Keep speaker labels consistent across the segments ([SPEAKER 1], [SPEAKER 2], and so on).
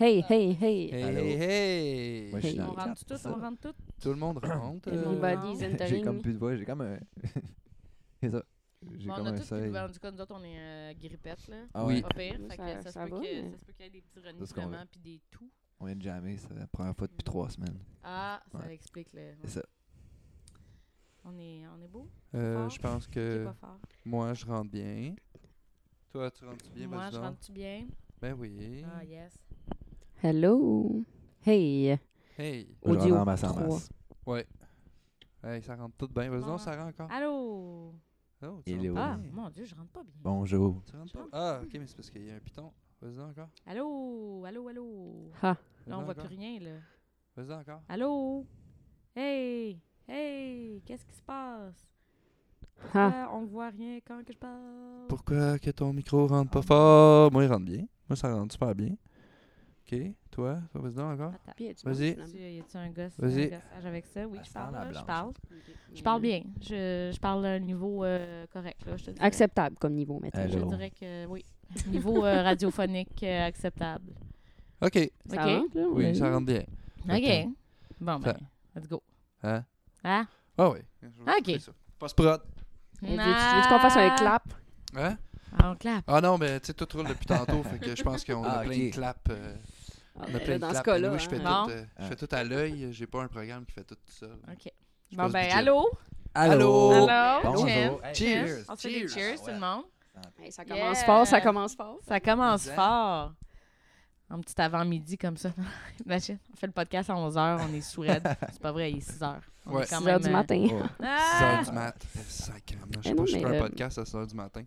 [SPEAKER 1] Hey, hey, hey.
[SPEAKER 2] Allô.
[SPEAKER 3] Hey, hey,
[SPEAKER 2] Moi, je suis
[SPEAKER 1] Hey.
[SPEAKER 3] hey.
[SPEAKER 2] dans
[SPEAKER 4] On
[SPEAKER 2] les
[SPEAKER 4] rentre
[SPEAKER 2] cartes.
[SPEAKER 4] tout, on rentre tout.
[SPEAKER 3] Tout le monde rentre. euh,
[SPEAKER 4] Everybody.
[SPEAKER 1] Everybody's
[SPEAKER 2] J'ai comme
[SPEAKER 1] entering.
[SPEAKER 2] plus de voix, j'ai comme un. C'est ça. J'ai
[SPEAKER 4] Bon,
[SPEAKER 2] comme
[SPEAKER 4] on a
[SPEAKER 2] un
[SPEAKER 4] tous
[SPEAKER 2] seuil.
[SPEAKER 4] découvert, en tout cas, nous autres, on est euh, grippettes, là.
[SPEAKER 2] Ah
[SPEAKER 3] Oui.
[SPEAKER 2] ouais,
[SPEAKER 4] Pas pire,
[SPEAKER 1] Nous,
[SPEAKER 4] fait
[SPEAKER 1] ça-
[SPEAKER 4] que ça,
[SPEAKER 1] ça
[SPEAKER 4] se
[SPEAKER 1] va,
[SPEAKER 4] peut que-
[SPEAKER 1] mais-
[SPEAKER 4] ça se peut qu'il y ait des petits
[SPEAKER 2] Parce qu'on
[SPEAKER 4] reniflements puis des toux.
[SPEAKER 2] on vient de jammer, c'est la première fois depuis trois semaines.
[SPEAKER 4] Ah, ça
[SPEAKER 2] Ouais.
[SPEAKER 4] explique le... ouais.
[SPEAKER 2] C'est ça.
[SPEAKER 4] On est, on est beau?
[SPEAKER 3] euh,
[SPEAKER 4] Fort.
[SPEAKER 3] je pense
[SPEAKER 4] Qui est
[SPEAKER 3] que
[SPEAKER 4] pas fort?
[SPEAKER 3] moi, je rentre bien. Toi, tu rentres bien,
[SPEAKER 4] Moi,
[SPEAKER 3] vas-y
[SPEAKER 4] je
[SPEAKER 3] donc?
[SPEAKER 4] rentre-tu bien?
[SPEAKER 3] Ben oui.
[SPEAKER 4] Ah, yes.
[SPEAKER 1] Hello. Hey.
[SPEAKER 3] Hey.
[SPEAKER 2] Moi, je
[SPEAKER 1] Audio
[SPEAKER 2] rentre en masse en
[SPEAKER 1] 3.
[SPEAKER 2] masse.
[SPEAKER 3] Ouais. Hey, ça rentre tout bien. Vas-y,
[SPEAKER 4] Bon.
[SPEAKER 3] donc, ça rentre encore.
[SPEAKER 4] Allô?
[SPEAKER 3] Oh, tu
[SPEAKER 2] Il
[SPEAKER 3] rentres
[SPEAKER 2] est où?
[SPEAKER 3] pas
[SPEAKER 4] Ah,
[SPEAKER 3] bien.
[SPEAKER 4] mon Dieu, je rentre pas bien.
[SPEAKER 2] Bonjour.
[SPEAKER 3] Tu rentres pas? Ah, ok, mais c'est parce qu'il y a un piton. Vas-y, donc encore.
[SPEAKER 4] Allô? Allô, allô?
[SPEAKER 1] Ha.
[SPEAKER 4] Là, on
[SPEAKER 3] Vas-y,
[SPEAKER 4] voit
[SPEAKER 3] encore.
[SPEAKER 4] plus rien, là.
[SPEAKER 3] Vas-y, encore.
[SPEAKER 4] Allô? Hey! Hey! Qu'est-ce qui se passe?
[SPEAKER 1] Ha.
[SPEAKER 4] Ah, on voit rien quand que je parle.
[SPEAKER 3] Pourquoi que ton micro rentre pas fort? Moi, il rentre bien. Moi, ça rentre super bien. OK. Toi, toi vas-y donc encore.
[SPEAKER 4] Attends.
[SPEAKER 1] Puis, y a du
[SPEAKER 3] Vas-y.
[SPEAKER 1] monde,
[SPEAKER 4] Tu- Y a-tu un gosse, un
[SPEAKER 3] Vas-y.
[SPEAKER 4] gossage avec ça? Oui,
[SPEAKER 2] Elle
[SPEAKER 4] je
[SPEAKER 2] se Ah, parle,
[SPEAKER 4] parle.
[SPEAKER 2] la
[SPEAKER 4] là, Je
[SPEAKER 2] blanche.
[SPEAKER 4] parle.
[SPEAKER 1] finalement.
[SPEAKER 4] Je parle bien. Je, je parle à un niveau euh, correct. Là, je te dirais.
[SPEAKER 1] Acceptable comme niveau,
[SPEAKER 3] Euh,
[SPEAKER 1] mettons.
[SPEAKER 2] Allô.
[SPEAKER 4] Je dirais que oui. Niveau euh, radiophonique euh, acceptable.
[SPEAKER 1] Ah.
[SPEAKER 3] OK.
[SPEAKER 1] Ça
[SPEAKER 4] OK.
[SPEAKER 1] rentre, là, on a
[SPEAKER 3] Oui,
[SPEAKER 1] eu.
[SPEAKER 3] ça rentre bien.
[SPEAKER 4] OK. Bon,
[SPEAKER 3] Ça-
[SPEAKER 4] ben, let's go.
[SPEAKER 3] Hein?
[SPEAKER 4] Hein?
[SPEAKER 3] Ah oui. Je vais
[SPEAKER 4] OK.
[SPEAKER 3] couper ça. Post-prod.
[SPEAKER 1] Hey, veux-tu- Veux-tu qu'on fasse
[SPEAKER 3] Ah.
[SPEAKER 1] un clap?
[SPEAKER 3] Hein?
[SPEAKER 4] Ah, on clap.
[SPEAKER 3] Ah non, mais tu sais, tout roule depuis tantôt. fait que je pense qu'on a
[SPEAKER 2] Ah,
[SPEAKER 3] plein
[SPEAKER 2] OK.
[SPEAKER 3] de claps. euh,
[SPEAKER 1] Ah,
[SPEAKER 3] on a
[SPEAKER 1] ben,
[SPEAKER 3] plein de
[SPEAKER 1] dans ce
[SPEAKER 3] claps.
[SPEAKER 1] cas-là.
[SPEAKER 3] Moi, je fais,
[SPEAKER 1] hein.
[SPEAKER 4] Bon.
[SPEAKER 3] tout, euh, je fais tout à l'œil. J'ai pas un programme qui fait tout ça.
[SPEAKER 4] OK.
[SPEAKER 3] Je
[SPEAKER 4] Bon,
[SPEAKER 3] passe
[SPEAKER 4] ben,
[SPEAKER 3] budget.
[SPEAKER 4] allô?
[SPEAKER 3] Allô?
[SPEAKER 2] Oh.
[SPEAKER 4] Allô?
[SPEAKER 2] Bonjour.
[SPEAKER 4] Cheers.
[SPEAKER 2] Hey,
[SPEAKER 3] cheers.
[SPEAKER 4] On se fait des cheers,
[SPEAKER 2] Ah,
[SPEAKER 4] tout
[SPEAKER 2] ouais.
[SPEAKER 4] le monde.
[SPEAKER 1] Hey, ça commence
[SPEAKER 4] Yeah.
[SPEAKER 1] fort, ça commence fort.
[SPEAKER 4] Ça commence
[SPEAKER 3] Exact.
[SPEAKER 4] fort. Un petit avant-midi comme ça. Imagine, on fait le podcast à 11h, on est sous C'est pas vrai, il est 6h. On
[SPEAKER 3] Ouais.
[SPEAKER 4] est quand
[SPEAKER 1] 6
[SPEAKER 4] même...
[SPEAKER 1] heures du
[SPEAKER 4] euh,
[SPEAKER 1] matin.
[SPEAKER 2] Oh.
[SPEAKER 4] Ah!
[SPEAKER 3] 6h du mat. Eh, Sacrément. Je
[SPEAKER 1] Eh
[SPEAKER 3] sais
[SPEAKER 1] non,
[SPEAKER 3] pas, je
[SPEAKER 1] mais,
[SPEAKER 3] fais un
[SPEAKER 1] euh,
[SPEAKER 3] podcast à 6h du matin.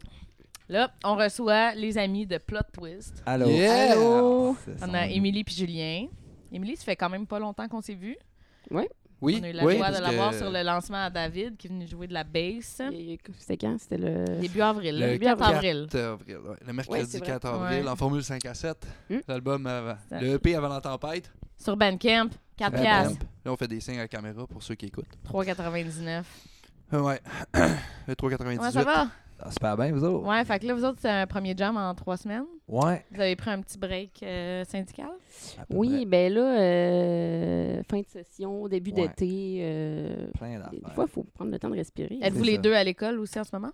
[SPEAKER 4] Là, on reçoit les amis de Plot Twist.
[SPEAKER 2] Allô.
[SPEAKER 3] Yeah!
[SPEAKER 1] Allô?
[SPEAKER 2] C'est
[SPEAKER 4] On
[SPEAKER 2] son-
[SPEAKER 4] a Émilie puis Julien. Émilie, ça fait quand même pas longtemps qu'on s'est vus.
[SPEAKER 3] Oui,
[SPEAKER 4] on a eu la
[SPEAKER 3] oui,
[SPEAKER 4] joie de
[SPEAKER 3] parce
[SPEAKER 4] l'avoir
[SPEAKER 3] que-
[SPEAKER 4] sur le lancement à David, qui est venu jouer de la bass.
[SPEAKER 1] Et- et- C'était quand? C'était le...
[SPEAKER 4] Début avril,
[SPEAKER 3] Le
[SPEAKER 4] le 4
[SPEAKER 3] 4
[SPEAKER 4] avril.
[SPEAKER 3] 4 avril, ouais. Le mercredi
[SPEAKER 1] Ouais, c'est vrai.
[SPEAKER 3] 4 avril,
[SPEAKER 4] Ouais.
[SPEAKER 3] en Formule 5 à 7.
[SPEAKER 1] Hmm.
[SPEAKER 3] L'album avant.
[SPEAKER 4] Ça-
[SPEAKER 3] Le EP avant la tempête.
[SPEAKER 4] Sur Bandcamp, 4
[SPEAKER 3] Bandcamp.
[SPEAKER 4] piastres,
[SPEAKER 3] Là, on fait des signes à la caméra pour ceux qui écoutent.
[SPEAKER 4] 3,99.
[SPEAKER 1] Ah
[SPEAKER 3] Euh, Ouais. Le 3,98.
[SPEAKER 4] Comment ça va?
[SPEAKER 2] Ah, Super bien, vous autres.
[SPEAKER 4] Ouais, fait que là, vous autres, c'est un premier jam en trois semaines.
[SPEAKER 2] Ouais.
[SPEAKER 4] Vous avez pris un petit break euh, syndical?
[SPEAKER 2] à peu
[SPEAKER 1] Oui, ben là, euh, fin de session, début
[SPEAKER 2] Ouais.
[SPEAKER 1] d'été. euh,
[SPEAKER 2] près. Plein
[SPEAKER 1] des, des
[SPEAKER 2] d'affaires.
[SPEAKER 1] fois, il faut prendre le temps de respirer.
[SPEAKER 4] Êtes-vous
[SPEAKER 2] C'est
[SPEAKER 4] les
[SPEAKER 2] ça.
[SPEAKER 4] deux à l'école aussi en ce moment?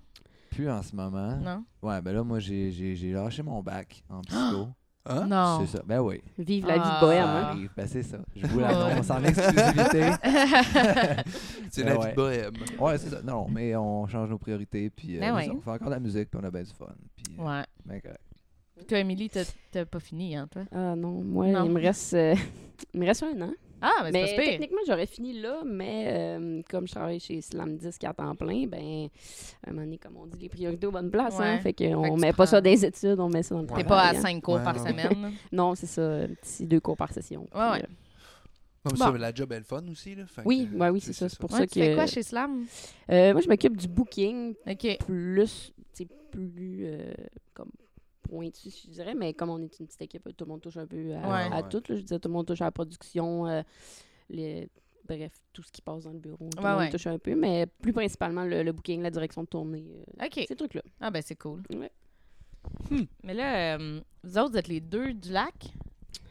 [SPEAKER 2] Plus en ce
[SPEAKER 3] Ah.
[SPEAKER 2] moment.
[SPEAKER 4] Non?
[SPEAKER 2] Ouais, ben là, moi, j'ai- j'ai j'ai lâché mon bac en psycho.
[SPEAKER 3] Hein?
[SPEAKER 4] Non.
[SPEAKER 2] C'est ça. Ben oui.
[SPEAKER 1] Vive la vie de
[SPEAKER 4] Ah.
[SPEAKER 1] bohème.
[SPEAKER 2] Ça
[SPEAKER 1] hein.
[SPEAKER 2] arrive. Ben c'est ça. Je vous
[SPEAKER 4] Ouais.
[SPEAKER 2] l'annonce en exclusivité.
[SPEAKER 3] C'est
[SPEAKER 4] Ah
[SPEAKER 2] Ben
[SPEAKER 3] la vie
[SPEAKER 2] ouais.
[SPEAKER 3] de bohème.
[SPEAKER 2] Ouais, c'est ça. Non, mais on change nos priorités. Puis euh,
[SPEAKER 4] Ben
[SPEAKER 2] c'est
[SPEAKER 4] ouais.
[SPEAKER 2] ça, on fait encore de la musique. Puis on a bien du fun. Puis, euh,
[SPEAKER 4] Ouais.
[SPEAKER 2] ben correct.
[SPEAKER 4] Puis toi, Émilie, t'as- t'as pas fini, hein, toi?
[SPEAKER 1] Ah non, moi,
[SPEAKER 4] Non.
[SPEAKER 1] il me reste... euh, il me reste un an.
[SPEAKER 4] Ah, mais c'est pas
[SPEAKER 1] Mais
[SPEAKER 4] si pire.
[SPEAKER 1] techniquement, j'aurais fini là, mais euh, comme je travaille chez Slam Disc à temps plein, ben, à un moment donné, comme on dit, les priorités aux bonnes places. hein.
[SPEAKER 4] Ouais.
[SPEAKER 1] fait qu'on
[SPEAKER 4] Fait que tu
[SPEAKER 1] met
[SPEAKER 4] prends-
[SPEAKER 1] pas ça dans les études, on met ça dans le
[SPEAKER 3] T'es
[SPEAKER 4] T'es
[SPEAKER 1] travail.
[SPEAKER 4] pas à
[SPEAKER 1] hein.
[SPEAKER 4] 5 cours
[SPEAKER 3] Ouais,
[SPEAKER 4] par
[SPEAKER 3] non.
[SPEAKER 4] semaine.
[SPEAKER 1] Non, c'est ça, un petit deux cours par session.
[SPEAKER 4] Ouais, ouais.
[SPEAKER 1] Puis, euh,
[SPEAKER 3] Non, mais
[SPEAKER 4] Bon.
[SPEAKER 3] ça, mais la job est le fun aussi. Là. Fait que,
[SPEAKER 1] Oui,
[SPEAKER 3] euh,
[SPEAKER 1] ouais, oui,
[SPEAKER 3] tu
[SPEAKER 1] c'est
[SPEAKER 3] sais,
[SPEAKER 1] ça, c'est pour
[SPEAKER 4] Ouais,
[SPEAKER 1] ça
[SPEAKER 4] tu fais
[SPEAKER 1] que-
[SPEAKER 4] quoi chez Slam?
[SPEAKER 1] euh, euh, moi, je m'occupe du booking
[SPEAKER 4] OK.
[SPEAKER 1] plus, tu sais, plus euh, comme pointu, je dirais, mais comme on est une petite équipe, tout le monde touche un peu à,
[SPEAKER 4] Ouais.
[SPEAKER 1] à
[SPEAKER 3] Ouais.
[SPEAKER 1] tout. là. je disais, tout le monde touche à la production, euh, les- bref, tout ce qui passe dans le bureau. Tout
[SPEAKER 4] Ouais,
[SPEAKER 1] le monde
[SPEAKER 4] ouais.
[SPEAKER 1] touche un peu, mais plus principalement le, le booking, la direction de tournée, euh,
[SPEAKER 4] OK.
[SPEAKER 1] ces trucs-là.
[SPEAKER 4] Ah, ben c'est cool.
[SPEAKER 1] Ouais.
[SPEAKER 4] Hmm. Mais là, euh, vous autres, vous êtes les deux du lac?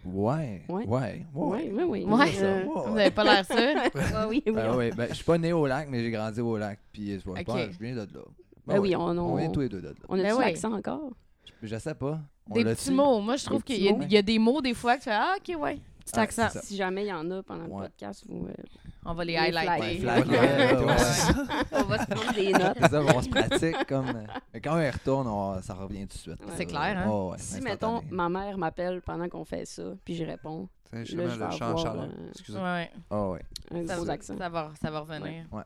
[SPEAKER 2] Ouais.
[SPEAKER 1] Ouais.
[SPEAKER 2] Ouais. Ouais.
[SPEAKER 1] Oui, oui, oui.
[SPEAKER 4] Ouais.
[SPEAKER 2] C'est ça.
[SPEAKER 1] Euh,
[SPEAKER 2] Ouais,
[SPEAKER 4] Vous
[SPEAKER 2] ouais.
[SPEAKER 4] avez pas l'air ça?
[SPEAKER 1] ouais, oui, oui.
[SPEAKER 2] Ben, ouais, ben, je suis pas né au lac, mais j'ai grandi au lac. Puis euh, je vois
[SPEAKER 4] Ok.
[SPEAKER 2] pas, je viens de là.
[SPEAKER 1] Ben oui, on- on-
[SPEAKER 2] vient tous les deux de là.
[SPEAKER 1] On a
[SPEAKER 4] Ben
[SPEAKER 1] tu
[SPEAKER 4] ouais.
[SPEAKER 1] l'accent encore?
[SPEAKER 2] Je, je sais pas. On
[SPEAKER 4] Des
[SPEAKER 2] l'a
[SPEAKER 4] petits mots. Moi, je trouve
[SPEAKER 1] Des
[SPEAKER 4] qu'il
[SPEAKER 1] petits
[SPEAKER 4] y, a-
[SPEAKER 1] mots.
[SPEAKER 4] il y a des mots des fois que tu fais Ah, OK, ouais. Petit
[SPEAKER 2] Ah,
[SPEAKER 4] accent.
[SPEAKER 2] c'est ça.
[SPEAKER 1] Si jamais il y en a pendant le
[SPEAKER 2] Ouais.
[SPEAKER 1] podcast, vous euh,
[SPEAKER 4] On va les
[SPEAKER 1] Les
[SPEAKER 4] highlighter.
[SPEAKER 1] flags.
[SPEAKER 2] Ouais, flags, ouais, ouais.
[SPEAKER 1] on va se prendre des notes.
[SPEAKER 2] C'est ça, on se pratique comme. euh, mais quand on y retourne, on- ça revient tout de suite. Ah
[SPEAKER 1] Ouais.
[SPEAKER 4] C'est clair, hein?
[SPEAKER 2] Ouais, ouais,
[SPEAKER 1] Si,
[SPEAKER 2] instantané.
[SPEAKER 1] mettons, ma mère m'appelle pendant qu'on fait ça, puis je réponds,
[SPEAKER 3] Tiens,
[SPEAKER 1] Là,
[SPEAKER 3] justement,
[SPEAKER 1] je vais
[SPEAKER 3] le chant en
[SPEAKER 1] avoir,
[SPEAKER 3] chaleur.
[SPEAKER 1] euh,
[SPEAKER 3] Excusez-moi.
[SPEAKER 4] Ouais.
[SPEAKER 2] Ah ouais.
[SPEAKER 1] un
[SPEAKER 4] Ça
[SPEAKER 1] gros
[SPEAKER 4] va-
[SPEAKER 1] accent.
[SPEAKER 4] Ça va, ça va revenir.
[SPEAKER 2] Ouais.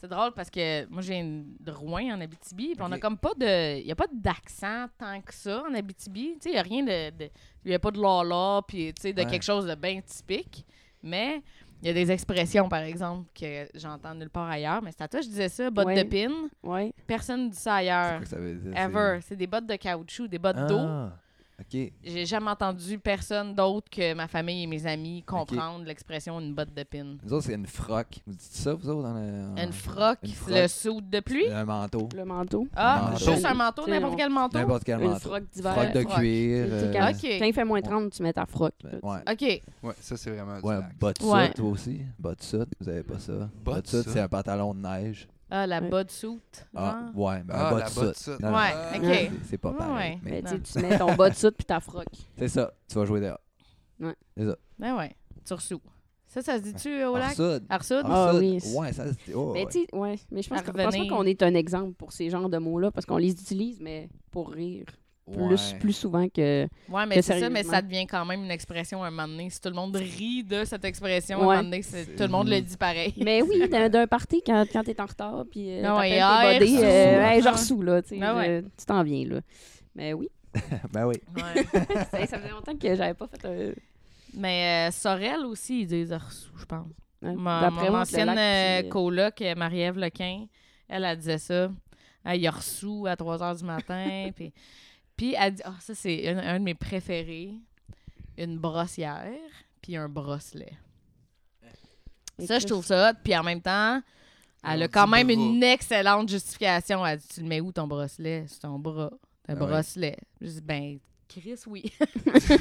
[SPEAKER 4] C'est drôle parce que moi, je viens de Rouen, en Abitibi, puis on a
[SPEAKER 2] Ok.
[SPEAKER 4] comme pas de... Il n'y a pas d'accent tant que ça en Abitibi. Tu sais, il n'y a rien de... de- Il n'y a pas de lala, puis tu sais, de
[SPEAKER 2] Ouais.
[SPEAKER 4] quelque chose de bien typique. Mais il y a des expressions, par exemple, que j'entends nulle part ailleurs. Mais c'est à toi, je disais ça, bottes
[SPEAKER 1] Ouais.
[SPEAKER 4] de pin.
[SPEAKER 1] Ouais.
[SPEAKER 4] Personne ne dit ça
[SPEAKER 2] C'est
[SPEAKER 4] ailleurs.
[SPEAKER 2] quoi que ça veut dire? c'est-
[SPEAKER 4] Ever. C'est des bottes de caoutchouc, des bottes d'eau.
[SPEAKER 2] Ah. OK.
[SPEAKER 4] J'ai jamais entendu personne d'autre que ma famille et mes amis comprendre l'expression une botte de pin.
[SPEAKER 2] Nous autres, c'est une froc. Vous dites ça, vous autres? Dans le...
[SPEAKER 4] Une froc,
[SPEAKER 2] Une froc. Euh,
[SPEAKER 4] le saut de pluie.
[SPEAKER 2] Un manteau.
[SPEAKER 1] Le manteau.
[SPEAKER 4] Ah,
[SPEAKER 2] manteau.
[SPEAKER 4] juste un manteau,
[SPEAKER 1] Tu sais,
[SPEAKER 4] n'importe
[SPEAKER 1] on-
[SPEAKER 4] quel manteau.
[SPEAKER 2] N'importe quel
[SPEAKER 1] Une
[SPEAKER 2] manteau.
[SPEAKER 1] froc d'hiver.
[SPEAKER 2] Froc de
[SPEAKER 4] Froc.
[SPEAKER 2] cuir.
[SPEAKER 1] Tu sais,
[SPEAKER 2] euh,
[SPEAKER 1] quand- Quand
[SPEAKER 4] OK.
[SPEAKER 1] il fait moins 30, tu mets ta froc. là.
[SPEAKER 2] Ouais.
[SPEAKER 4] OK.
[SPEAKER 3] Ouais, ça, c'est vraiment du
[SPEAKER 2] Ouais,
[SPEAKER 3] lac.
[SPEAKER 2] bas de
[SPEAKER 4] Ouais.
[SPEAKER 2] soute, toi aussi. Bas de soute, vous avez pas ça. Bas de
[SPEAKER 3] Botte
[SPEAKER 2] soute,
[SPEAKER 3] soute.
[SPEAKER 2] c'est un pantalon de neige.
[SPEAKER 4] Ah, la
[SPEAKER 1] Ouais.
[SPEAKER 4] botte soute.
[SPEAKER 2] Ah,
[SPEAKER 4] genre.
[SPEAKER 2] ouais, ben
[SPEAKER 3] Ah,
[SPEAKER 2] un bas
[SPEAKER 3] la
[SPEAKER 2] de
[SPEAKER 3] bas de
[SPEAKER 2] soute.
[SPEAKER 3] soute.
[SPEAKER 2] Non, non,
[SPEAKER 4] Ouais,
[SPEAKER 3] Ah.
[SPEAKER 4] OK.
[SPEAKER 2] c'est- C'est pas
[SPEAKER 4] Ouais,
[SPEAKER 2] pareil.
[SPEAKER 4] ouais.
[SPEAKER 2] mais
[SPEAKER 1] Mais tu sais,
[SPEAKER 4] Non.
[SPEAKER 1] tu mets ton bas de soute puis ta froc.
[SPEAKER 2] C'est ça, tu vas jouer dehors.
[SPEAKER 4] Ben ouais, Tursou. Ça, ça se dit-tu euh, au lac?
[SPEAKER 2] Arsoud.
[SPEAKER 4] Arsoud?
[SPEAKER 1] Ah,
[SPEAKER 2] Arsoud.
[SPEAKER 1] oui, c'est-
[SPEAKER 2] Ouais, ça, c'est... Oh,
[SPEAKER 1] Mais
[SPEAKER 2] ouais.
[SPEAKER 1] Ben, tu sais, ouais, mais je pense
[SPEAKER 4] À
[SPEAKER 1] que- je pense pas
[SPEAKER 4] revenir.
[SPEAKER 1] qu'on est un exemple pour ces genres de mots-là parce qu'on les utilise, mais pour rire plus,
[SPEAKER 2] Ouais.
[SPEAKER 1] plus souvent que.
[SPEAKER 4] Ouais,
[SPEAKER 1] Que
[SPEAKER 4] mais c'est ça, mais
[SPEAKER 1] sérieusement.
[SPEAKER 4] ça devient quand même une expression un moment donné. Si tout le monde rit de cette expression, un
[SPEAKER 1] Ouais.
[SPEAKER 4] moment donné, c'est-
[SPEAKER 3] C'est-
[SPEAKER 4] tout le monde le dit pareil.
[SPEAKER 1] Mais oui, d'un, d'un party quand, quand t'es en retard, puis euh,
[SPEAKER 4] Non,
[SPEAKER 1] t'appelles
[SPEAKER 4] et ah,
[SPEAKER 1] tes buddies,
[SPEAKER 4] ressous.
[SPEAKER 1] euh,
[SPEAKER 2] Ah.
[SPEAKER 1] Hey, je ressous, là, tu sais,
[SPEAKER 4] Ah ouais.
[SPEAKER 1] je- tu t'en viens, là. Mais oui,
[SPEAKER 2] Ben oui.
[SPEAKER 4] Ouais.
[SPEAKER 1] ça, ça faisait longtemps que j'avais pas fait un...
[SPEAKER 4] Mais euh, Sorel aussi, ils disent Arsou, je pense.
[SPEAKER 1] un-
[SPEAKER 4] Ma,
[SPEAKER 1] d'après
[SPEAKER 4] mon
[SPEAKER 1] moi, c'est le
[SPEAKER 4] ancienne
[SPEAKER 1] lac,
[SPEAKER 4] euh,
[SPEAKER 1] puis, euh,
[SPEAKER 4] coloc, euh, Marie-Ève Lequin, elle, elle disait ça. Elle y a reçu à 3 h du matin. puis, puis elle dit Ah, ça, c'est un, un de mes préférés une brossière, puis un bracelet. Ça, je trouve ça hot. Puis en même temps, elle
[SPEAKER 3] Ah, on
[SPEAKER 4] a quand
[SPEAKER 3] dit
[SPEAKER 4] même
[SPEAKER 3] bras.
[SPEAKER 4] une excellente justification. Elle dit Tu le mets où ton bracelet C'est ton bras. Un
[SPEAKER 2] Ah ouais.
[SPEAKER 4] bracelet. Je dis Ben, Chris, oui.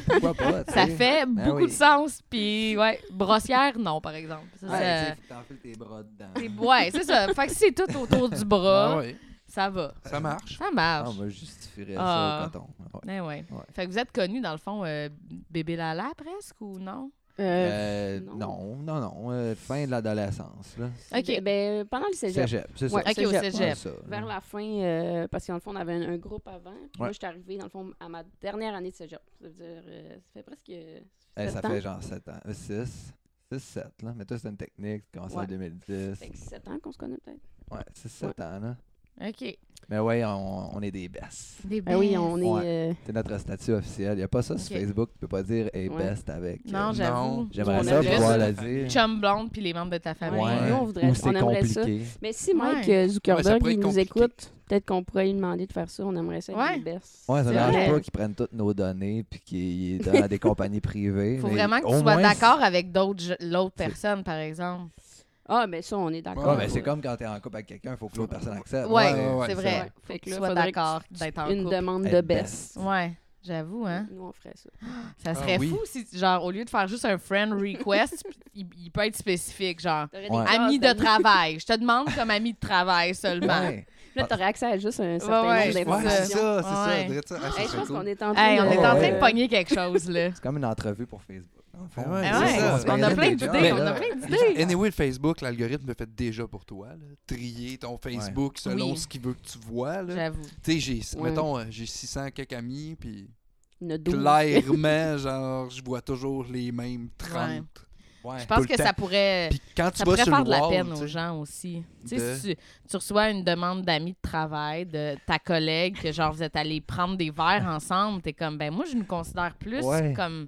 [SPEAKER 2] Pourquoi pas, tu
[SPEAKER 4] ça
[SPEAKER 2] sais.
[SPEAKER 4] fait
[SPEAKER 2] Ben
[SPEAKER 4] beaucoup
[SPEAKER 2] oui.
[SPEAKER 4] de sens. Puis, ouais, brossière, non, par exemple. Ça,
[SPEAKER 2] Ouais,
[SPEAKER 4] ça-
[SPEAKER 2] tu sais, faut que t'enfiles tes bras dedans.
[SPEAKER 4] c'est- Ouais, c'est ça. Fait que si c'est tout autour du bras,
[SPEAKER 3] Ah ouais,
[SPEAKER 4] ça va.
[SPEAKER 3] ça marche.
[SPEAKER 4] Ça
[SPEAKER 2] Ah,
[SPEAKER 4] marche.
[SPEAKER 2] on va justifier
[SPEAKER 4] Ah.
[SPEAKER 2] ça au coton. Ouais.
[SPEAKER 4] Eh ouais.
[SPEAKER 2] Ouais.
[SPEAKER 4] Fait que vous êtes connu, dans le fond, euh, Bébé Lala presque ou non?
[SPEAKER 1] Euh,
[SPEAKER 2] Euh,
[SPEAKER 1] non.
[SPEAKER 2] non, non, non. euh, fin de l'adolescence, là.
[SPEAKER 4] Ok.
[SPEAKER 1] Ben, pendant le cégep.
[SPEAKER 2] Cégep, c'est ça.
[SPEAKER 1] Ouais,
[SPEAKER 4] Ok, au
[SPEAKER 1] Euh, cégep.
[SPEAKER 4] cégep.
[SPEAKER 2] Ouais, ça, là.
[SPEAKER 1] Vers la fin, euh, parce qu'en le fond, on avait un, un groupe avant. Puis
[SPEAKER 2] Mm.
[SPEAKER 1] moi,
[SPEAKER 2] Ouais.
[SPEAKER 1] j'étais arrivée, dans le fond, à ma dernière année de cégep. Ça veut dire, euh, ça fait presque. euh,
[SPEAKER 2] Eh,
[SPEAKER 1] sept
[SPEAKER 2] ça
[SPEAKER 1] ans.
[SPEAKER 2] fait genre 7 ans. 6. 6, 7, là. Mais toi, c'est une technique. Tu commences en
[SPEAKER 1] Ouais.
[SPEAKER 2] 2010.
[SPEAKER 1] Fait que 7 ans qu'on se connaît peut-être.
[SPEAKER 2] Ouais, 6, 7 ans, là.
[SPEAKER 4] OK.
[SPEAKER 2] Mais ouais, on, on est des best.
[SPEAKER 4] Des
[SPEAKER 1] Ah oui, on est.
[SPEAKER 2] Ouais.
[SPEAKER 1] euh,
[SPEAKER 2] C'est notre statut officiel. Il n'y a pas ça sur
[SPEAKER 4] Ok.
[SPEAKER 2] Facebook. Tu peux pas dire hey,
[SPEAKER 1] Ouais.
[SPEAKER 2] best avec.
[SPEAKER 4] Non,
[SPEAKER 2] euh,
[SPEAKER 4] j'avoue.
[SPEAKER 2] J'aimerais
[SPEAKER 1] on
[SPEAKER 2] ça
[SPEAKER 1] aimerait
[SPEAKER 2] pouvoir
[SPEAKER 3] ça.
[SPEAKER 2] le dire.
[SPEAKER 4] Chum blonde puis les membres de ta famille.
[SPEAKER 1] Ouais. Nous, on voudrait-
[SPEAKER 2] Ou c'est
[SPEAKER 1] on aimerait ça.
[SPEAKER 2] compliqué.
[SPEAKER 1] Mais si Mike
[SPEAKER 4] Ouais.
[SPEAKER 1] euh,
[SPEAKER 3] pourrait
[SPEAKER 1] Zuckerberg il
[SPEAKER 3] être
[SPEAKER 1] nous
[SPEAKER 3] compliqué.
[SPEAKER 1] écoute, peut-être qu'on pourrait lui demander de faire ça. On aimerait ça être
[SPEAKER 4] Ouais.
[SPEAKER 1] les best.
[SPEAKER 2] Ouais, ça
[SPEAKER 4] C'est
[SPEAKER 2] ne dérange
[SPEAKER 4] vrai.
[SPEAKER 2] pas qu'ils prennent toutes nos données puis qu'ils donnent à des compagnies privées.
[SPEAKER 4] Faut
[SPEAKER 2] mais
[SPEAKER 4] vraiment que
[SPEAKER 2] au
[SPEAKER 4] tu sois
[SPEAKER 2] moins,
[SPEAKER 4] d'accord avec d'autres je- l'autre
[SPEAKER 2] C'est-
[SPEAKER 4] personne, par exemple.
[SPEAKER 1] Ah, mais ça, on est
[SPEAKER 2] c'est-
[SPEAKER 1] d'accord.
[SPEAKER 2] Ouais, mais c'est comme quand tu es en couple avec quelqu'un, il faut que l'autre personne accepte.
[SPEAKER 3] ouais,
[SPEAKER 4] Ouais,
[SPEAKER 3] ouais,
[SPEAKER 4] c'est
[SPEAKER 3] c'est
[SPEAKER 4] vrai.
[SPEAKER 3] vrai.
[SPEAKER 1] Fait que
[SPEAKER 4] tu
[SPEAKER 1] là,
[SPEAKER 4] sois
[SPEAKER 1] faudrait que
[SPEAKER 4] d'accord
[SPEAKER 1] tu-
[SPEAKER 4] d'être en
[SPEAKER 1] Une
[SPEAKER 4] couple.
[SPEAKER 1] demande
[SPEAKER 2] Être
[SPEAKER 1] de best.
[SPEAKER 4] Ouais, j'avoue, hein.
[SPEAKER 1] Nous, on ferait ça.
[SPEAKER 4] Ça
[SPEAKER 3] Ah
[SPEAKER 4] serait
[SPEAKER 3] oui.
[SPEAKER 4] fou si, genre, au lieu de faire juste un friend request, il, il peut être spécifique, genre,
[SPEAKER 1] T'aurais
[SPEAKER 2] Ouais.
[SPEAKER 1] des
[SPEAKER 4] ami de
[SPEAKER 1] classes d'amis.
[SPEAKER 4] travail. Je te demande comme ami de travail seulement.
[SPEAKER 2] Ouais.
[SPEAKER 1] Là, t'aurais accès à juste un certain
[SPEAKER 4] Ouais,
[SPEAKER 1] nombre
[SPEAKER 4] ouais,
[SPEAKER 3] Ouais, c'est
[SPEAKER 1] d'informations.
[SPEAKER 3] ça, c'est ça.
[SPEAKER 4] Ouais.
[SPEAKER 3] on dirait ça. Ah, ça
[SPEAKER 1] Hey, je
[SPEAKER 3] serait
[SPEAKER 1] pense
[SPEAKER 3] cool.
[SPEAKER 1] qu'on est en train
[SPEAKER 4] Hey, on est en train
[SPEAKER 2] Ouais.
[SPEAKER 4] de pogner quelque chose, là.
[SPEAKER 2] C'est comme une entrevue pour Facebook. dans le fond.
[SPEAKER 3] Ben
[SPEAKER 2] Ben,
[SPEAKER 3] Ouais,
[SPEAKER 4] Ah
[SPEAKER 3] c'est
[SPEAKER 4] ouais,
[SPEAKER 3] ça,
[SPEAKER 4] parce
[SPEAKER 3] c'est
[SPEAKER 4] qu'on
[SPEAKER 3] bien
[SPEAKER 4] a
[SPEAKER 3] des
[SPEAKER 4] plein
[SPEAKER 3] gens,
[SPEAKER 4] d'idées, on
[SPEAKER 2] là.
[SPEAKER 4] a plein d'idées.
[SPEAKER 3] Anyway, le Facebook, l'algorithme le fait déjà pour toi. là. Trier ton Facebook selon
[SPEAKER 4] Oui.
[SPEAKER 3] ce qu'il veut que tu vois. là.
[SPEAKER 4] J'avoue.
[SPEAKER 3] Tu sais, j'ai,
[SPEAKER 1] Ouais.
[SPEAKER 3] mettons, euh, j'ai 600 quelques amis, puis
[SPEAKER 1] Il y en a 12.
[SPEAKER 3] clairement, genre, je vois toujours les mêmes 30.
[SPEAKER 4] Ouais.
[SPEAKER 2] Ouais.
[SPEAKER 4] Je
[SPEAKER 3] Tout
[SPEAKER 4] pense
[SPEAKER 3] le
[SPEAKER 4] que
[SPEAKER 3] temps.
[SPEAKER 4] ça pourrait,
[SPEAKER 3] Puis quand tu
[SPEAKER 4] ça
[SPEAKER 3] vas
[SPEAKER 4] pourrait
[SPEAKER 3] sur
[SPEAKER 4] faire
[SPEAKER 3] le
[SPEAKER 4] de la
[SPEAKER 3] wall,
[SPEAKER 4] peine
[SPEAKER 3] tu
[SPEAKER 4] aux
[SPEAKER 3] sais,
[SPEAKER 4] gens aussi. Tu sais,
[SPEAKER 3] de-
[SPEAKER 4] si tu, tu reçois une demande d'amis de travail de ta collègue, que genre vous êtes allés prendre des verres ensemble, t'es comme, ben moi je nous considère plus
[SPEAKER 2] Ouais.
[SPEAKER 4] comme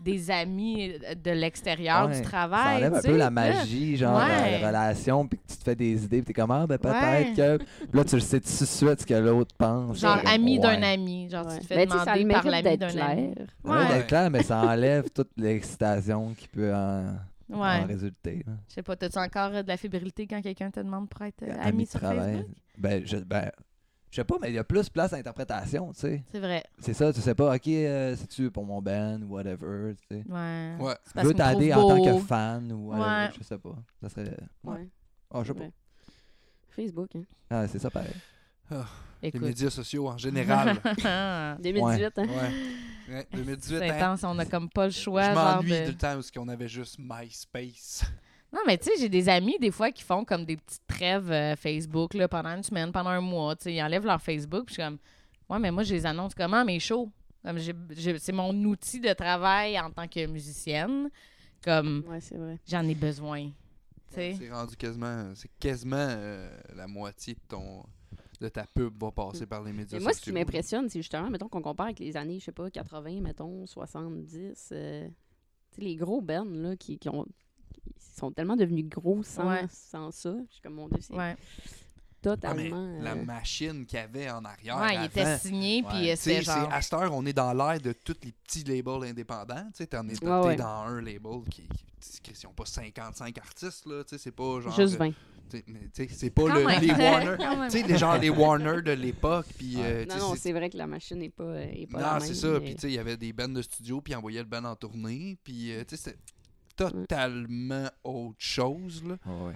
[SPEAKER 4] des amis de l'extérieur
[SPEAKER 2] Ouais.
[SPEAKER 4] du
[SPEAKER 2] Ça
[SPEAKER 4] travail.
[SPEAKER 2] enlève un
[SPEAKER 4] tu
[SPEAKER 2] peu
[SPEAKER 4] sais,
[SPEAKER 2] la
[SPEAKER 4] là.
[SPEAKER 2] magie, genre,
[SPEAKER 4] Ouais.
[SPEAKER 2] la, la relation, puis que tu te fais des idées, puis t'es comme, ah, ben peut-être
[SPEAKER 4] Ouais.
[SPEAKER 2] que. Puis Là, tu le sais tout de suite ce que l'autre pense.
[SPEAKER 4] Genre
[SPEAKER 2] Comme,
[SPEAKER 4] ami d'un
[SPEAKER 2] ouais.
[SPEAKER 4] ami. Genre
[SPEAKER 1] Ouais.
[SPEAKER 4] tu te fais
[SPEAKER 1] Ben, tu sais, ça a le
[SPEAKER 4] demander par
[SPEAKER 1] mérite
[SPEAKER 4] l'ami
[SPEAKER 1] d'être
[SPEAKER 4] d'un ami.
[SPEAKER 1] clair.
[SPEAKER 2] Ça va
[SPEAKER 4] Ouais.
[SPEAKER 2] d'être clair, mais ça enlève toute l'excitation qui peut en, en
[SPEAKER 4] Ouais.
[SPEAKER 2] résulter. là.
[SPEAKER 4] Je sais pas, t'as-tu encore euh, de la fébrilité quand quelqu'un te demande pour être euh,
[SPEAKER 2] Ami
[SPEAKER 4] ami
[SPEAKER 2] de
[SPEAKER 4] sur
[SPEAKER 2] travail.
[SPEAKER 4] Facebook?
[SPEAKER 2] Ben, je, ben, je sais pas, mais il y a plus place à l'interprétation, tu sais.
[SPEAKER 4] C'est vrai.
[SPEAKER 2] C'est ça, tu sais pas, ok, euh, c'est-tu pour mon band ou whatever, tu sais.
[SPEAKER 4] Ouais.
[SPEAKER 3] Ouais.
[SPEAKER 4] C'est
[SPEAKER 2] Je
[SPEAKER 4] parce
[SPEAKER 2] veux
[SPEAKER 4] qu'il me
[SPEAKER 2] t'aider en
[SPEAKER 4] trouve
[SPEAKER 2] tant que
[SPEAKER 4] beau.
[SPEAKER 2] fan ou whatever,
[SPEAKER 4] Ouais.
[SPEAKER 2] je sais pas. Ça serait. Ouais.
[SPEAKER 1] Ouais.
[SPEAKER 2] Ah, je sais pas.
[SPEAKER 1] Ouais. Facebook, hein.
[SPEAKER 2] Ah, c'est ça pareil.
[SPEAKER 3] les
[SPEAKER 4] Écoute.
[SPEAKER 3] médias sociaux en général.
[SPEAKER 1] 2018, hein.
[SPEAKER 3] ouais. Ouais, 2018,
[SPEAKER 4] C'est
[SPEAKER 3] hein.
[SPEAKER 4] intense, on a comme pas le choix.
[SPEAKER 3] Je
[SPEAKER 4] genre
[SPEAKER 3] m'ennuie
[SPEAKER 4] de-
[SPEAKER 3] de... le temps où on avait juste MySpace.
[SPEAKER 4] Non, mais tu sais, j'ai des amis, des fois, qui font comme des petites trêves euh, Facebook là, pendant une semaine, pendant un mois. Tu sais, ils enlèvent leur Facebook. Puis je suis comme, ouais, mais moi, je les annonce comment, mes shows. Comme j'ai- j'ai- c'est mon outil de travail en tant que musicienne. Comme,
[SPEAKER 1] Ouais, c'est vrai.
[SPEAKER 4] j'en ai besoin. Tu sais.
[SPEAKER 3] Ben, C'est rendu quasiment, c'est quasiment euh, la moitié de ton, de ta pub va passer par les médias
[SPEAKER 1] Mais moi, ce qui
[SPEAKER 3] sociaux.
[SPEAKER 1] m'impressionne, c'est justement, mettons qu'on compare avec les années, je sais pas, 80, mettons, 70, euh, tu sais, les gros bands, là, qui, qui ont qui sont tellement devenus gros sans,
[SPEAKER 4] Ouais.
[SPEAKER 1] sans ça. Je suis comme, mon Dieu, c'est...
[SPEAKER 3] Ah,
[SPEAKER 4] Ouais.
[SPEAKER 3] mais
[SPEAKER 1] totalement.
[SPEAKER 3] la
[SPEAKER 1] euh,
[SPEAKER 3] machine qu'il y avait en arrière.
[SPEAKER 4] Ouais, il
[SPEAKER 3] avant,
[SPEAKER 4] était signé,
[SPEAKER 2] Ouais.
[SPEAKER 4] puis euh,
[SPEAKER 3] tu sais,
[SPEAKER 4] c'était
[SPEAKER 3] c'est-
[SPEAKER 4] genre.
[SPEAKER 3] À cette heure, on est dans l'ère de tous les petits labels indépendants. Tu sais, t'en es, t'es
[SPEAKER 1] Ouais, ouais.
[SPEAKER 3] dans un label qui, qui- qui- ils ont pas 55 artistes, là. Tu sais, c'est pas genre.
[SPEAKER 1] Juste
[SPEAKER 3] euh,
[SPEAKER 1] 20.
[SPEAKER 3] tu sais, mais tu sais, c'est pas
[SPEAKER 4] Quand
[SPEAKER 3] le,
[SPEAKER 4] même.
[SPEAKER 3] les Warner.
[SPEAKER 4] Quand même.
[SPEAKER 3] tu sais, les, genre les Warner de l'époque. Puis,
[SPEAKER 2] Ouais.
[SPEAKER 3] euh, tu
[SPEAKER 1] Non,
[SPEAKER 3] sais,
[SPEAKER 1] non,
[SPEAKER 3] c'est-
[SPEAKER 1] c'est vrai que la machine n'est pas, euh, est pas la
[SPEAKER 3] non,
[SPEAKER 1] même.
[SPEAKER 3] c'est ça.
[SPEAKER 1] mais-
[SPEAKER 3] Puis, tu sais, il y avait des bands de studio, puis ils envoyaient le band en tournée. Puis, euh, tu sais, c'était totalement autre chose, là.
[SPEAKER 2] Ouais, ouais.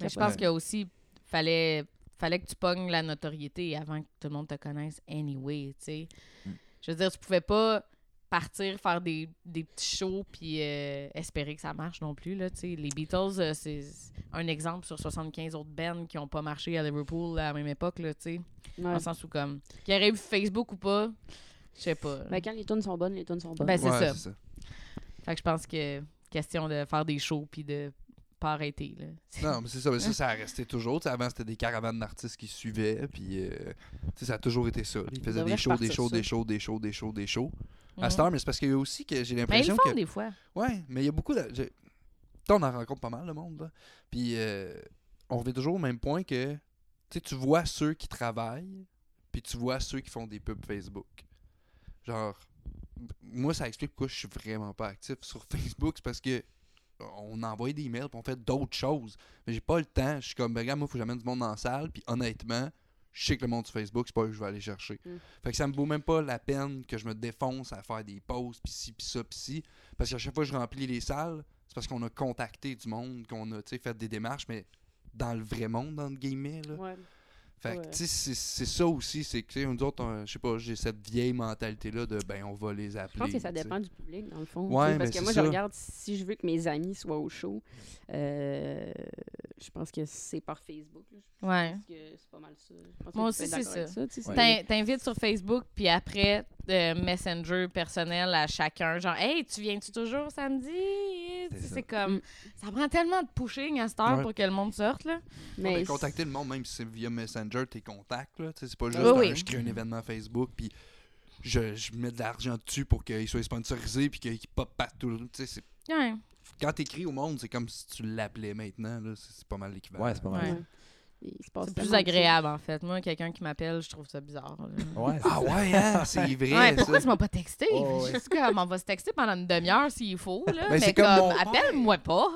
[SPEAKER 4] Mais je
[SPEAKER 1] Capable.
[SPEAKER 4] pense qu'il aussi fallait fallait que tu pognes la notoriété avant que tout le monde te connaisse anyway, tu sais.
[SPEAKER 2] Mm.
[SPEAKER 4] Je veux dire, tu pouvais pas partir faire des, des petits shows puis euh, espérer que ça marche non plus là, tu sais. Les Beatles euh, c'est un exemple sur 75 autres bands qui ont pas marché à Liverpool à la même époque là, tu sais. Dans
[SPEAKER 1] Ouais.
[SPEAKER 4] le sens où comme qu'il y aurait eu Facebook ou pas, je sais pas.
[SPEAKER 1] Ben, quand les tunes sont bonnes, les tunes sont bonnes.
[SPEAKER 4] Ben, c'est
[SPEAKER 3] Ouais,
[SPEAKER 4] ça.
[SPEAKER 3] ça.
[SPEAKER 4] Fait que je pense que question de faire des shows puis de pas arrêter là.
[SPEAKER 3] Non, mais c'est ça. Mais ça, ça a resté toujours. Tu sais, avant, c'était des caravanes d'artistes qui suivaient. Puis, euh, tu sais, ça a toujours été ça. Ils faisaient
[SPEAKER 1] devrait
[SPEAKER 3] des shows, des
[SPEAKER 1] repartir
[SPEAKER 3] shows,
[SPEAKER 1] ça.
[SPEAKER 3] des shows, des shows, des shows, des shows.
[SPEAKER 4] Mhm.
[SPEAKER 3] À Star, mais c'est parce qu'il y a aussi que j'ai
[SPEAKER 4] Mais ils le
[SPEAKER 3] l'impression
[SPEAKER 4] font
[SPEAKER 3] que.
[SPEAKER 4] des fois.
[SPEAKER 3] Ouais, mais il y a beaucoup de. je- Toi, on en rencontre pas mal, le monde. Là. Puis, euh, on revient toujours au même point que. Tu sais, tu vois ceux qui travaillent, puis tu vois ceux qui font des pubs Facebook. Genre. m- Moi, ça explique pourquoi je suis vraiment pas actif sur Facebook. C'est parce que. On envoie des mails, puis on fait d'autres choses. Mais j'ai pas le temps. Je suis comme, ben, regarde, moi, faut que j'amène du monde dans la salle. Puis honnêtement, je sais que le monde sur Facebook, c'est pas eux que je vais aller chercher.
[SPEAKER 1] Mm.
[SPEAKER 3] Fait que ça me vaut même pas la peine que je me défonce à faire des pauses, puis ci, puis ça, puis ci. Parce qu'à chaque fois que je remplis les salles, c'est parce qu'on a contacté du monde, qu'on a tu sais, fait des démarches, mais dans le vrai monde, entre guillemets. Là.
[SPEAKER 1] Ouais.
[SPEAKER 3] Fait que,
[SPEAKER 1] ouais.
[SPEAKER 3] tu sais, c'est c'est ça aussi. C'est que, tu sais, nous autres, on- je sais pas, j'ai cette vieille mentalité-là de, ben, on va les
[SPEAKER 1] Je
[SPEAKER 3] appeler.
[SPEAKER 1] pense que ça
[SPEAKER 3] tu sais.
[SPEAKER 1] dépend du public, dans le fond.
[SPEAKER 3] Ouais,
[SPEAKER 1] tu sais, parce
[SPEAKER 3] mais
[SPEAKER 1] que
[SPEAKER 3] c'est
[SPEAKER 1] moi,
[SPEAKER 3] ça.
[SPEAKER 1] je regarde si je veux que mes amis soient au show. euh, je pense que c'est par Facebook. là. Je
[SPEAKER 4] Ouais.
[SPEAKER 3] Euh,
[SPEAKER 1] pense que c'est pas mal ça. Je pense
[SPEAKER 4] Moi
[SPEAKER 1] que tu
[SPEAKER 4] aussi,
[SPEAKER 1] peux être
[SPEAKER 4] c'est
[SPEAKER 1] d'accord avec
[SPEAKER 4] ça. Ben,
[SPEAKER 1] tu sais,
[SPEAKER 2] Ouais.
[SPEAKER 1] c'est-
[SPEAKER 4] T'in- T'invites sur Facebook, puis après, euh, Messenger personnel à chacun. Genre, hey, tu viens-tu toujours samedi? Tu sais,
[SPEAKER 2] C'est ça.
[SPEAKER 4] C'est comme. Ça prend tellement de pushing à cette heure
[SPEAKER 3] Ouais.
[SPEAKER 4] pour que le monde sorte, là.
[SPEAKER 3] Ouais,
[SPEAKER 1] Mais
[SPEAKER 3] mais contacter le monde, même si c'est via Messenger, tes contacts, là. tu sais, C'est pas juste
[SPEAKER 4] Oui,
[SPEAKER 3] un-
[SPEAKER 4] oui.
[SPEAKER 3] je crée un événement Facebook, puis je, je mets de l'argent dessus pour qu'il soit sponsorisé, puis qu'il pop partout. Tu sais, c'est-
[SPEAKER 4] Ouais.
[SPEAKER 3] Quand t'écris au monde, c'est comme si tu l'appelais maintenant, là. C'est c'est pas mal l'équivalent.
[SPEAKER 2] Ouais, c'est pas mal.
[SPEAKER 4] Ouais.
[SPEAKER 1] il se passe
[SPEAKER 4] C'est
[SPEAKER 1] tellement
[SPEAKER 4] plus
[SPEAKER 1] de
[SPEAKER 4] agréable, en fait. Moi, quelqu'un qui m'appelle, je trouve ça bizarre. là.
[SPEAKER 2] Ouais, c'est
[SPEAKER 3] Ah ouais, hein? C'est vrai.
[SPEAKER 4] Ouais, pourquoi
[SPEAKER 3] ça.
[SPEAKER 4] tu m'as pas texté?
[SPEAKER 2] Oh, ouais.
[SPEAKER 4] Juste comme, on va se texter pendant une demi-heure s'il faut, là.
[SPEAKER 3] Ben,
[SPEAKER 4] mais
[SPEAKER 3] c'est
[SPEAKER 4] comme,
[SPEAKER 3] comme mon père.
[SPEAKER 4] appelle-moi pas.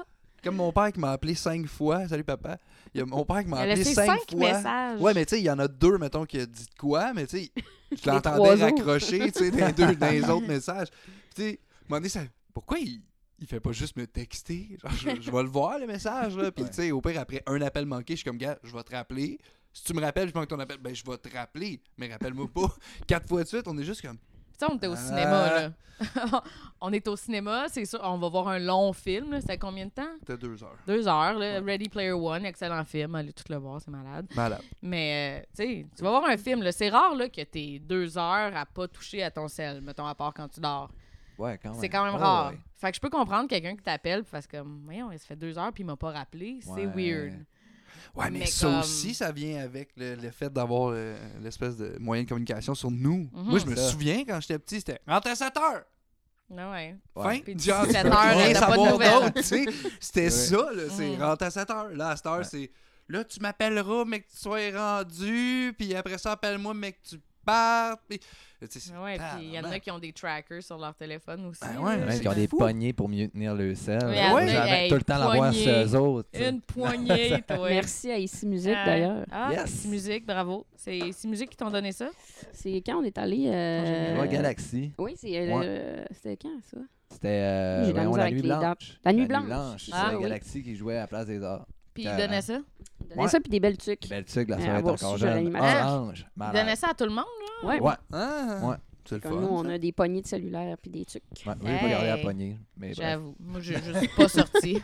[SPEAKER 3] Comme mon père qui m'a appelé cinq fois. Salut papa. Il y a mon père qui m'a
[SPEAKER 4] Elle a
[SPEAKER 3] appelé
[SPEAKER 4] laissé
[SPEAKER 3] cinq,
[SPEAKER 4] cinq
[SPEAKER 3] fois.
[SPEAKER 4] messages.
[SPEAKER 3] Ouais, mais tu sais, il y en a deux, mettons, qui a dit de quoi, mais tu sais, je
[SPEAKER 1] Les
[SPEAKER 3] l'entendais
[SPEAKER 1] trois autres.
[SPEAKER 3] raccrocher, tu sais, dans les deux, dans les autres messages. Puis tu sais, à un moment donné, ça- pourquoi il. Il fait pas juste me texter. Genre, je, je vais le voir, le message. Là. Puis,
[SPEAKER 2] Ouais.
[SPEAKER 3] tu sais, au pire, après un appel manqué, je suis comme, gars, je vais te rappeler. Si tu me rappelles, je manque ton appel. Ben, je vais te rappeler. Mais rappelle-moi pas. Quatre fois de suite, on est juste comme.
[SPEAKER 4] Tu sais, on était au
[SPEAKER 3] Ah.
[SPEAKER 4] cinéma, là. on est au cinéma, c'est sûr, on va voir un long film, là. C'était combien de temps?
[SPEAKER 3] T'as deux heures.
[SPEAKER 4] Deux heures, là, Ready Player One, excellent film, allez tout le voir, c'est malade.
[SPEAKER 3] Malade.
[SPEAKER 4] Mais, euh, tu sais, tu vas voir un film, là, c'est rare là, que t'es deux heures à pas toucher à ton sel, mettons, à part quand tu dors.
[SPEAKER 3] Ah
[SPEAKER 2] ouais, quand même.
[SPEAKER 4] c'est quand même
[SPEAKER 2] Ouais,
[SPEAKER 4] rare.
[SPEAKER 2] ouais.
[SPEAKER 4] Fait que je peux comprendre quelqu'un qui t'appelle, parce que, voyons, il se fait deux heures puis il m'a pas rappelé, c'est
[SPEAKER 2] Ouais.
[SPEAKER 4] weird.
[SPEAKER 3] Ouais, mais,
[SPEAKER 4] Mais
[SPEAKER 3] ça
[SPEAKER 4] comme-
[SPEAKER 3] aussi, ça vient avec le, le fait d'avoir euh, l'espèce de moyen de communication sur nous.
[SPEAKER 4] Mhm.
[SPEAKER 3] Moi, je me
[SPEAKER 2] Ça.
[SPEAKER 3] souviens quand j'étais petit, c'était rentre à 7 h
[SPEAKER 4] Ah ouais.
[SPEAKER 2] Ouais.
[SPEAKER 3] fin.
[SPEAKER 4] Puis
[SPEAKER 3] Genre,
[SPEAKER 4] 17
[SPEAKER 3] tu peux
[SPEAKER 4] heures,
[SPEAKER 3] rien
[SPEAKER 4] t'as pas de
[SPEAKER 3] savoir
[SPEAKER 4] nouvelles.
[SPEAKER 3] d'autre, tu sais. C'était
[SPEAKER 2] Ouais.
[SPEAKER 3] ça, là, c'est
[SPEAKER 4] Mhm.
[SPEAKER 3] rentre à 7 h Là, à cette heure,
[SPEAKER 2] Ouais.
[SPEAKER 3] c'est là, tu m'appelleras, mais que tu sois rendu, puis après ça, appelle-moi, mais que tu partes. Puis... Tu sais, c'est-
[SPEAKER 4] Ah Ouais, puis il y en a
[SPEAKER 3] Tabarnak.
[SPEAKER 4] qui ont des trackers sur leur téléphone aussi.
[SPEAKER 3] Ah ouais,
[SPEAKER 4] là.
[SPEAKER 2] Ouais,
[SPEAKER 3] C'est
[SPEAKER 2] qui ont des
[SPEAKER 3] fou.
[SPEAKER 2] poignées pour mieux tenir le sel.
[SPEAKER 4] Oui,
[SPEAKER 2] Ils
[SPEAKER 3] ouais.
[SPEAKER 2] avaient
[SPEAKER 4] Hey,
[SPEAKER 2] tout le temps la voix sur
[SPEAKER 4] poignée.
[SPEAKER 2] eux autres. tu sais.
[SPEAKER 4] Une poignée, toi.
[SPEAKER 1] Merci à Ici Musique,
[SPEAKER 4] Ah.
[SPEAKER 1] d'ailleurs.
[SPEAKER 4] Ah,
[SPEAKER 2] Yes.
[SPEAKER 4] c'est musique, bravo. C'est c'est musique qui t'ont donné ça?
[SPEAKER 1] C'est quand on est allé. euh,
[SPEAKER 2] Ouais, Galaxy.
[SPEAKER 1] Oui, c'est. euh, C'était quand, ça?
[SPEAKER 2] C'était euh,
[SPEAKER 1] J'ai de la
[SPEAKER 2] voyons,
[SPEAKER 1] misère
[SPEAKER 2] la
[SPEAKER 1] avec
[SPEAKER 2] nuit
[SPEAKER 1] les dates.
[SPEAKER 2] blanche.
[SPEAKER 1] La Nuit Blanche.
[SPEAKER 2] c'est
[SPEAKER 4] Ah,
[SPEAKER 2] la
[SPEAKER 1] oui.
[SPEAKER 2] Galaxy qui jouait à la place des arts.
[SPEAKER 4] Puis
[SPEAKER 2] Euh,
[SPEAKER 4] ils donnaient ça?
[SPEAKER 1] Donnez
[SPEAKER 2] Ouais. Ben,
[SPEAKER 1] ça, puis des belles tuques.
[SPEAKER 2] Belle tuque, la
[SPEAKER 1] Mais
[SPEAKER 2] soirée est
[SPEAKER 1] avoir
[SPEAKER 2] encore
[SPEAKER 1] su, j'aurais
[SPEAKER 2] jeune.
[SPEAKER 1] l'image.
[SPEAKER 2] Orange,
[SPEAKER 4] Ils
[SPEAKER 2] malade.
[SPEAKER 4] donnaient ça à tout le monde?
[SPEAKER 1] Ouais.
[SPEAKER 2] Ouais.
[SPEAKER 3] Ah,
[SPEAKER 2] Ouais.
[SPEAKER 3] C'est le
[SPEAKER 1] Comme nous,
[SPEAKER 3] fun.
[SPEAKER 1] on a des poignées de cellulaire, puis des tuques.
[SPEAKER 2] Ouais, moi, j'ai pas gardé la
[SPEAKER 4] Hey.
[SPEAKER 2] poignée. Mais bref.
[SPEAKER 4] J'avoue. Moi, je, je suis pas sortie.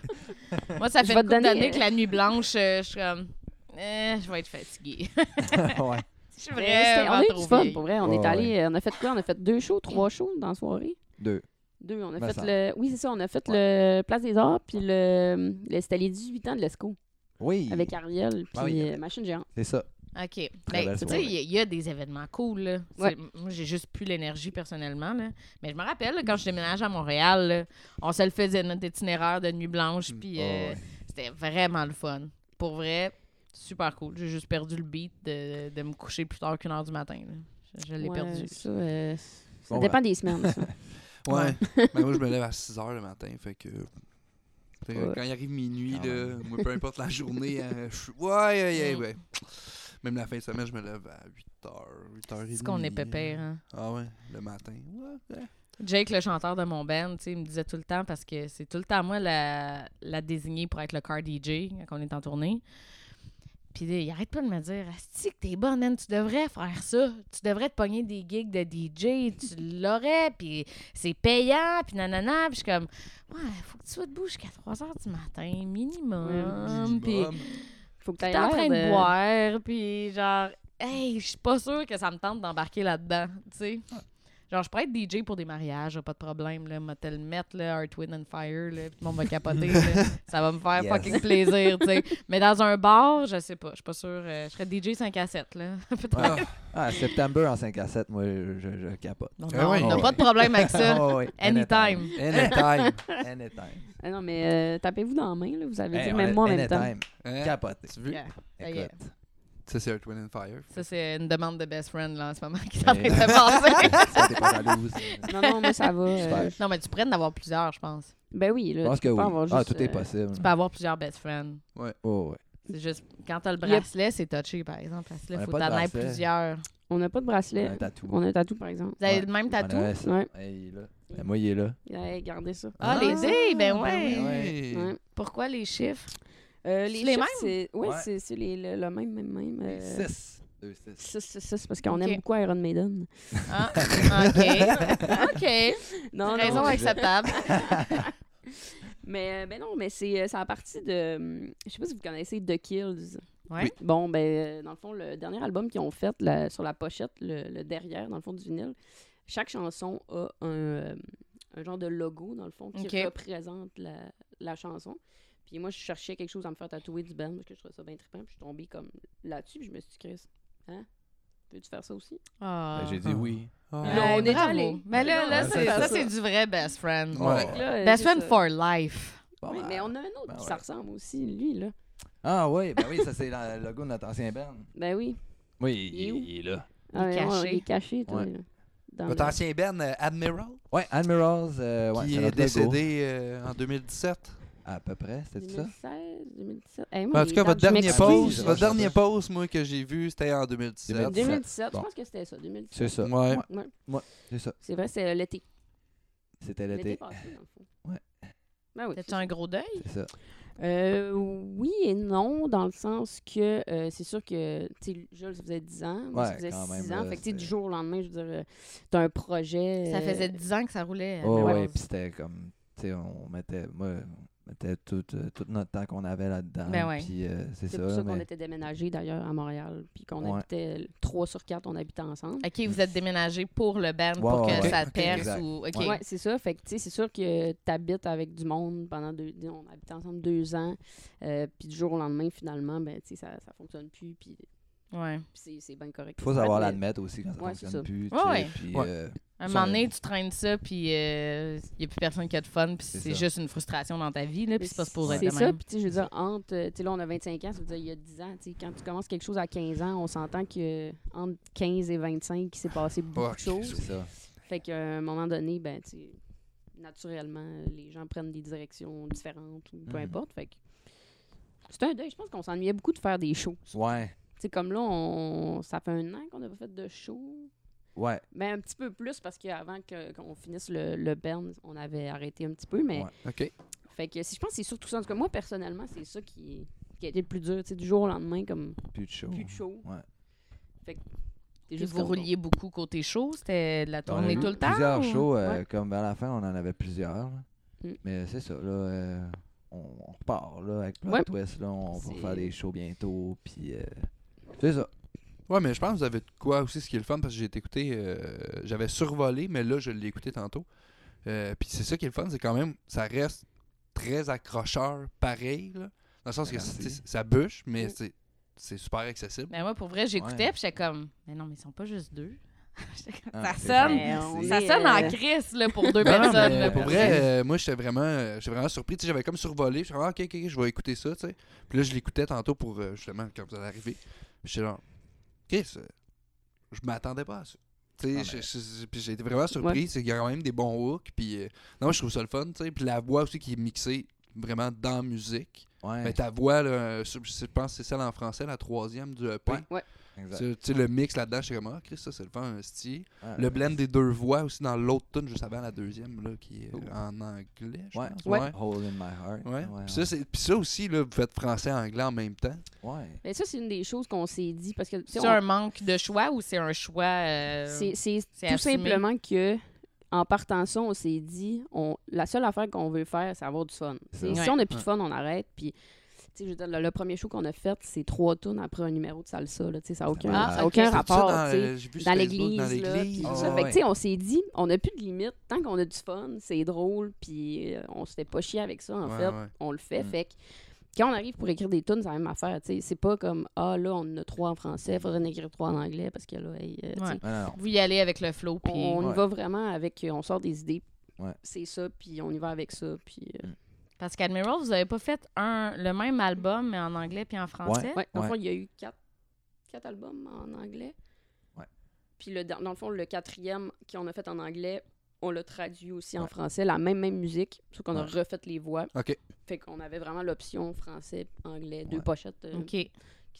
[SPEAKER 4] Moi, ça
[SPEAKER 1] Je
[SPEAKER 4] fait
[SPEAKER 1] vais
[SPEAKER 4] une
[SPEAKER 1] te
[SPEAKER 4] couple
[SPEAKER 1] donner-
[SPEAKER 4] d'années que la nuit blanche, euh, je suis comme... Eh, je vais être fatiguée.
[SPEAKER 2] ouais.
[SPEAKER 4] je suis
[SPEAKER 1] Mais c'était-
[SPEAKER 4] vraiment
[SPEAKER 1] Ben, on a eu
[SPEAKER 4] trop
[SPEAKER 1] du fun,
[SPEAKER 4] vieille.
[SPEAKER 1] pour vrai. On
[SPEAKER 2] Ouais,
[SPEAKER 1] est allé, euh, on a fait quoi? On a fait deux shows, trois shows dans la soirée.
[SPEAKER 2] Deux.
[SPEAKER 1] Deux. On a
[SPEAKER 2] Ben,
[SPEAKER 1] fait
[SPEAKER 2] ça-
[SPEAKER 1] le. Oui, c'est ça. On a fait le Place des Arts, puis le. le- C'était les 18 ans de l'ESCO,
[SPEAKER 2] Oui.
[SPEAKER 1] avec Ariel, puis
[SPEAKER 2] Ah oui.
[SPEAKER 1] euh, Machine Géante.
[SPEAKER 2] C'est ça. Oh,
[SPEAKER 4] OK.
[SPEAKER 2] Très
[SPEAKER 4] Ben,
[SPEAKER 2] belle
[SPEAKER 4] tu sais,
[SPEAKER 2] soirée.
[SPEAKER 4] il y a- il y, a des événements cool. Là. C'est-
[SPEAKER 1] Ouais.
[SPEAKER 4] Moi, j'ai juste plus l'énergie personnellement. Là. Mais je me rappelle, là, quand je déménageais à Montréal, là, on se le faisait notre itinéraire de nuit blanche. Puis
[SPEAKER 2] Oh,
[SPEAKER 4] euh,
[SPEAKER 2] ouais.
[SPEAKER 4] c'était vraiment le fun. Pour vrai, Super cool. J'ai juste perdu le beat de, de me coucher plus tard qu'une heure du matin. là. Je, je l'ai
[SPEAKER 1] Ouais,
[SPEAKER 4] perdu.
[SPEAKER 1] Ça, euh, ça
[SPEAKER 2] Bon, ben.
[SPEAKER 1] dépend des semaines, ça.
[SPEAKER 3] Ouais. Mais moi, je me lève à 6 h le matin. Fait que. fait que
[SPEAKER 1] Ouais.
[SPEAKER 3] Quand il arrive minuit,
[SPEAKER 2] Quand
[SPEAKER 3] là,
[SPEAKER 2] même.
[SPEAKER 3] moi, peu importe la journée, hein, je suis. Ouais, ouais, ouais,
[SPEAKER 4] Mm.
[SPEAKER 3] ouais. Même la fin de semaine, je me lève à 8 h, 8 h
[SPEAKER 4] C'est ce qu'on est pépère. Hein?
[SPEAKER 3] Ah ouais, le matin. Ouais, ouais.
[SPEAKER 4] Jake, le chanteur de mon band, tu sais, il me disait tout le temps, parce que c'est tout le temps moi la, la désignée pour être le car DJ quand on est en tournée. Puis là, il arrête pas de me dire Asti, que t'es bonne, man, tu devrais faire ça. Tu devrais te pogner des gigs de DJ, tu l'aurais, puis c'est payant, puis nanana. Puis je suis comme Ouais, faut que tu sois debout jusqu'à 3 heures du matin, minimum. Hum, Puis
[SPEAKER 3] Minimum.
[SPEAKER 1] Faut que
[SPEAKER 4] t'es
[SPEAKER 1] t'ailles
[SPEAKER 4] en train de
[SPEAKER 1] l'air
[SPEAKER 4] boire, puis genre, hey, je suis pas sûre que ça me tente d'embarquer là-dedans, tu sais. Genre, je pourrais être DJ pour des mariages, pas de problème, là. M'a te le mettre, là, Earth, Wind and Fire, là, puis le monde va capoter, là. Ça va me faire
[SPEAKER 2] Yes.
[SPEAKER 4] fucking plaisir, tu sais. Mais dans un bar, je sais pas, je suis pas sûre. euh, je serais DJ 5 à 7, là. Peut-être.
[SPEAKER 3] Ah,
[SPEAKER 2] Ah, September en 5 à 7, moi, je, je, je capote.
[SPEAKER 4] Non,
[SPEAKER 3] Eh
[SPEAKER 4] non,
[SPEAKER 3] oui.
[SPEAKER 4] on n'a pas de problème avec ça.
[SPEAKER 2] Ah ouais,
[SPEAKER 4] Anytime.
[SPEAKER 3] Anytime.
[SPEAKER 2] Anytime.
[SPEAKER 1] Ah non, mais euh, tapez-vous dans la main, là. Vous avez
[SPEAKER 2] Hey,
[SPEAKER 1] dit
[SPEAKER 2] on
[SPEAKER 1] même
[SPEAKER 2] est
[SPEAKER 1] moi en même temps.
[SPEAKER 2] anytime.
[SPEAKER 3] Hein?
[SPEAKER 2] Capoté.
[SPEAKER 3] Tu veux?
[SPEAKER 4] Yeah. Ça y est.
[SPEAKER 2] Écoute.
[SPEAKER 3] Ça, c'est Earth, Wind and Fire.
[SPEAKER 4] Ça, c'est une demande de best friend, là, en ce moment, qui est en train de
[SPEAKER 2] Mais-
[SPEAKER 4] se passer.
[SPEAKER 2] Ça, t'es pas jalouse.
[SPEAKER 1] Non, non, moi, ça va.
[SPEAKER 2] Super.
[SPEAKER 1] euh,
[SPEAKER 4] Non, mais tu pourrais en avoir plusieurs, je pense.
[SPEAKER 1] ben oui, là.
[SPEAKER 2] Je pense
[SPEAKER 1] tu
[SPEAKER 2] que
[SPEAKER 1] peux pas avoir
[SPEAKER 2] oui. Ah,
[SPEAKER 1] juste,
[SPEAKER 2] tout est
[SPEAKER 1] euh,
[SPEAKER 2] possible.
[SPEAKER 4] Tu peux avoir plusieurs best friends.
[SPEAKER 2] Oh, ouais.
[SPEAKER 4] C'est juste, quand t'as le
[SPEAKER 1] Il y a-
[SPEAKER 4] bracelet, c'est touché, par exemple. Parce que là,
[SPEAKER 2] On a
[SPEAKER 4] faut
[SPEAKER 2] pas de
[SPEAKER 4] t'en aies
[SPEAKER 2] bracelet.
[SPEAKER 4] plusieurs.
[SPEAKER 1] On n'a pas de
[SPEAKER 2] On
[SPEAKER 1] bracelet.
[SPEAKER 2] a Un tatou.
[SPEAKER 1] On a un tatou, par exemple.
[SPEAKER 4] Vous avez
[SPEAKER 2] Ouais.
[SPEAKER 4] le même
[SPEAKER 2] On
[SPEAKER 4] tatou?
[SPEAKER 2] a ça.
[SPEAKER 1] Ouais.
[SPEAKER 2] Hey, il est là. Ben, moi, il est là.
[SPEAKER 1] Ouais, gardez ça.
[SPEAKER 4] Ah, les
[SPEAKER 1] ouais.
[SPEAKER 4] dés, ben
[SPEAKER 3] oui.
[SPEAKER 4] ouais.
[SPEAKER 2] ouais.
[SPEAKER 1] Ouais.
[SPEAKER 4] Pourquoi les chiffres?
[SPEAKER 1] Euh,
[SPEAKER 4] C'est
[SPEAKER 1] les
[SPEAKER 4] les
[SPEAKER 1] chiffres,
[SPEAKER 4] mêmes?
[SPEAKER 1] c'est- Oui,
[SPEAKER 2] Ouais.
[SPEAKER 1] c'est c'est les- le, le même, même, même. euh,
[SPEAKER 2] 6. 2, 6.
[SPEAKER 1] six, six, six, parce qu'on
[SPEAKER 4] Ok.
[SPEAKER 1] aime beaucoup Iron Maiden.
[SPEAKER 4] Ah, OK. OK.
[SPEAKER 1] Non,
[SPEAKER 4] Raison
[SPEAKER 1] non,
[SPEAKER 2] ouais.
[SPEAKER 4] acceptable.
[SPEAKER 1] mais, euh, ben non, mais c'est euh, c'est à partir de... hum, Je sais pas si vous connaissez The Kills.
[SPEAKER 4] Ouais. Oui.
[SPEAKER 1] Bon, ben, euh, dans le fond, le dernier album qu'ils ont fait, la- sur la pochette, le, le derrière, dans le fond du vinyle, chaque chanson a un, euh, un genre de logo, dans le fond, qui
[SPEAKER 4] Ok.
[SPEAKER 1] représente la, la chanson. Puis moi, je cherchais quelque chose à me faire tatouer du band, parce que je trouvais ça bien trippant, puis je suis tombée comme là-dessus, puis je me suis dit, Chris, hein? Peux-tu faire ça aussi?
[SPEAKER 4] Ah.
[SPEAKER 2] Ben, J'ai dit
[SPEAKER 3] Ah.
[SPEAKER 2] oui.
[SPEAKER 3] Ah.
[SPEAKER 1] Là, on est déjà
[SPEAKER 4] Bravo.
[SPEAKER 1] allé.
[SPEAKER 4] Mais là, là,
[SPEAKER 2] Ouais,
[SPEAKER 4] c'est-
[SPEAKER 2] ça,
[SPEAKER 4] ça,
[SPEAKER 2] ça.
[SPEAKER 4] c'est du vrai best friend.
[SPEAKER 3] Ouais.
[SPEAKER 2] Ouais.
[SPEAKER 1] Fait que là, euh,
[SPEAKER 4] Best
[SPEAKER 1] c'est
[SPEAKER 4] friend
[SPEAKER 1] ça.
[SPEAKER 4] for life.
[SPEAKER 2] Bon,
[SPEAKER 1] Oui,
[SPEAKER 2] ben,
[SPEAKER 1] mais on a un autre
[SPEAKER 2] ben
[SPEAKER 1] qui
[SPEAKER 2] ouais.
[SPEAKER 1] ça ressemble aussi, lui, là.
[SPEAKER 2] Ah oui, ben oui, ça c'est dans le logo de notre ancien band.
[SPEAKER 1] Ben oui.
[SPEAKER 2] Oui,
[SPEAKER 1] Il est où?
[SPEAKER 2] est là.
[SPEAKER 1] Ah,
[SPEAKER 4] est
[SPEAKER 1] mais on-
[SPEAKER 4] caché.
[SPEAKER 1] il est caché, toi,
[SPEAKER 2] Ouais.
[SPEAKER 1] là. Dans
[SPEAKER 3] Votre
[SPEAKER 1] le-
[SPEAKER 3] ancien Ben, euh, Admiral,
[SPEAKER 2] Ouais, Admirals, euh, ouais,
[SPEAKER 3] qui
[SPEAKER 2] c'est
[SPEAKER 3] est
[SPEAKER 2] notre logo.
[SPEAKER 3] décédé euh, en 2017.
[SPEAKER 2] À peu près, c'était ça?
[SPEAKER 1] 2016, 2017. Hey, Eh, moi,
[SPEAKER 3] En tout
[SPEAKER 1] les
[SPEAKER 3] cas,
[SPEAKER 1] dates,
[SPEAKER 3] votre
[SPEAKER 1] je
[SPEAKER 3] dernier
[SPEAKER 1] m'excuse.
[SPEAKER 2] pause,
[SPEAKER 3] post,
[SPEAKER 2] je
[SPEAKER 3] votre
[SPEAKER 2] m'excuse.
[SPEAKER 3] dernier post, moi, que j'ai vu, c'était en 2017.
[SPEAKER 2] 2017.
[SPEAKER 1] 2017,
[SPEAKER 2] Bon.
[SPEAKER 1] je pense que c'était ça, 2017.
[SPEAKER 2] C'est ça.
[SPEAKER 3] Ouais.
[SPEAKER 1] Ouais.
[SPEAKER 2] C'est ça.
[SPEAKER 1] C'est vrai, c'est euh, l'été.
[SPEAKER 2] C'était
[SPEAKER 1] L'été
[SPEAKER 2] l'été.
[SPEAKER 1] passé, dans le fond.
[SPEAKER 2] Ouais.
[SPEAKER 1] Ben oui.
[SPEAKER 4] T'as-tu un gros deuil?
[SPEAKER 2] C'est ça.
[SPEAKER 1] Euh, oui et non, dans le sens que euh, c'est sûr que, tu sais, Jules, ça faisait 10 ans. Moi, ça
[SPEAKER 2] Ouais,
[SPEAKER 1] faisait
[SPEAKER 2] quand
[SPEAKER 1] 6
[SPEAKER 2] même,
[SPEAKER 1] ans.
[SPEAKER 2] là,
[SPEAKER 1] fait que, tu sais, du
[SPEAKER 2] c'est-
[SPEAKER 1] jour au lendemain, je veux dire, euh, t'as un projet.
[SPEAKER 4] Ça
[SPEAKER 1] euh,
[SPEAKER 4] faisait 10 ans que ça roulait. euh,
[SPEAKER 2] Oh,
[SPEAKER 1] ouais.
[SPEAKER 2] ouais, puis c'était comme, tu sais, on mettait, moi, on mettait tout, euh, tout notre temps qu'on avait là-dedans.
[SPEAKER 4] Ben ouais.
[SPEAKER 2] Puis euh, c'est
[SPEAKER 1] C'est
[SPEAKER 2] ça.
[SPEAKER 1] pour ça qu'on
[SPEAKER 2] mais...
[SPEAKER 1] était déménagés, d'ailleurs, à Montréal. Puis qu'on
[SPEAKER 2] Ouais.
[SPEAKER 1] habitait 3 sur 4, on habitait ensemble.
[SPEAKER 4] OK, vous êtes déménagé pour le band,
[SPEAKER 2] Ouais,
[SPEAKER 4] pour que
[SPEAKER 2] ouais,
[SPEAKER 3] ouais.
[SPEAKER 4] ça
[SPEAKER 3] Ok,
[SPEAKER 4] perce
[SPEAKER 2] exact.
[SPEAKER 4] ou... OK.
[SPEAKER 2] Ouais.
[SPEAKER 1] Ouais, c'est ça. Fait que, tu sais, c'est sûr que tu habites avec du monde pendant deux... dis, On habite ensemble deux ans. euh, puis du jour au lendemain, finalement, ben, tu sais, ça, ça fonctionne plus. Puis puis
[SPEAKER 4] Ouais.
[SPEAKER 1] c'est, c'est bien correct.
[SPEAKER 2] Faut savoir l'admettre aussi quand ça
[SPEAKER 1] Ouais, c'est
[SPEAKER 2] fonctionne
[SPEAKER 1] ça.
[SPEAKER 2] plus. tu
[SPEAKER 4] Ouais,
[SPEAKER 2] sais,
[SPEAKER 4] ouais.
[SPEAKER 2] Puis,
[SPEAKER 3] Ouais.
[SPEAKER 2] euh,
[SPEAKER 4] À un
[SPEAKER 2] Ça,
[SPEAKER 4] moment
[SPEAKER 2] on-
[SPEAKER 4] donné, tu traînes ça, puis il n'y a plus personne qui a de fun, puis
[SPEAKER 2] C'est
[SPEAKER 4] c'est
[SPEAKER 2] ça.
[SPEAKER 4] juste une frustration dans ta vie, là, puis c'est pas supposé
[SPEAKER 1] C'est
[SPEAKER 4] être de
[SPEAKER 1] ça.
[SPEAKER 4] même.
[SPEAKER 1] Puis, tu sais, je veux dire, entre. euh, Tu sais, là, on a 25 ans, ça veut dire il y a 10 ans. Tu sais, quand tu commences quelque chose à 15 ans, on s'entend que entre 15 et 25, il s'est passé beaucoup
[SPEAKER 3] Ouais,
[SPEAKER 1] de choses.
[SPEAKER 2] c'est ça.
[SPEAKER 1] Fait qu'à un moment donné, ben, tu sais, naturellement, les gens prennent des directions différentes ou peu
[SPEAKER 2] Mhm.
[SPEAKER 1] importe. Fait que. C'est un deuil. Je pense qu'on s'ennuyait beaucoup de faire des shows.
[SPEAKER 2] Ouais,
[SPEAKER 1] C'est comme là, on... ça fait un an qu'on n'a pas fait de show.
[SPEAKER 2] ouais.
[SPEAKER 1] Ben, un petit peu plus parce qu'avant que- qu'on finisse le, le band, on avait arrêté un petit peu. Mais
[SPEAKER 2] Ouais.
[SPEAKER 3] OK.
[SPEAKER 1] fait que si je pense que c'est surtout ça. En tout cas, moi, personnellement, c'est ça qui, qui a été le plus dur. Tu sais, du jour au lendemain, comme
[SPEAKER 2] Plus de show.
[SPEAKER 1] plus de show.
[SPEAKER 2] Oh, Ouais.
[SPEAKER 1] Fait que t'es
[SPEAKER 4] Puis
[SPEAKER 1] juste
[SPEAKER 4] vous
[SPEAKER 1] comme-
[SPEAKER 4] rouliez beaucoup côté show, c'était de la
[SPEAKER 2] Ben, On a
[SPEAKER 4] tournée
[SPEAKER 2] eu
[SPEAKER 4] tout le temps.
[SPEAKER 2] Plusieurs
[SPEAKER 4] ou-
[SPEAKER 2] shows, euh,
[SPEAKER 1] Ouais.
[SPEAKER 2] comme vers la fin, on en avait plusieurs. là.
[SPEAKER 1] Mm.
[SPEAKER 2] Mais c'est ça, là, euh, on, on repart là, avec Plot
[SPEAKER 1] Ouais.
[SPEAKER 2] Twist, là, on va
[SPEAKER 1] C'est-
[SPEAKER 2] faire des shows bientôt, puis euh, c'est ça.
[SPEAKER 3] Ouais, mais je pense que vous avez de quoi aussi, ce qui est le fun, parce que j'ai été écouté, euh, j'avais survolé, mais là, je l'ai écouté tantôt. Euh, Puis c'est ça qui est le fun, c'est quand même, ça reste très accrocheur, pareil, là, dans le sens que
[SPEAKER 2] Merci.
[SPEAKER 3] c'est- c'est- ça bûche, mais
[SPEAKER 1] Mm.
[SPEAKER 3] c'est c'est super accessible.
[SPEAKER 4] Ben moi, pour vrai, j'écoutais,
[SPEAKER 2] Ouais.
[SPEAKER 4] puis j'étais comme, mais non, mais ils sont pas juste deux. J'étais comme,
[SPEAKER 2] Ah,
[SPEAKER 4] ça
[SPEAKER 2] c'est
[SPEAKER 4] sonne,
[SPEAKER 2] fin,
[SPEAKER 1] Mais on
[SPEAKER 2] merci.
[SPEAKER 4] ça
[SPEAKER 1] est,
[SPEAKER 4] sonne en
[SPEAKER 1] euh,
[SPEAKER 4] crise là, pour
[SPEAKER 3] Non,
[SPEAKER 4] deux
[SPEAKER 2] Ben,
[SPEAKER 3] non,
[SPEAKER 4] personnes.
[SPEAKER 3] mais
[SPEAKER 4] là.
[SPEAKER 3] pour vrai, euh, moi, j'étais vraiment, euh, j'étais vraiment surpris. Tu sais, J'avais comme survolé. Je suis vraiment, OK, OK, OK, je vais écouter ça. tu sais. Puis là, je l'écoutais tantôt pour euh, justement quand vous allez arriver. Puis j'étais genre, Chris, euh, je m'attendais pas à ça. Tu sais,
[SPEAKER 2] Ah,
[SPEAKER 3] je-
[SPEAKER 2] mais-
[SPEAKER 3] je- je- puis j'ai été vraiment surpris. c'est qu'il y a quand même des bons hooks. Puis euh, non, je trouve ça le fun. tu sais. Puis la voix aussi qui est mixée vraiment dans la musique.
[SPEAKER 2] Ouais,
[SPEAKER 3] Mais ta voix, là, euh, je je pense que c'est celle en français, la troisième du EP.
[SPEAKER 2] Ouais.
[SPEAKER 3] Tu
[SPEAKER 2] exact. Ah.
[SPEAKER 3] sais, tu sais, le mix là-dedans, je suis comme, ah, Chris, ça, c'est le fun, un style.
[SPEAKER 2] Ouais,
[SPEAKER 3] Le
[SPEAKER 2] ouais.
[SPEAKER 3] blend des deux voix aussi dans l'autre tune juste avant la deuxième, là, qui est
[SPEAKER 2] Ouh.
[SPEAKER 3] en anglais, je
[SPEAKER 2] Ouais.
[SPEAKER 3] pense.
[SPEAKER 1] Ouais.
[SPEAKER 3] Ouais.
[SPEAKER 2] Hole in my heart.
[SPEAKER 3] Ouais.
[SPEAKER 2] ouais.
[SPEAKER 3] Puis, ça, c'est- puis ça aussi, là, vous faites français-anglais en même temps.
[SPEAKER 2] ouais.
[SPEAKER 1] Mais Ben, ça, c'est une des choses qu'on s'est dit parce que tu sais,
[SPEAKER 4] C'est
[SPEAKER 1] on-
[SPEAKER 4] un manque de choix ou c'est un choix. euh,
[SPEAKER 1] c'est c'est
[SPEAKER 4] c'est
[SPEAKER 1] tout
[SPEAKER 4] assumé.
[SPEAKER 1] simplement que en partant ça, on s'est dit on la seule affaire qu'on veut faire, c'est avoir du fun.
[SPEAKER 2] C'est
[SPEAKER 1] Et
[SPEAKER 4] vrai.
[SPEAKER 1] Si on n'a plus
[SPEAKER 3] Ouais.
[SPEAKER 1] de fun, on arrête. Puis, tu sais, je veux dire, le, le premier show qu'on a fait, c'est trois tonnes après un numéro de salsa. Là, tu sais, ça n'a aucun,
[SPEAKER 2] Ah,
[SPEAKER 1] ça a
[SPEAKER 4] ok.
[SPEAKER 1] aucun
[SPEAKER 4] C'est ça
[SPEAKER 1] rapport.
[SPEAKER 3] ça, dans,
[SPEAKER 1] tu sais.
[SPEAKER 3] j'ai vu sur
[SPEAKER 1] dans
[SPEAKER 3] Facebook,
[SPEAKER 1] l'église.
[SPEAKER 3] Dans
[SPEAKER 1] là, puis
[SPEAKER 3] l'église.
[SPEAKER 1] tout
[SPEAKER 2] Ah,
[SPEAKER 1] ça. Fait que,
[SPEAKER 2] ouais.
[SPEAKER 1] tu sais, on s'est dit, on n'a plus de limite. Tant qu'on a du fun, c'est drôle, puis euh, on se fait pas chier avec ça, en
[SPEAKER 3] Ouais,
[SPEAKER 1] fait.
[SPEAKER 3] ouais.
[SPEAKER 1] On le fait.
[SPEAKER 2] Mm.
[SPEAKER 1] Fait que quand on arrive pour écrire des tunes, c'est la même affaire. tu sais. C'est pas comme, ah, là, on en a trois en français, faudrait en écrire trois en anglais, parce que là, hey, euh, tu sais,
[SPEAKER 4] Ouais.
[SPEAKER 2] Ouais, non, non.
[SPEAKER 4] Vous y allez avec le flow. Puis...
[SPEAKER 1] on, on
[SPEAKER 2] Ouais.
[SPEAKER 1] y va vraiment avec, euh, on sort des idées.
[SPEAKER 2] Ouais.
[SPEAKER 1] C'est ça, puis on y va avec ça, puis... euh,
[SPEAKER 4] Parce qu'Admiral, vous avez pas fait un, le même album, mais en anglais puis en français.
[SPEAKER 1] Ouais, dans le
[SPEAKER 2] Ouais.
[SPEAKER 1] fond, il y a eu quatre, quatre albums en anglais.
[SPEAKER 2] Ouais.
[SPEAKER 1] Puis le, dans dans le fond, le quatrième qu'on a fait en anglais, on l'a traduit aussi en
[SPEAKER 2] Ouais.
[SPEAKER 1] français, la même, même musique, sauf qu'on a
[SPEAKER 2] Ouais.
[SPEAKER 1] refait les voix.
[SPEAKER 3] Ok.
[SPEAKER 1] Fait qu'on avait vraiment l'option français, anglais, deux
[SPEAKER 2] Ouais.
[SPEAKER 1] pochettes euh,
[SPEAKER 4] OK.
[SPEAKER 1] qui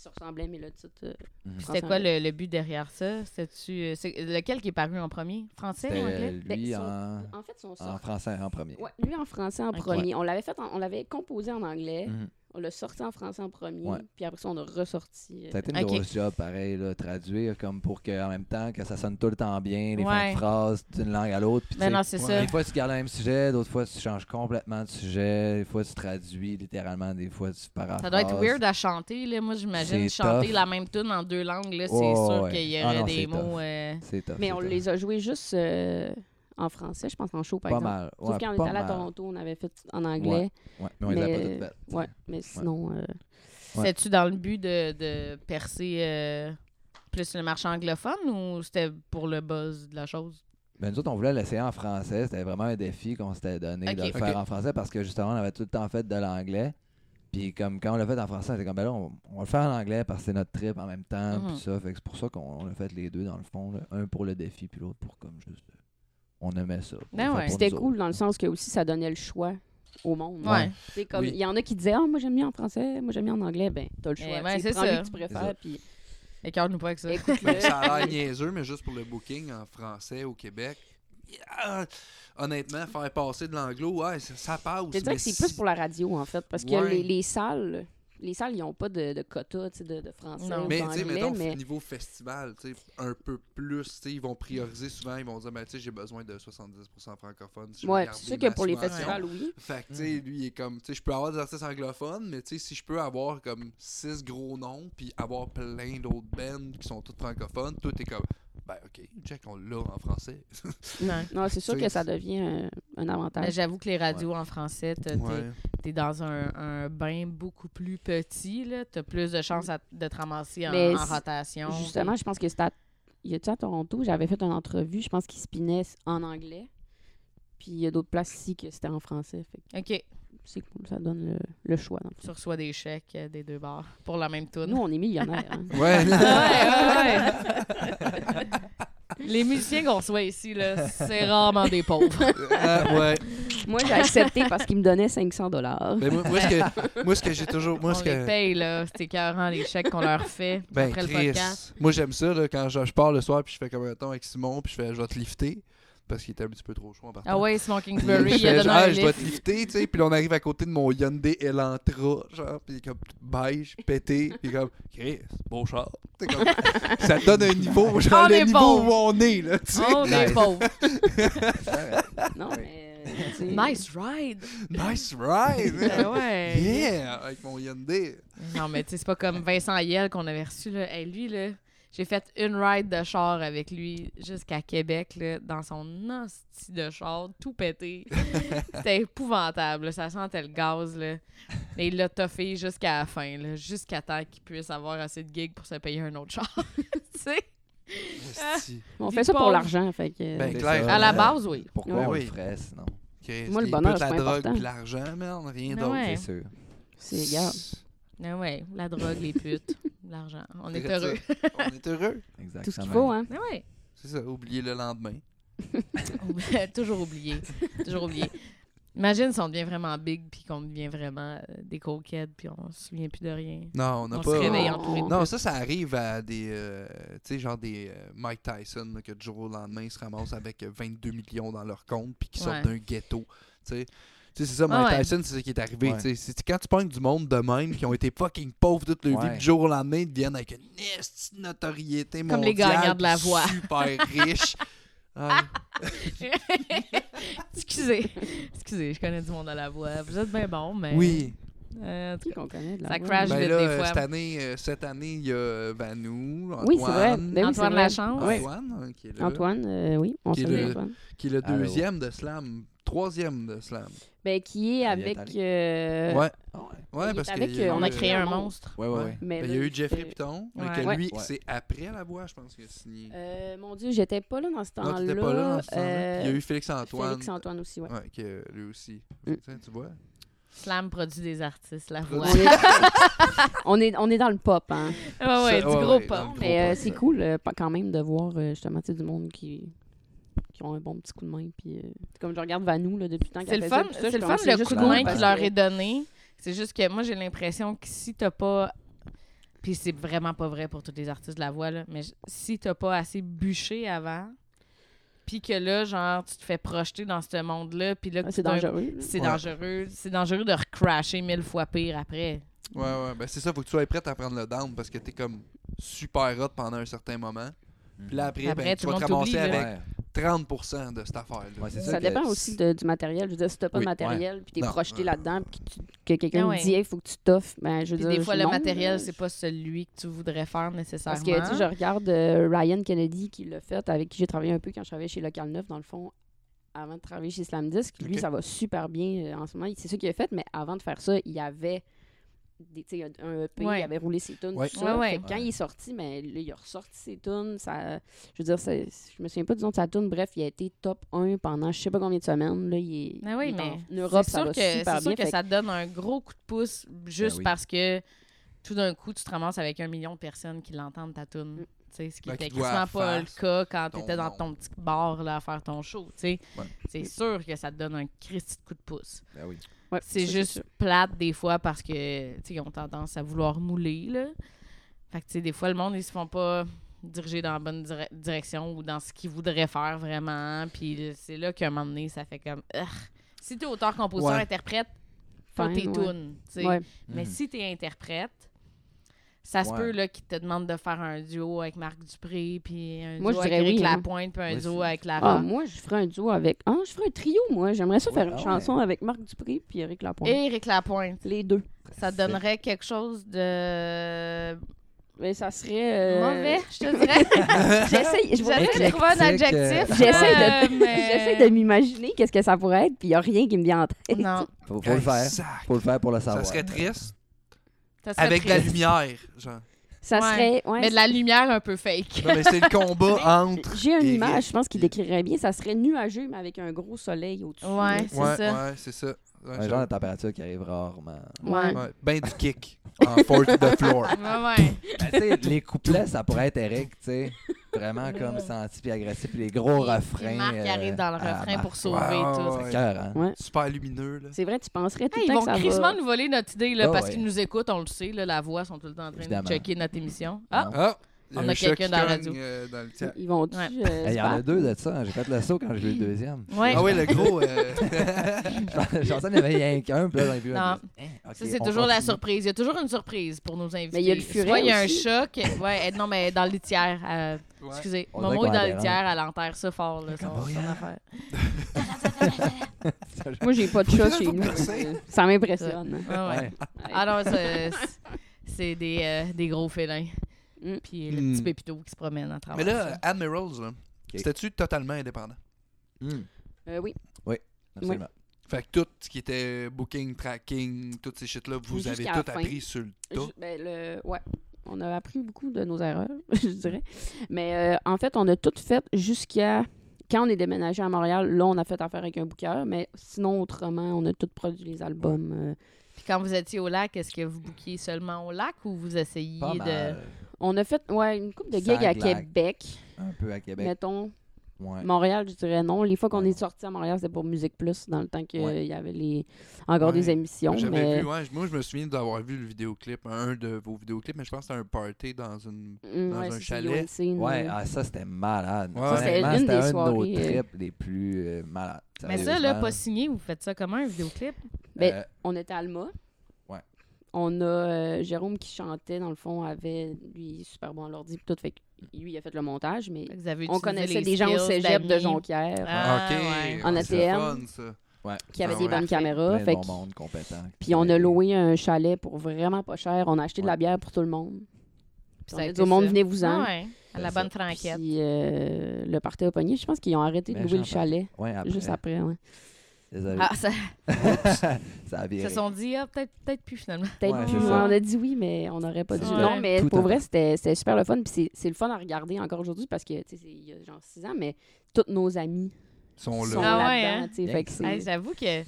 [SPEAKER 1] se ressemblaient, mais le titre. euh,
[SPEAKER 2] Mhm.
[SPEAKER 1] français,
[SPEAKER 4] C'était quoi
[SPEAKER 1] anglais.
[SPEAKER 4] le, le but derrière ça? C'était-tu, euh, c'est lequel qui est paru en premier? Français ou
[SPEAKER 2] C'était
[SPEAKER 4] anglais?
[SPEAKER 1] Ben,
[SPEAKER 2] lui
[SPEAKER 1] ils sont-
[SPEAKER 2] en...
[SPEAKER 1] En fait, son
[SPEAKER 2] Ah. en
[SPEAKER 1] sort.
[SPEAKER 2] français en premier.
[SPEAKER 1] Ouais, lui en français en
[SPEAKER 4] Ok.
[SPEAKER 1] premier. On l'avait fait, en- on l'avait composé en anglais,
[SPEAKER 2] Mhm.
[SPEAKER 1] on l'a sorti en français en premier,
[SPEAKER 2] Ouais.
[SPEAKER 1] puis après ça, on a ressorti. euh,
[SPEAKER 2] Ça a été une
[SPEAKER 4] Ok.
[SPEAKER 2] grosse job, pareil, là, traduire, comme pour que en même temps, que ça sonne tout le temps bien, les fins
[SPEAKER 4] Ouais.
[SPEAKER 2] de phrases d'une langue à l'autre. puis tu
[SPEAKER 4] Ben
[SPEAKER 2] sais,
[SPEAKER 4] non, c'est
[SPEAKER 3] ouais.
[SPEAKER 2] Des fois, tu gardes le même sujet, d'autres fois, tu changes complètement de sujet, des fois, tu traduis littéralement, des fois, tu
[SPEAKER 4] ça.
[SPEAKER 2] paraphrases.
[SPEAKER 4] Ça doit être weird à chanter. Là. Moi, j'imagine
[SPEAKER 2] C'est
[SPEAKER 4] chanter
[SPEAKER 2] tough.
[SPEAKER 4] la même tune en deux langues. Là, c'est
[SPEAKER 2] Ouais,
[SPEAKER 4] sûr
[SPEAKER 2] ouais.
[SPEAKER 4] qu'il y
[SPEAKER 2] Ah
[SPEAKER 4] aurait
[SPEAKER 2] non,
[SPEAKER 4] des
[SPEAKER 2] c'est
[SPEAKER 4] mots.
[SPEAKER 2] tough.
[SPEAKER 4] euh,
[SPEAKER 2] C'est tough.
[SPEAKER 1] Mais
[SPEAKER 2] c'est
[SPEAKER 1] on
[SPEAKER 2] tough.
[SPEAKER 1] les a joués juste euh, en français, je pense, en show, par
[SPEAKER 2] Pas
[SPEAKER 1] exemple.
[SPEAKER 2] mal.
[SPEAKER 1] Sauf
[SPEAKER 2] ouais,
[SPEAKER 1] quand on
[SPEAKER 2] pas
[SPEAKER 1] est allé à
[SPEAKER 2] mal.
[SPEAKER 1] Toronto, on avait fait en anglais.
[SPEAKER 2] Ouais, mais on les a
[SPEAKER 1] mais,
[SPEAKER 2] pas toutes faites.
[SPEAKER 1] Ouais, mais sinon. euh,
[SPEAKER 2] Ouais.
[SPEAKER 4] C'était-tu dans le but de, de percer euh, plus le marché anglophone ou c'était pour le buzz de la chose?
[SPEAKER 2] Ben, nous autres, on voulait l'essayer en français. C'était vraiment un défi qu'on s'était donné de
[SPEAKER 4] Ok.
[SPEAKER 2] le faire
[SPEAKER 3] Ok.
[SPEAKER 2] en français parce que justement, on avait tout le temps fait de l'anglais. Puis comme quand on l'a fait en français, on était comme, ben là, on, on va le faire en anglais parce que c'est notre trip en même temps.
[SPEAKER 4] Mhm.
[SPEAKER 2] Puis ça, fait que c'est pour ça qu'on on l'a fait les deux dans le fond. là. Un pour le défi, puis l'autre pour comme juste. euh, On aimait ça. On
[SPEAKER 4] Ben
[SPEAKER 2] le fait
[SPEAKER 4] ouais.
[SPEAKER 2] pour
[SPEAKER 1] C'était
[SPEAKER 2] nous
[SPEAKER 1] cool dans le sens que aussi ça donnait le choix au monde.
[SPEAKER 4] Ouais.
[SPEAKER 1] Tu sais, comme
[SPEAKER 3] Oui.
[SPEAKER 1] il y en a qui disaient Ah, moi j'aime mieux en français, moi j'aime mieux en anglais, ben t'as le
[SPEAKER 4] Eh
[SPEAKER 1] choix.
[SPEAKER 4] ouais,
[SPEAKER 1] tu sais,
[SPEAKER 4] c'est
[SPEAKER 1] prends lui
[SPEAKER 4] ça.
[SPEAKER 1] que tu
[SPEAKER 2] C'est ça.
[SPEAKER 1] préfères puis
[SPEAKER 4] Écarte-nous pas avec ça.
[SPEAKER 1] écoute-le.
[SPEAKER 3] Même si ça a l'air niaiseux, mais juste pour le booking en français au Québec. yeah, honnêtement, faire passer de l'anglo, ouais, ça, ça passe.
[SPEAKER 1] Je te dirais
[SPEAKER 3] mais
[SPEAKER 1] que c'est
[SPEAKER 3] si-
[SPEAKER 1] plus pour la radio en fait, parce que
[SPEAKER 3] Ouais.
[SPEAKER 1] les, les salles, les salles, ils n'ont pas de, de quota tu sais, de, de français
[SPEAKER 4] Non.
[SPEAKER 1] ou
[SPEAKER 3] Mais tu sais,
[SPEAKER 1] d'anglais,
[SPEAKER 3] mettons,
[SPEAKER 1] mais
[SPEAKER 3] niveau festival, tu sais, un peu plus, tu sais, ils vont prioriser souvent, ils vont dire, ben, tu sais, j'ai besoin de 70% francophone. si je veux
[SPEAKER 1] ouais,
[SPEAKER 3] garder
[SPEAKER 1] c'est sûr que
[SPEAKER 3] ma
[SPEAKER 1] pour les
[SPEAKER 3] subvention.
[SPEAKER 1] festivals, oui.
[SPEAKER 3] Fait que, tu
[SPEAKER 4] Mm-hmm.
[SPEAKER 3] sais, lui, il est comme, tu sais, je peux avoir des artistes anglophones, mais tu sais, si je peux avoir comme six gros noms, puis avoir plein d'autres bands qui sont toutes francophones, tout est comme, ben, ok, check, on l'a en français.
[SPEAKER 4] Non.
[SPEAKER 1] Non, c'est sûr
[SPEAKER 3] Tu
[SPEAKER 1] que
[SPEAKER 3] sais,
[SPEAKER 1] ça devient un, un
[SPEAKER 4] Mais
[SPEAKER 1] avantage.
[SPEAKER 4] J'avoue que les radios en français, t'as- t'es t'es dans un, un bain beaucoup plus petit, là. T'as plus de chances à- de te ramasser en,
[SPEAKER 1] Mais
[SPEAKER 4] en
[SPEAKER 1] c'est-
[SPEAKER 4] rotation.
[SPEAKER 1] Justement, je pense que c'était à... Il y a-tu à Toronto? J'avais fait une entrevue, je pense qu'ils spinaient en anglais. Puis il y a d'autres places ici que c'était en français. Fait que
[SPEAKER 4] OK.
[SPEAKER 1] c'est cool, ça donne le, le choix. dans le fond.
[SPEAKER 4] Tu reçois des chèques euh, des deux bars pour la même toune.
[SPEAKER 1] Nous, on est millionnaires. hein.
[SPEAKER 3] Ouais,
[SPEAKER 4] Ouais, ouais, ouais. Les musiciens qu'on reçoit ici, là, c'est rarement des pauvres.
[SPEAKER 3] Ah, ouais.
[SPEAKER 1] moi, j'ai accepté parce qu'ils me donnaient 500 dollars.
[SPEAKER 3] Ben, moi, moi, ce que, moi, ce que j'ai toujours. Moi,
[SPEAKER 4] on
[SPEAKER 3] ce
[SPEAKER 4] les
[SPEAKER 3] que.
[SPEAKER 4] paye, là. C'est écœurant, les chèques qu'on leur fait
[SPEAKER 3] Ben,
[SPEAKER 4] après
[SPEAKER 3] Chris.
[SPEAKER 4] le podcast.
[SPEAKER 3] Moi, j'aime ça, là, quand je, je pars le soir, puis je fais comme un ton avec Simon, puis je fais, je vais te lifter, parce qu'il était un petit peu trop chaud en partant.
[SPEAKER 4] Ah ouais, Simon
[SPEAKER 3] Puis
[SPEAKER 4] Kingsbury,
[SPEAKER 3] je
[SPEAKER 4] il a
[SPEAKER 3] fais,
[SPEAKER 4] donné
[SPEAKER 3] genre,
[SPEAKER 4] un
[SPEAKER 3] Ah, je dois
[SPEAKER 4] lift.
[SPEAKER 3] te lifter, tu sais. Puis là, on arrive à côté de mon Hyundai Elantra, genre, puis comme beige, pété, puis comme, Chris, beau char. T'sais, comme, ça te donne un niveau, genre,
[SPEAKER 4] On
[SPEAKER 3] le
[SPEAKER 4] est
[SPEAKER 3] niveau
[SPEAKER 4] Ah, bon. Oh,
[SPEAKER 3] où on est, là, tu sais.
[SPEAKER 4] On est
[SPEAKER 2] Nice.
[SPEAKER 4] pauvres.
[SPEAKER 1] Non, mais. euh, tu sais,
[SPEAKER 4] Nice ride!
[SPEAKER 3] Nice ride!
[SPEAKER 4] Ben ouais.
[SPEAKER 3] Yeah! Avec mon Hyundai.
[SPEAKER 4] Non, mais tu sais, c'est pas comme Vincent Hiel qu'on avait reçu. Là. Hey, lui, là, j'ai fait une ride de char avec lui jusqu'à Québec, là, dans son hostie de char, tout pété. C'était épouvantable. là. Ça sentait le gaz. Là. Mais il l'a toffé jusqu'à la fin, là, jusqu'à temps qu'il puisse avoir assez de gigs pour se payer un autre char. tu sais?
[SPEAKER 3] Esti.
[SPEAKER 1] On
[SPEAKER 4] Dis
[SPEAKER 1] fait ça pour
[SPEAKER 4] pauvre.
[SPEAKER 1] l'argent, fait que.
[SPEAKER 3] Ben,
[SPEAKER 2] C'est
[SPEAKER 3] clair.
[SPEAKER 2] ça.
[SPEAKER 4] À la
[SPEAKER 2] Ouais.
[SPEAKER 4] base, oui.
[SPEAKER 2] Pourquoi
[SPEAKER 1] Ouais,
[SPEAKER 2] on
[SPEAKER 3] oui.
[SPEAKER 2] le ferait sinon?
[SPEAKER 3] Chris,
[SPEAKER 1] Moi, le
[SPEAKER 3] les
[SPEAKER 1] bonheur,
[SPEAKER 3] putes,
[SPEAKER 1] c'est
[SPEAKER 3] la
[SPEAKER 1] pas
[SPEAKER 3] drogue
[SPEAKER 1] important.
[SPEAKER 3] puis l'argent, merde, rien
[SPEAKER 4] Mais
[SPEAKER 3] d'autre.
[SPEAKER 4] Ben ouais.
[SPEAKER 2] C'est sûr.
[SPEAKER 1] c'est, regarde.
[SPEAKER 4] Ah ouais, la drogue, les putes, l'argent. On est
[SPEAKER 3] C'est
[SPEAKER 4] heureux.
[SPEAKER 3] ça. On est heureux.
[SPEAKER 2] Exactement.
[SPEAKER 1] Tout ce qu'il faut, hein.
[SPEAKER 4] Ah ouais.
[SPEAKER 3] C'est ça, oublier le lendemain.
[SPEAKER 4] Toujours oublié. Toujours oublié. Imagine si on devient vraiment big puis qu'on devient vraiment euh, des coquettes puis on se souvient plus de rien.
[SPEAKER 3] Non, on n'a
[SPEAKER 4] On
[SPEAKER 3] pas.
[SPEAKER 4] se réveille
[SPEAKER 1] en-
[SPEAKER 4] entouré de
[SPEAKER 3] Non,
[SPEAKER 4] putes.
[SPEAKER 3] ça, ça arrive à des. euh, tu sais, genre des euh, Mike Tyson, là, que du jour au lendemain, ils se ramassent avec euh, 22 millions dans leur compte, puis qui sortent
[SPEAKER 4] Ouais. Ah
[SPEAKER 3] d'un ghetto. Tu sais, Tu sais, c'est ça, Mike
[SPEAKER 4] Ouais.
[SPEAKER 3] Tyson, c'est ça qui est arrivé.
[SPEAKER 2] Ouais.
[SPEAKER 3] tu sais. C'est quand tu pognes du monde de même, qui ont été fucking pauvres toute leur vie,
[SPEAKER 2] Ouais.
[SPEAKER 3] puis du jour au lendemain, ils deviennent avec une esti de notoriété
[SPEAKER 4] Comme les
[SPEAKER 3] mondiale.
[SPEAKER 4] gagnants de la
[SPEAKER 3] puis
[SPEAKER 4] voix.
[SPEAKER 3] Super riches. Ah,
[SPEAKER 4] Excusez. Excusez, je connais du monde à la voix. Vous êtes bien bon, mais.
[SPEAKER 3] oui.
[SPEAKER 4] Euh, en tout
[SPEAKER 1] Qui
[SPEAKER 4] cas,
[SPEAKER 1] qu'on connaît de la
[SPEAKER 4] ben, Ça
[SPEAKER 1] voix?
[SPEAKER 4] crash. Ah, je
[SPEAKER 3] Ben
[SPEAKER 4] vais
[SPEAKER 3] là,
[SPEAKER 4] des
[SPEAKER 3] euh,
[SPEAKER 4] fois.
[SPEAKER 3] cette année, euh, cette année, il y a euh, Vanou, Antoine.
[SPEAKER 1] Oui, c'est vrai. Ben oui, c'est
[SPEAKER 4] Antoine
[SPEAKER 1] vrai.
[SPEAKER 4] Lachance.
[SPEAKER 1] Ouais.
[SPEAKER 3] Antoine, hein, qui est là.
[SPEAKER 1] Antoine, euh, oui, on
[SPEAKER 3] Qui est
[SPEAKER 1] salue
[SPEAKER 3] le-
[SPEAKER 1] Antoine.
[SPEAKER 3] Qui est le
[SPEAKER 2] Allô.
[SPEAKER 3] deuxième de Slam. Troisième de Slam.
[SPEAKER 1] Ben, qui est
[SPEAKER 2] Ah, il est
[SPEAKER 1] avec.
[SPEAKER 2] allé.
[SPEAKER 1] euh,
[SPEAKER 3] ouais.
[SPEAKER 2] Ouais.
[SPEAKER 1] il
[SPEAKER 3] Ouais,
[SPEAKER 1] est
[SPEAKER 3] parce que
[SPEAKER 1] avec,
[SPEAKER 3] il y a
[SPEAKER 1] euh,
[SPEAKER 3] eu,
[SPEAKER 4] on a
[SPEAKER 1] euh,
[SPEAKER 4] créé un
[SPEAKER 1] non.
[SPEAKER 4] monstre.
[SPEAKER 2] Ouais, ouais,
[SPEAKER 3] Ouais.
[SPEAKER 2] ouais.
[SPEAKER 1] Mais
[SPEAKER 3] Ben, il
[SPEAKER 1] là,
[SPEAKER 3] y a eu
[SPEAKER 1] il
[SPEAKER 3] Jeffrey
[SPEAKER 1] fait-
[SPEAKER 3] Piton, mais
[SPEAKER 4] Ouais.
[SPEAKER 3] que
[SPEAKER 1] euh, Ouais.
[SPEAKER 3] lui,
[SPEAKER 2] Ouais.
[SPEAKER 3] c'est après la voix, je pense qu'il a signé.
[SPEAKER 1] Euh, mon Dieu, j'étais pas là dans ce
[SPEAKER 3] non,
[SPEAKER 1] temps-là.
[SPEAKER 3] t'étais pas là dans ce temps-là. Puis Il y a
[SPEAKER 1] Euh,
[SPEAKER 3] eu Félix Antoine.
[SPEAKER 1] Félix Antoine aussi, ouais.
[SPEAKER 3] Ouais, que euh, lui aussi.
[SPEAKER 1] Mm.
[SPEAKER 3] Tu sais, Tu vois?
[SPEAKER 4] Slam produit des artistes, la
[SPEAKER 1] On,
[SPEAKER 4] voix.
[SPEAKER 1] est... on, est, on est dans le pop, hein.
[SPEAKER 4] Ah ouais,
[SPEAKER 3] Ça-
[SPEAKER 4] du
[SPEAKER 3] ouais,
[SPEAKER 4] gros
[SPEAKER 3] ouais,
[SPEAKER 4] pas.
[SPEAKER 3] dans le
[SPEAKER 1] Mais
[SPEAKER 3] gros
[SPEAKER 1] euh,
[SPEAKER 3] pop,
[SPEAKER 1] c'est
[SPEAKER 3] ça.
[SPEAKER 1] cool euh, pa- quand même de voir euh, justement tu sais, du monde qui qui ont un bon petit coup de main puis euh, c'est comme je regarde Vanou là depuis le temps
[SPEAKER 4] C'est le
[SPEAKER 1] qu'elle fait
[SPEAKER 4] fun,
[SPEAKER 1] ça, puis ça,
[SPEAKER 4] c'est
[SPEAKER 1] je
[SPEAKER 4] le fun
[SPEAKER 1] pense que ben, c'est
[SPEAKER 4] le
[SPEAKER 1] juste
[SPEAKER 4] coup de
[SPEAKER 2] cool
[SPEAKER 4] main
[SPEAKER 1] parce
[SPEAKER 4] qu'il
[SPEAKER 1] que-
[SPEAKER 4] leur est donné. C'est juste que moi, j'ai l'impression que si t'as pas. Puis c'est vraiment pas vrai pour tous les artistes de la voix, là, mais j- si t'as pas assez bûché avant, puis que là, genre, tu te fais projeter dans ce monde-là, puis là,
[SPEAKER 1] Ah,
[SPEAKER 4] que
[SPEAKER 1] c'est
[SPEAKER 4] tout d'un-
[SPEAKER 1] dangereux. là.
[SPEAKER 4] C'est
[SPEAKER 3] Ouais.
[SPEAKER 4] dangereux. C'est dangereux de recrasher mille fois pire après.
[SPEAKER 3] Ouais, ouais. Ben, c'est ça, faut que tu sois prête à prendre le down parce que t'es comme super hot pendant un certain moment.
[SPEAKER 2] Mhm.
[SPEAKER 3] Puis là, après,
[SPEAKER 4] Après,
[SPEAKER 3] ben,
[SPEAKER 4] tout
[SPEAKER 3] tu
[SPEAKER 4] le
[SPEAKER 3] vas te
[SPEAKER 4] monde
[SPEAKER 3] ramasser
[SPEAKER 4] t'oublie, là.
[SPEAKER 3] avec
[SPEAKER 2] Ouais.
[SPEAKER 3] 30% de cette affaire-là.
[SPEAKER 2] Ouais, c'est
[SPEAKER 1] Ça
[SPEAKER 2] ça que-
[SPEAKER 1] dépend aussi de- du matériel. Je veux dire, si t'as pas
[SPEAKER 3] Oui,
[SPEAKER 1] de matériel, puis t'es
[SPEAKER 3] Non.
[SPEAKER 1] projeté
[SPEAKER 3] Euh,
[SPEAKER 1] là-dedans, puis que, tu- que quelqu'un
[SPEAKER 4] Ah ouais.
[SPEAKER 1] me dit, il faut que tu t'offres, ben, je veux
[SPEAKER 4] Puis
[SPEAKER 1] dire,
[SPEAKER 4] des fois,
[SPEAKER 1] je-
[SPEAKER 4] le
[SPEAKER 1] non,
[SPEAKER 4] matériel,
[SPEAKER 1] je-
[SPEAKER 4] c'est pas celui que tu voudrais faire nécessairement.
[SPEAKER 1] Parce que, tu sais, je regarde euh, Ryan Kennedy qui l'a fait, avec qui j'ai travaillé un peu quand je travaillais chez Local 9, dans le fond, avant de travailler chez Slam Disc. Lui,
[SPEAKER 3] Ok.
[SPEAKER 1] ça va super bien euh, en ce moment. C'est ça qu'il a fait, mais avant de faire ça, il y avait des, tu sais, un EP,
[SPEAKER 4] Ouais.
[SPEAKER 1] il avait roulé ses tunes,
[SPEAKER 3] Ouais.
[SPEAKER 1] tout ça.
[SPEAKER 4] Ouais,
[SPEAKER 1] Fait que
[SPEAKER 4] ouais.
[SPEAKER 1] Quand il est sorti, mais là, il a ressorti ses tunes. Ça, je veux dire, ça- je me souviens pas du nom de sa tune. Bref, il a été top 1 pendant je sais pas combien de semaines. Là, il est,
[SPEAKER 4] Ah oui,
[SPEAKER 1] il est
[SPEAKER 4] mais
[SPEAKER 1] en Europe,
[SPEAKER 4] c'est
[SPEAKER 1] ça
[SPEAKER 4] sûr
[SPEAKER 1] va
[SPEAKER 4] que,
[SPEAKER 1] super
[SPEAKER 4] c'est sûr
[SPEAKER 1] bien.
[SPEAKER 4] que
[SPEAKER 1] Fait
[SPEAKER 4] ça donne un gros coup de pouce juste
[SPEAKER 2] Ben oui.
[SPEAKER 4] parce que tout d'un coup, tu te ramasses avec un million de personnes qui l'entendent ta toune.
[SPEAKER 1] Mm.
[SPEAKER 4] Tu sais, Ce qui
[SPEAKER 3] Ben,
[SPEAKER 4] était
[SPEAKER 3] qui te voient
[SPEAKER 4] quasiment
[SPEAKER 3] à
[SPEAKER 4] pas le
[SPEAKER 3] face,
[SPEAKER 4] cas quand tu
[SPEAKER 3] ton
[SPEAKER 4] étais dans
[SPEAKER 3] nom.
[SPEAKER 4] ton petit bar là, à faire ton show. tu sais.
[SPEAKER 3] Ouais.
[SPEAKER 1] Mm.
[SPEAKER 4] C'est sûr que ça te donne un Christ de coup de pouce.
[SPEAKER 2] Ben oui.
[SPEAKER 1] ouais,
[SPEAKER 4] C'est
[SPEAKER 1] ça,
[SPEAKER 4] juste
[SPEAKER 1] sûr.
[SPEAKER 4] plate des fois parce que, tu sais, ils ont tendance à vouloir mouler, là. Fait que, tu sais, des fois, le monde, ils se font pas diriger dans la bonne dire- direction ou dans ce qu'ils voudraient faire vraiment. Puis euh, c'est là qu'à un moment donné, ça fait comme... Urgh. Si t'es auteur, compositeur,
[SPEAKER 3] Ouais.
[SPEAKER 4] interprète, fais
[SPEAKER 1] Fine,
[SPEAKER 4] tes
[SPEAKER 1] ouais.
[SPEAKER 4] tunes, tu sais.
[SPEAKER 1] Ouais.
[SPEAKER 4] Mais
[SPEAKER 2] Mhm.
[SPEAKER 4] si t'es interprète, ça se
[SPEAKER 2] Ouais.
[SPEAKER 4] peut, là, qu'ils te demandent de faire un duo avec Marc Dupré, puis un
[SPEAKER 1] Moi,
[SPEAKER 4] duo
[SPEAKER 1] je
[SPEAKER 4] avec
[SPEAKER 1] dirais
[SPEAKER 4] Éric
[SPEAKER 1] oui, hein.
[SPEAKER 4] Lapointe, puis un
[SPEAKER 2] Oui,
[SPEAKER 4] duo
[SPEAKER 2] c'est-
[SPEAKER 4] avec
[SPEAKER 1] Ah,
[SPEAKER 4] Lara.
[SPEAKER 1] moi, je ferais un duo avec. Ah, je ferais un trio, moi. J'aimerais ça
[SPEAKER 2] Ouais,
[SPEAKER 1] faire une
[SPEAKER 2] ah ouais.
[SPEAKER 1] chanson avec Marc Dupré puis Eric Lapointe.
[SPEAKER 4] Et Éric Lapointe.
[SPEAKER 1] Les deux.
[SPEAKER 4] Ça te donnerait quelque chose de Ben,
[SPEAKER 1] Mais ça serait. euh,
[SPEAKER 4] Mauvais, je te dirais.
[SPEAKER 1] J'essaye- je vois-
[SPEAKER 4] J'essaie de trouver un
[SPEAKER 2] Éclectique,
[SPEAKER 4] adjectif.
[SPEAKER 1] euh,
[SPEAKER 4] là, mais-
[SPEAKER 1] J'essaie de m'imaginer qu'est-ce que ça pourrait être, puis il n'y a rien qui me vient en tête.
[SPEAKER 4] Non,
[SPEAKER 2] Faut, faut le faire.
[SPEAKER 3] Sac.
[SPEAKER 2] Faut le faire pour le
[SPEAKER 3] Ça
[SPEAKER 2] savoir.
[SPEAKER 3] serait triste.
[SPEAKER 4] ça serait
[SPEAKER 3] Avec de la
[SPEAKER 4] triste.
[SPEAKER 3] lumière. Genre.
[SPEAKER 1] Ça
[SPEAKER 4] Ouais.
[SPEAKER 1] serait. ouais,
[SPEAKER 4] Mais de la lumière un peu fake.
[SPEAKER 3] Non, mais c'est le combat entre.
[SPEAKER 1] J'ai une
[SPEAKER 3] Et-
[SPEAKER 1] image, je pense, qui
[SPEAKER 3] et-
[SPEAKER 1] décrirait bien. Ça serait nuageux, mais avec un gros soleil au-dessus.
[SPEAKER 4] Ouais. C'est
[SPEAKER 3] Ouais,
[SPEAKER 4] ça.
[SPEAKER 3] ouais, c'est ça. Ouais,
[SPEAKER 2] Un
[SPEAKER 3] je-
[SPEAKER 2] genre de température qui arrive rarement.
[SPEAKER 1] Ouais.
[SPEAKER 3] ouais. Ben du kick. en fourth de floor.
[SPEAKER 4] Ouais, ouais.
[SPEAKER 2] Ben, tu sais, les couplets, ça pourrait être Eric, tu sais. Vraiment comme senti puis agressif, puis les gros
[SPEAKER 4] Puis-
[SPEAKER 2] refrains.
[SPEAKER 4] puis Marc qui arrive dans le
[SPEAKER 2] euh,
[SPEAKER 4] refrain
[SPEAKER 2] à
[SPEAKER 4] pour sauver
[SPEAKER 3] Ouais,
[SPEAKER 4] tout.
[SPEAKER 3] ouais, ouais.
[SPEAKER 2] Cœur, hein?
[SPEAKER 1] Ouais.
[SPEAKER 3] Super lumineux, là.
[SPEAKER 1] C'est vrai, tu penserais tout
[SPEAKER 4] Hey,
[SPEAKER 1] le
[SPEAKER 4] ils
[SPEAKER 1] temps
[SPEAKER 4] vont
[SPEAKER 1] que ça
[SPEAKER 4] crissement
[SPEAKER 1] va...
[SPEAKER 4] nous voler notre idée là,
[SPEAKER 2] Ah
[SPEAKER 4] parce
[SPEAKER 2] ouais.
[SPEAKER 4] qu'ils nous écoutent, on le sait. Là, la voix, sont tout le temps en train
[SPEAKER 2] Évidemment.
[SPEAKER 4] de checker notre émission. Ah,
[SPEAKER 1] euh,
[SPEAKER 2] Non.
[SPEAKER 3] Ah!
[SPEAKER 4] On a quelqu'un dans la radio.
[SPEAKER 3] euh,
[SPEAKER 1] Ils vont euh, tu
[SPEAKER 4] Ouais.
[SPEAKER 2] Eh, Il y en a deux de ça. hein. J'ai fait le saut quand j'ai vu le deuxième.
[SPEAKER 4] ouais.
[SPEAKER 3] Ah oui, le gros. euh,
[SPEAKER 2] J'en sais, il y avait rien qu'un, puis là, dans les plus-
[SPEAKER 4] Non.
[SPEAKER 2] Eh, ok,
[SPEAKER 4] Ça, c'est
[SPEAKER 2] on
[SPEAKER 4] toujours la
[SPEAKER 2] continue.
[SPEAKER 4] surprise. Il y a toujours une surprise pour nos invités.
[SPEAKER 1] Mais il y a le
[SPEAKER 4] Soit
[SPEAKER 1] furet
[SPEAKER 4] il y a un
[SPEAKER 1] aussi.
[SPEAKER 4] chat. qui- Ouais, elle- non, mais elle est dans le litière. euh,
[SPEAKER 3] ouais.
[SPEAKER 4] Excusez.
[SPEAKER 2] On dirait
[SPEAKER 4] Momo est dans
[SPEAKER 2] qu'on la
[SPEAKER 4] le
[SPEAKER 2] dérange.
[SPEAKER 4] litière, elle enterre ça fort. Là, son,
[SPEAKER 2] Comme rien.
[SPEAKER 4] son affaire.
[SPEAKER 1] Moi, j'ai pas de chat chez
[SPEAKER 3] Faut
[SPEAKER 1] nous.
[SPEAKER 3] percer.
[SPEAKER 1] euh, Ça m'impressionne. hein.
[SPEAKER 4] Ah ouais.
[SPEAKER 2] Ouais.
[SPEAKER 1] Ouais.
[SPEAKER 4] Ah non, c'est- c'est des, euh, des gros félins.
[SPEAKER 1] Mm.
[SPEAKER 4] Puis le
[SPEAKER 3] Mm.
[SPEAKER 4] petit pépito qui se promène à travers.
[SPEAKER 3] Mais là, euh,
[SPEAKER 4] ça.
[SPEAKER 3] Admirals, là, c'était-tu totalement indépendant?
[SPEAKER 2] Hum,
[SPEAKER 1] Euh, oui.
[SPEAKER 2] absolument.
[SPEAKER 3] Fait que tout ce qui était booking, tracking, toutes ces shit-là, vous
[SPEAKER 1] Jusqu'à
[SPEAKER 3] avez
[SPEAKER 1] la
[SPEAKER 3] tout
[SPEAKER 1] fin.
[SPEAKER 3] appris sur le tas.
[SPEAKER 1] Je- ben, le... Ouais. on a appris beaucoup de nos erreurs, je dirais. Mais euh, en fait, on a tout fait jusqu'à. Quand on est déménagé à Montréal, là, on a fait affaire avec un bouqueur, mais sinon, autrement, on a tout produit les albums. euh.
[SPEAKER 4] Puis quand vous étiez au lac, est-ce que vous bouquiez seulement au lac ou vous essayiez
[SPEAKER 2] Pas
[SPEAKER 4] de.
[SPEAKER 2] mal.
[SPEAKER 1] On a fait ouais, une coupe de
[SPEAKER 2] Cinq
[SPEAKER 1] gigs à
[SPEAKER 2] lacs.
[SPEAKER 1] Québec,
[SPEAKER 2] Un peu à Québec.
[SPEAKER 1] mettons.
[SPEAKER 2] Ouais.
[SPEAKER 1] Montréal, je dirais non. Les fois qu'on
[SPEAKER 2] Ouais.
[SPEAKER 1] est sorti à Montréal, c'était pour Musique Plus, dans le temps qu'il
[SPEAKER 2] Ouais.
[SPEAKER 1] y avait les... encore
[SPEAKER 3] Ouais.
[SPEAKER 1] des émissions.
[SPEAKER 3] J'avais
[SPEAKER 1] Mais...
[SPEAKER 3] vu, ouais, moi je me souviens d'avoir vu le vidéoclip, un de vos vidéoclips, mais je pense que c'était un party dans une.
[SPEAKER 1] Mm,
[SPEAKER 3] Dans
[SPEAKER 1] ouais,
[SPEAKER 3] un
[SPEAKER 1] c'est- c'est
[SPEAKER 3] chalet.
[SPEAKER 1] Yonce, une-
[SPEAKER 2] Ouais, ah, ça c'était malade.
[SPEAKER 3] Ouais. Ça, c'était
[SPEAKER 2] Honnêtement,
[SPEAKER 1] une
[SPEAKER 2] c'était
[SPEAKER 1] des
[SPEAKER 2] un de nos
[SPEAKER 1] soirées, euh,
[SPEAKER 2] trips les plus euh, malades.
[SPEAKER 4] Mais ça, là,
[SPEAKER 2] sérieusement.
[SPEAKER 4] pas signé, vous faites ça comment, un vidéoclip?
[SPEAKER 1] Ben,
[SPEAKER 2] Euh,
[SPEAKER 1] On était à Alma.
[SPEAKER 2] Ouais.
[SPEAKER 1] On a euh, Jérôme qui chantait, dans le fond, avait lui il est super bon à l'ordi pis tout. Fait que lui, il a fait le montage, mais
[SPEAKER 4] Vous avez
[SPEAKER 1] on
[SPEAKER 4] utilisé
[SPEAKER 1] connaissait
[SPEAKER 4] les
[SPEAKER 1] des gens au
[SPEAKER 4] skills
[SPEAKER 1] cégep de
[SPEAKER 4] d'amis.
[SPEAKER 1] Jonquière
[SPEAKER 4] Ah,
[SPEAKER 3] ok,
[SPEAKER 4] ouais.
[SPEAKER 1] En
[SPEAKER 3] ah, c'est
[SPEAKER 1] ATM.
[SPEAKER 3] fun, ça.
[SPEAKER 1] qui avaient
[SPEAKER 3] ah
[SPEAKER 1] des
[SPEAKER 3] ouais.
[SPEAKER 1] bonnes caméras.
[SPEAKER 2] plein de
[SPEAKER 1] Fait
[SPEAKER 2] bon
[SPEAKER 1] que-
[SPEAKER 2] monde compétent.
[SPEAKER 1] puis on a loué un chalet pour vraiment pas cher. On a acheté de la
[SPEAKER 2] Ouais.
[SPEAKER 1] bière pour tout le monde.
[SPEAKER 4] Puis ça
[SPEAKER 1] On
[SPEAKER 4] a
[SPEAKER 1] a dit
[SPEAKER 4] été
[SPEAKER 1] au monde,
[SPEAKER 4] ça.
[SPEAKER 1] venez-vous-en.
[SPEAKER 4] Ah ouais, à la
[SPEAKER 2] C'est ça.
[SPEAKER 4] bonne tranquette.
[SPEAKER 1] Puis euh, le party a pogné. Je pense qu'ils ont arrêté de
[SPEAKER 2] Mais
[SPEAKER 1] louer le
[SPEAKER 2] j'en parle.
[SPEAKER 1] chalet
[SPEAKER 2] Ouais, après.
[SPEAKER 1] juste après. ouais.
[SPEAKER 2] Désolé.
[SPEAKER 4] Ah, ça,
[SPEAKER 2] ça a
[SPEAKER 4] ils
[SPEAKER 2] viré.
[SPEAKER 4] se sont dit, ah, peut-être peut plus finalement.
[SPEAKER 1] Peut-être
[SPEAKER 2] Ouais,
[SPEAKER 1] plus,
[SPEAKER 2] c'est
[SPEAKER 1] on
[SPEAKER 2] ça.
[SPEAKER 1] a dit oui, mais on n'aurait pas
[SPEAKER 4] C'est
[SPEAKER 1] dit
[SPEAKER 4] ça.
[SPEAKER 1] non. Mais
[SPEAKER 2] Tout
[SPEAKER 1] pour
[SPEAKER 2] à
[SPEAKER 1] vrai, c'était c'était super le fun. Puis c'est- c'est le fun à regarder encore aujourd'hui parce que, tu sais, c'est- il y a genre six ans, mais tous nos amis
[SPEAKER 3] Ils sont là.
[SPEAKER 1] sont
[SPEAKER 4] Ah ouais,
[SPEAKER 1] là-dedans.
[SPEAKER 4] hein?
[SPEAKER 1] tu sais,
[SPEAKER 2] Bien
[SPEAKER 1] fait
[SPEAKER 2] que
[SPEAKER 1] que
[SPEAKER 2] ça.
[SPEAKER 4] Hey,
[SPEAKER 1] c'est
[SPEAKER 4] J'avoue que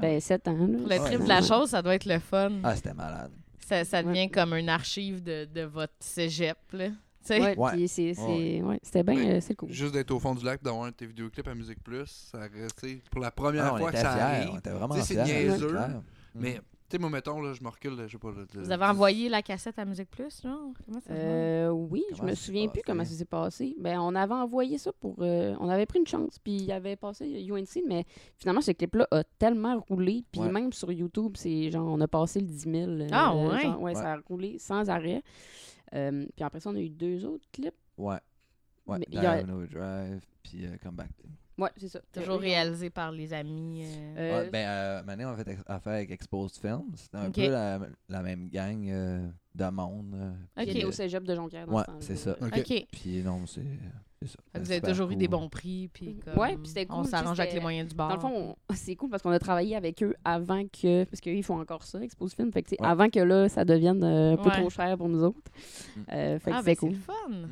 [SPEAKER 1] ben, 7 ans. là.
[SPEAKER 4] pour le
[SPEAKER 2] Ouais.
[SPEAKER 4] trip de la chose, ça doit être le fun.
[SPEAKER 2] Ah, c'était malade.
[SPEAKER 4] Ça, ça devient
[SPEAKER 1] Ouais.
[SPEAKER 4] comme une archive de, de votre cégep, là. Tu sais?
[SPEAKER 1] Ouais,
[SPEAKER 2] Ouais.
[SPEAKER 1] puis c'est- c'est- ouais, c'était bien,
[SPEAKER 3] Ouais.
[SPEAKER 1] euh, c'est cool.
[SPEAKER 3] Juste d'être au fond du lac, d'avoir un de tes vidéoclips à Musique Plus, ça reste tu sais, pour la première
[SPEAKER 2] Ah, on
[SPEAKER 3] fois
[SPEAKER 2] était
[SPEAKER 3] que ça
[SPEAKER 2] fiers. Mm. On
[SPEAKER 3] arrive.
[SPEAKER 2] était vraiment
[SPEAKER 3] Tu sais,
[SPEAKER 2] fiers.
[SPEAKER 3] c'est
[SPEAKER 2] c'est
[SPEAKER 3] niaiseux,
[SPEAKER 2] clair.
[SPEAKER 3] Mais, tu sais, moi, mettons, là, je me recule, là, je sais pas. là, de-
[SPEAKER 4] Vous avez envoyé la cassette à Musique Plus, genre? Comment ça se passe?
[SPEAKER 1] Euh, oui, je
[SPEAKER 2] Uh-huh. Comment
[SPEAKER 1] me
[SPEAKER 2] ça s'est
[SPEAKER 1] souviens plus
[SPEAKER 2] passé?
[SPEAKER 1] comment ça s'est passé. Ben, on avait envoyé ça pour. euh, on avait pris une chance, puis il avait passé UNC, mais finalement, ce clip-là a tellement roulé, puis
[SPEAKER 2] Ouais.
[SPEAKER 1] même sur YouTube, c'est genre, on a passé le 10 000. euh,
[SPEAKER 4] Ah ouais?
[SPEAKER 1] genre,
[SPEAKER 2] Ouais.
[SPEAKER 1] ça a roulé sans arrêt. Euh, puis après ça, on a eu deux autres clips.
[SPEAKER 2] Ouais. Ouais,
[SPEAKER 1] Mais il y a-
[SPEAKER 2] Dial No Drive, puis euh, Come Back.
[SPEAKER 1] Ouais, c'est ça.
[SPEAKER 4] Toujours
[SPEAKER 1] réel.
[SPEAKER 4] réalisé par les amis. euh.
[SPEAKER 2] Ouais, ben, euh, maintenant, on a fait ex- affaire avec Exposed Films. C'était un
[SPEAKER 4] Ok.
[SPEAKER 2] peu la, la même gang euh, de monde. euh,
[SPEAKER 4] Ok.
[SPEAKER 2] puis,
[SPEAKER 1] au
[SPEAKER 2] euh,
[SPEAKER 1] cégep de Jonquière. Dans
[SPEAKER 2] Ouais,
[SPEAKER 1] ce temps-là.
[SPEAKER 2] c'est ça.
[SPEAKER 3] Ok.
[SPEAKER 4] OK.
[SPEAKER 2] Puis non, c'est c'est ça.
[SPEAKER 4] Fait que Ah, Vous avez toujours eu des bons prix, puis comme,
[SPEAKER 1] Ouais, puis c'était cool,
[SPEAKER 4] on
[SPEAKER 1] tu sais,
[SPEAKER 4] s'arrange avec
[SPEAKER 1] c'était-
[SPEAKER 4] les moyens du bord.
[SPEAKER 1] Dans le fond, on- c'est cool parce qu'on a travaillé avec eux avant que. Parce qu'ils font encore ça, Expose Film. Fait que, tu sais,
[SPEAKER 2] Ouais.
[SPEAKER 1] avant que là, ça devienne euh, un peu
[SPEAKER 4] Ouais.
[SPEAKER 1] trop cher pour nous autres.
[SPEAKER 2] Mm.
[SPEAKER 1] Euh, fait que
[SPEAKER 4] ah, ben,
[SPEAKER 1] c'était
[SPEAKER 4] c'est
[SPEAKER 1] cool.
[SPEAKER 4] le fun.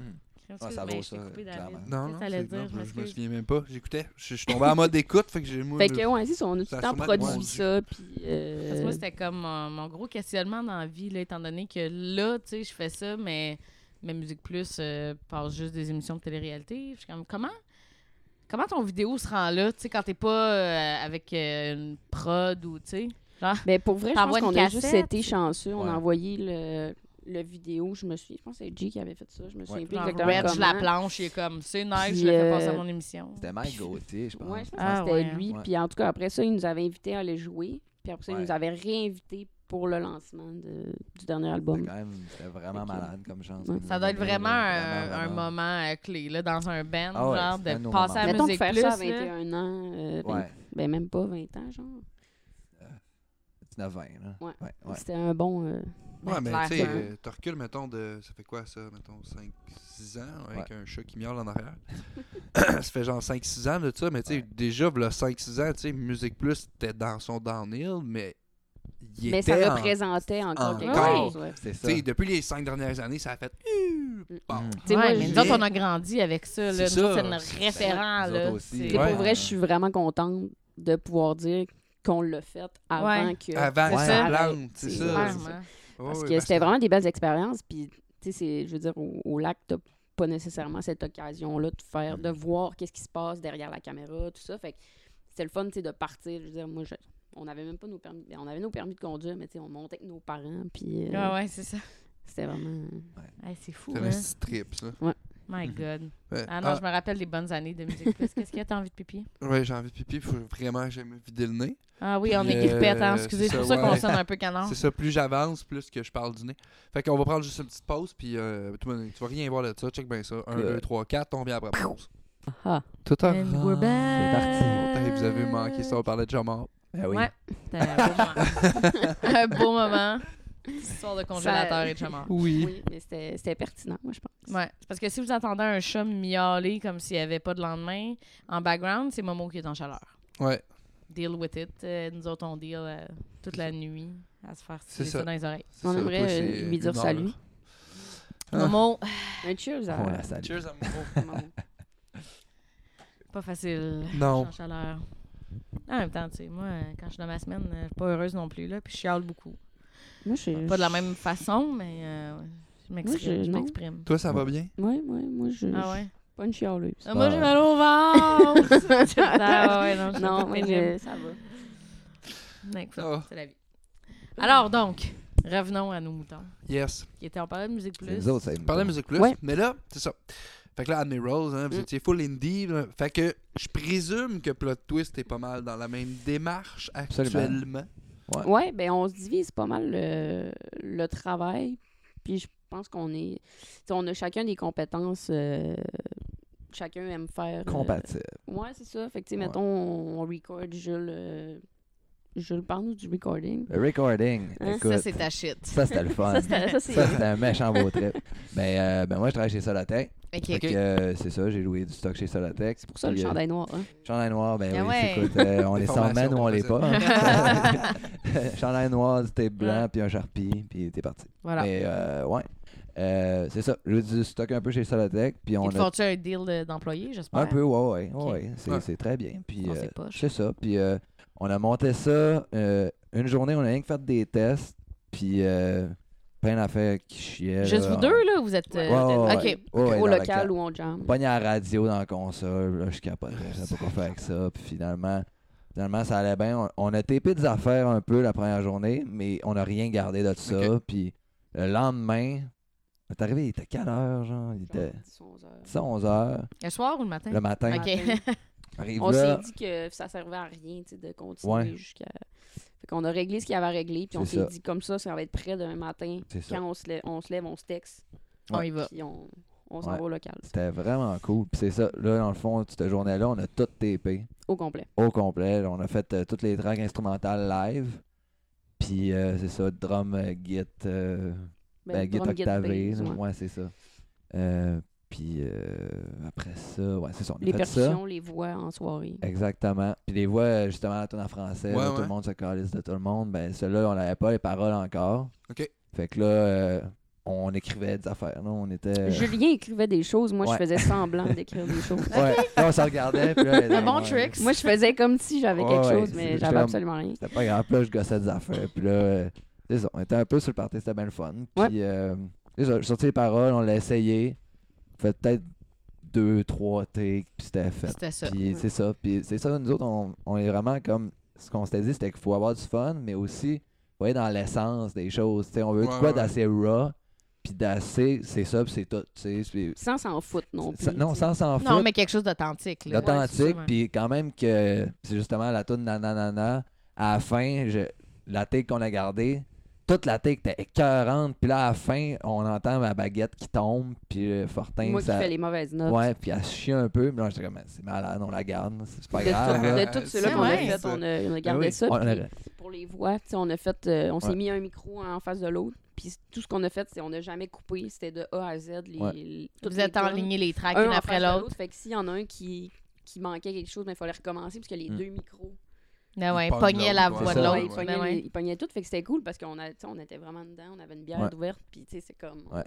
[SPEAKER 2] Ah, ça
[SPEAKER 4] Ben,
[SPEAKER 2] vaut
[SPEAKER 4] je t'ai
[SPEAKER 2] ça,
[SPEAKER 4] coupé, David.
[SPEAKER 2] clairement.
[SPEAKER 3] Non,
[SPEAKER 4] Qu'est-ce
[SPEAKER 3] non,
[SPEAKER 4] que t'allais
[SPEAKER 3] c'est-
[SPEAKER 4] dire?
[SPEAKER 3] non,
[SPEAKER 4] Je
[SPEAKER 3] je, me
[SPEAKER 4] m'excuse.
[SPEAKER 3] souviens même pas. J'écoutais. Je je suis tombé en mode écoute, fait que j'ai. moi,
[SPEAKER 1] Fait
[SPEAKER 3] le-
[SPEAKER 1] que, ouais, c'est ça, on a tout
[SPEAKER 3] Ça
[SPEAKER 1] le
[SPEAKER 3] a
[SPEAKER 1] temps
[SPEAKER 3] sûrement
[SPEAKER 1] produit
[SPEAKER 3] grandi.
[SPEAKER 1] ça. Puis.
[SPEAKER 4] Parce
[SPEAKER 1] euh,
[SPEAKER 4] que moi, c'était comme mon, mon gros questionnement dans la vie, là, étant donné que là, tu sais, je fais ça, mais, mais Musique Plus euh, passe juste des émissions de télé-réalité. Je suis comme, comment? Comment ton vidéo se rend là, tu sais, quand t'es pas euh, avec euh, une prod ou, tu sais?
[SPEAKER 1] Ben, pour vrai, je pense
[SPEAKER 4] T'envoies une
[SPEAKER 1] qu'on a juste
[SPEAKER 4] cassette.
[SPEAKER 1] été chanceux. On
[SPEAKER 2] Ouais.
[SPEAKER 1] a envoyé le, le vidéo. Je me suis. Je pense que c'est G qui avait fait ça. Je me souviens plus
[SPEAKER 4] Genre,
[SPEAKER 1] exactement.
[SPEAKER 4] Ah, Reg, la
[SPEAKER 1] comment.
[SPEAKER 4] planche, il est comme, c'est nice,
[SPEAKER 1] Puis,
[SPEAKER 4] je l'ai fait
[SPEAKER 1] euh,
[SPEAKER 4] passer à mon émission.
[SPEAKER 2] C'était Mike Gauthier, je pense.
[SPEAKER 1] Ouais, je pense
[SPEAKER 4] Ah,
[SPEAKER 1] que c'était
[SPEAKER 4] ouais, hein.
[SPEAKER 1] lui.
[SPEAKER 2] Ouais.
[SPEAKER 1] Puis en tout cas, après ça, il nous avait invités à aller jouer. Puis après ça, il
[SPEAKER 2] Ouais.
[SPEAKER 1] nous avait réinvités pour le lancement de- du dernier
[SPEAKER 2] C'était
[SPEAKER 1] album.
[SPEAKER 2] quand même c'était vraiment
[SPEAKER 1] Ok.
[SPEAKER 2] malade comme chance.
[SPEAKER 1] Ouais.
[SPEAKER 4] Ça doit être vraiment un,
[SPEAKER 2] Vraiment,
[SPEAKER 4] un
[SPEAKER 2] vraiment.
[SPEAKER 4] moment euh, clé, là, dans un band,
[SPEAKER 2] Ah ouais,
[SPEAKER 4] genre,
[SPEAKER 2] c'est un de
[SPEAKER 4] de
[SPEAKER 2] nos
[SPEAKER 4] passer
[SPEAKER 2] moments.
[SPEAKER 4] à
[SPEAKER 1] Mettons que
[SPEAKER 4] Musique
[SPEAKER 1] faire
[SPEAKER 4] Plus.
[SPEAKER 1] ça
[SPEAKER 4] là.
[SPEAKER 1] à 21 ans, euh, vingt-
[SPEAKER 2] Ouais, euh,
[SPEAKER 1] ben même pas 20 ans, genre.
[SPEAKER 2] 19 20 là.
[SPEAKER 1] Ouais.
[SPEAKER 2] Ouais, ouais.
[SPEAKER 1] C'était un bon. euh,
[SPEAKER 3] Ouais, mais
[SPEAKER 4] clair,
[SPEAKER 3] tu sais,
[SPEAKER 1] hein.
[SPEAKER 3] euh, tu recules, mettons, de. Ça fait quoi ça, mettons, 5-6 ans, avec un chat qui miaule en arrière. ça fait genre 5-6 ans de ça, mais tu sais,
[SPEAKER 2] Ouais.
[SPEAKER 3] déjà, le 5-6 ans, tu sais, Musique Plus était dans son downhill, mais. Il
[SPEAKER 1] Mais ça
[SPEAKER 3] était en-
[SPEAKER 1] représentait encore quelque
[SPEAKER 3] encore.
[SPEAKER 1] chose. ouais.
[SPEAKER 2] C'est ça.
[SPEAKER 3] Tu sais, depuis les 5 dernières années, ça a fait. Bon.
[SPEAKER 2] Mm.
[SPEAKER 1] Tu
[SPEAKER 4] Ouais,
[SPEAKER 1] sais, moi,
[SPEAKER 4] mais
[SPEAKER 1] je-
[SPEAKER 4] nous autres, on a grandi avec ça. Là.
[SPEAKER 3] C'est
[SPEAKER 4] Nous autres,
[SPEAKER 3] ça. Ben,
[SPEAKER 4] C'est notre
[SPEAKER 3] C'est-
[SPEAKER 4] référent.
[SPEAKER 2] nous
[SPEAKER 4] Là.
[SPEAKER 2] autres aussi.
[SPEAKER 4] C'est-
[SPEAKER 1] Tu sais,
[SPEAKER 3] Ouais.
[SPEAKER 1] pour vrai, je suis vraiment contente de pouvoir dire qu'on l'a fait avant
[SPEAKER 4] Ouais.
[SPEAKER 1] que.
[SPEAKER 3] Avant
[SPEAKER 2] Ouais.
[SPEAKER 3] que ça plante, c'est
[SPEAKER 1] C'est
[SPEAKER 3] ça.
[SPEAKER 1] clair.
[SPEAKER 3] Ouais,
[SPEAKER 4] Clairement.
[SPEAKER 1] Parce
[SPEAKER 3] ouais,
[SPEAKER 1] que
[SPEAKER 3] ben,
[SPEAKER 1] c'était vraiment des belles expériences. Puis, tu sais, c'est- je veux dire, au, au lac, t'as pas nécessairement cette occasion-là de faire, de voir qu'est-ce qui se passe derrière la caméra, tout ça. Fait que c'était le fun, tu sais, de partir. Je veux dire, moi, je- on avait même pas nos permis, ben, on avait nos permis de conduire, mais tu sais, on montait avec nos parents, puis euh,
[SPEAKER 4] Ah Ouais, ouais, c'est ça.
[SPEAKER 1] c'était vraiment...
[SPEAKER 4] Hey, c'est fou,
[SPEAKER 3] C'est
[SPEAKER 4] hein?
[SPEAKER 3] un petit trip, ça. Mhm.
[SPEAKER 4] My God.
[SPEAKER 3] Ouais.
[SPEAKER 4] Ah non, je me rappelle les bonnes années de Musique Plus. Qu'est-ce que t'as envie de pipi?
[SPEAKER 3] Ah, Ouais, j'ai envie de pipi, faut vraiment que j'aille me vider le nez.
[SPEAKER 4] Ah oui, on
[SPEAKER 3] Puis,
[SPEAKER 4] est guilpette, hein?
[SPEAKER 3] euh,
[SPEAKER 4] Excusez,
[SPEAKER 3] c'est
[SPEAKER 4] c'est pour
[SPEAKER 3] ça,
[SPEAKER 4] ça qu'on
[SPEAKER 3] ouais.
[SPEAKER 4] sonne un peu canard.
[SPEAKER 3] C'est ça, plus j'avance, plus que je parle du nez. Fait qu'on va prendre juste une petite pause, puis euh, tu, vas- tu vas rien voir de ça, check bien ça. 1,
[SPEAKER 2] Good.
[SPEAKER 3] 2, 3, 4, on vient après la pause.
[SPEAKER 1] Ah,
[SPEAKER 3] Tout à
[SPEAKER 4] And we're back.
[SPEAKER 3] Hey, Vous avez manqué Ah ça, on parlait de Jamar.
[SPEAKER 2] Ben oui.
[SPEAKER 4] Ouais. C'était un beau moment. un beau moment. Histoire de congélateur
[SPEAKER 1] Ça-
[SPEAKER 4] et de chamard.
[SPEAKER 3] Oui.
[SPEAKER 1] oui, mais c'était c'était pertinent, moi, je pense.
[SPEAKER 4] Ouais. C'est parce que si vous entendez un chat miauler comme s'il n'y avait pas de lendemain, en background, c'est Momo qui est en chaleur.
[SPEAKER 3] Ouais.
[SPEAKER 4] Deal with it. Euh, nous autres, on deal euh, toute la nuit à se faire tirer
[SPEAKER 3] ça.
[SPEAKER 4] ça dans les oreilles.
[SPEAKER 3] c'est
[SPEAKER 1] On
[SPEAKER 3] ça,
[SPEAKER 1] aimerait
[SPEAKER 3] toi, c'est
[SPEAKER 1] euh, lui dire
[SPEAKER 3] une heure.
[SPEAKER 1] salut.
[SPEAKER 4] Momo,
[SPEAKER 1] Un cheers à-
[SPEAKER 2] On la salue.
[SPEAKER 3] Cheers à Momo.
[SPEAKER 1] Momo.
[SPEAKER 4] pas facile.
[SPEAKER 3] Non.
[SPEAKER 4] En chaleur. En même temps, tu sais, moi, euh, quand je suis dans ma semaine, euh, je suis pas heureuse non plus, là, puis je chiale beaucoup.
[SPEAKER 1] Moi, Euh, je.
[SPEAKER 4] Pas de la même façon, mais euh, je m'exprime.
[SPEAKER 1] je-
[SPEAKER 4] Je
[SPEAKER 1] non.
[SPEAKER 4] m'exprime.
[SPEAKER 3] Toi, ça va bien?
[SPEAKER 1] Ouais, ouais, moi, je.
[SPEAKER 4] Ah ouais?
[SPEAKER 1] je suis Pas une chialeuse.
[SPEAKER 4] Ah, moi, j'ai mal au ventre! ah ouais, non, je suis
[SPEAKER 1] Non,
[SPEAKER 4] pas
[SPEAKER 1] moi,
[SPEAKER 4] terrible.
[SPEAKER 1] je- ça va.
[SPEAKER 4] Mec, ça,
[SPEAKER 3] Ah.
[SPEAKER 4] c'est la vie. Alors donc, revenons à nos moutons.
[SPEAKER 3] Ah, Yes.
[SPEAKER 4] Qui était, on parlait de musique
[SPEAKER 2] Les
[SPEAKER 4] plus.
[SPEAKER 2] autres, ça
[SPEAKER 3] On parlait musique plus,
[SPEAKER 1] Ouais.
[SPEAKER 3] mais là, c'est ça. Fait que là, Admirals, hein, vous
[SPEAKER 1] Mm.
[SPEAKER 3] étiez full indie. là. Fait que je présume que Plot Twist est pas mal dans la même démarche
[SPEAKER 2] Absolument.
[SPEAKER 3] actuellement.
[SPEAKER 1] Ouais, ben on se divise pas mal le, le travail. Puis je pense qu'on est. t'sais, on a chacun des compétences. euh, chacun aime faire. euh,
[SPEAKER 2] compatible.
[SPEAKER 1] ouais, c'est ça. Fait que, tu sais,
[SPEAKER 2] Ouais.
[SPEAKER 1] mettons, on, on record Jules. euh, Jules, parle-nous du recording.
[SPEAKER 2] Le recording,
[SPEAKER 1] Hein,
[SPEAKER 2] écoute,
[SPEAKER 4] Ah, Ça, c'est ta shit.
[SPEAKER 2] ça, c'était le fun.
[SPEAKER 1] Ça, c'était ça, c'est-
[SPEAKER 2] Ça, c'était un méchant beau trip. Mais euh, ben, moi, je travaille chez Solatech.
[SPEAKER 4] Ok.
[SPEAKER 2] Fait que, euh, c'est ça, j'ai loué du stock chez Solatech.
[SPEAKER 1] c'est pour ça le chandail noir. hein.
[SPEAKER 2] Chandail noir, ben
[SPEAKER 4] Ah
[SPEAKER 2] oui,
[SPEAKER 4] ouais.
[SPEAKER 2] écoute, euh, on
[SPEAKER 3] Des
[SPEAKER 2] les
[SPEAKER 3] formations
[SPEAKER 2] s'emmène ou on les pas.
[SPEAKER 4] professionnelles.
[SPEAKER 2] Chandail noir, du tape blanc,
[SPEAKER 4] Ouais.
[SPEAKER 2] puis un charpie, puis t'es parti.
[SPEAKER 4] Voilà.
[SPEAKER 2] Mais euh, ouais, Euh, c'est ça, j'ai du stock un peu chez Solatech, puis on
[SPEAKER 4] Ils te
[SPEAKER 2] a...
[SPEAKER 4] font-tu un deal de- d'employé, j'espère?
[SPEAKER 2] Un peu, ouais, ouais, ouais,
[SPEAKER 4] Ok.
[SPEAKER 2] ouais, c'est
[SPEAKER 3] Ouais.
[SPEAKER 2] c'est très bien. Puis,
[SPEAKER 4] On
[SPEAKER 2] euh,
[SPEAKER 4] sait pas, je-
[SPEAKER 2] c'est ça, puis euh, on a monté ça, euh, une journée, on a rien que fait des tests, puis euh, plein d'affaires qui chiaient.
[SPEAKER 4] Juste
[SPEAKER 2] là.
[SPEAKER 4] vous deux, là, vous êtes... euh,
[SPEAKER 2] Ouais, ouais, ouais.
[SPEAKER 4] ok.
[SPEAKER 2] Ouais, ouais,
[SPEAKER 1] Au
[SPEAKER 2] dans la
[SPEAKER 1] local
[SPEAKER 2] ca-
[SPEAKER 1] où on jam.
[SPEAKER 2] Pogné à la radio dans la console, là, je capotais, je savais pas quoi faire avec ça. Puis finalement, finalement ça allait bien. On, on a tapé des affaires un peu la première journée, mais on n'a rien gardé de ça.
[SPEAKER 3] Ok.
[SPEAKER 2] Puis le lendemain, on est arrivé, il était quelle heure, genre? Il était
[SPEAKER 1] 11 heures.
[SPEAKER 2] 11 h
[SPEAKER 4] Le soir ou le matin?
[SPEAKER 2] le matin.
[SPEAKER 4] Ok.
[SPEAKER 2] Arrive
[SPEAKER 1] On
[SPEAKER 2] là,
[SPEAKER 1] s'est dit que ça servait à rien tu sais, de continuer
[SPEAKER 2] Ouais.
[SPEAKER 1] jusqu'à. Fait qu'on a réglé ce qu'il y avait à régler, puis on
[SPEAKER 2] C'est
[SPEAKER 1] s'est
[SPEAKER 2] ça.
[SPEAKER 1] dit comme ça, ça va être prêt demain matin.
[SPEAKER 2] c'est ça.
[SPEAKER 1] Quand on se, lève, on se lève, on se texte,
[SPEAKER 4] On y va.
[SPEAKER 1] puis on, on s'en
[SPEAKER 2] Ouais.
[SPEAKER 1] va au local.
[SPEAKER 2] C'était vraiment cool. Puis c'est ça, là, dans le fond, cette journée-là, on a tout tapé.
[SPEAKER 1] Au complet.
[SPEAKER 2] au complet. On a fait euh, toutes les tracks instrumentales live. Puis euh, c'est ça, drum, euh, git, euh, ben,
[SPEAKER 1] le
[SPEAKER 2] git
[SPEAKER 1] drum,
[SPEAKER 2] octavé.
[SPEAKER 1] bass,
[SPEAKER 2] là.
[SPEAKER 1] ouais.
[SPEAKER 2] ouais, c'est ça. Euh, puis euh, après ça, ouais, c'est ça. On a
[SPEAKER 1] Les
[SPEAKER 2] fait ça.
[SPEAKER 1] percussions, les voix en soirée.
[SPEAKER 2] Exactement. Puis les voix, euh, justement, la tune en français,
[SPEAKER 3] Ouais,
[SPEAKER 2] là, tout
[SPEAKER 3] ouais.
[SPEAKER 2] le monde se calisse de tout le monde. Ben, celle-là, on n'avait pas les paroles encore.
[SPEAKER 3] OK.
[SPEAKER 2] Fait que là, euh, on écrivait des affaires. Là. On était.
[SPEAKER 1] Julien écrivait des choses, moi
[SPEAKER 2] euh, Ouais.
[SPEAKER 1] je faisais semblant d'écrire des choses.
[SPEAKER 2] Ouais. Là, on se regardait. Puis là,
[SPEAKER 4] Un bon
[SPEAKER 2] ouais.
[SPEAKER 4] trick.
[SPEAKER 1] Moi je faisais comme si j'avais
[SPEAKER 2] Ouais,
[SPEAKER 1] quelque
[SPEAKER 2] ouais,
[SPEAKER 1] chose,
[SPEAKER 2] c'est-
[SPEAKER 1] mais
[SPEAKER 2] j'étais
[SPEAKER 1] j'avais
[SPEAKER 2] comme-
[SPEAKER 1] absolument rien.
[SPEAKER 2] C'était pas grave, puis là, je gossais des affaires. Puis là, euh, c'est ça, on était un peu sur le party, c'était bien le fun. Puis, euh, c'est ça, j'ai sorti les paroles, on l'a essayé. Fait peut-être deux, trois takes, puis c'était fait.
[SPEAKER 4] C'était ça.
[SPEAKER 2] Puis c'est ça, puis c'est ça, nous autres, on, on est vraiment comme. Ce qu'on s'était dit, c'était qu'il faut avoir du fun, mais aussi, vous voyez, dans l'essence des choses. Tu sais, on
[SPEAKER 3] Ouais,
[SPEAKER 2] veut de quoi
[SPEAKER 3] ouais.
[SPEAKER 2] d'assez raw, puis d'assez, c'est ça, puis c'est tout. tu sais, puis-
[SPEAKER 1] Sans s'en foutre non plus.
[SPEAKER 2] ça- non,
[SPEAKER 1] tu sais.
[SPEAKER 2] sans s'en foutre.
[SPEAKER 4] Non, mais quelque chose d'authentique. là.
[SPEAKER 2] L'authentique,
[SPEAKER 4] Ouais,
[SPEAKER 2] puis quand même que c'est justement la toune nananana, à la fin, je- la take qu'on a gardée, toute la take était écœurante, puis là, à la fin, on entend ma baguette qui tombe, puis euh, Fortin,
[SPEAKER 1] Moi qui
[SPEAKER 2] ça...
[SPEAKER 1] fais les mauvaises notes.
[SPEAKER 2] Ouais, puis elle se chie un peu, mais là, j'étais comme, ben, c'est malade, on la garde, c'est pas
[SPEAKER 1] De, tout-
[SPEAKER 2] grave. là. Ben
[SPEAKER 1] de tout cela
[SPEAKER 4] Ah,
[SPEAKER 1] qu'on a
[SPEAKER 4] ouais.
[SPEAKER 1] fait, on a, on a gardé
[SPEAKER 3] oui.
[SPEAKER 1] ça.
[SPEAKER 2] On
[SPEAKER 1] puis-
[SPEAKER 2] a-
[SPEAKER 1] pour les voix, tu sais, on a fait, euh, on s'est
[SPEAKER 2] Ouais.
[SPEAKER 1] mis un micro en face de l'autre, puis tout ce qu'on a fait, c'est on n'a jamais coupé, c'était de A à Z. Les,
[SPEAKER 2] Ouais.
[SPEAKER 1] les- toutes
[SPEAKER 4] Vous
[SPEAKER 1] les
[SPEAKER 4] êtes en
[SPEAKER 1] tonnes,
[SPEAKER 4] ligne les tracks
[SPEAKER 1] un
[SPEAKER 4] une
[SPEAKER 1] en
[SPEAKER 4] après
[SPEAKER 1] face de
[SPEAKER 4] l'autre.
[SPEAKER 1] Fait que s'il y en a un qui, qui manquait quelque chose, ben, il fallait recommencer parce que les
[SPEAKER 2] Mm.
[SPEAKER 1] deux micros,
[SPEAKER 4] Ah ouais,
[SPEAKER 3] Ils pognent
[SPEAKER 4] pognaient la
[SPEAKER 3] l'autre,
[SPEAKER 4] voix de
[SPEAKER 2] ouais.
[SPEAKER 1] ouais,
[SPEAKER 4] l'autre.
[SPEAKER 1] ils, pognaient,
[SPEAKER 4] Ben ouais.
[SPEAKER 1] les- ils pognaient tout, fait que c'était cool parce qu'on a, tu sais, on était vraiment dedans, on avait une bière
[SPEAKER 2] Ouais.
[SPEAKER 1] ouverte, puis tu sais, c'est comme
[SPEAKER 2] Ouais.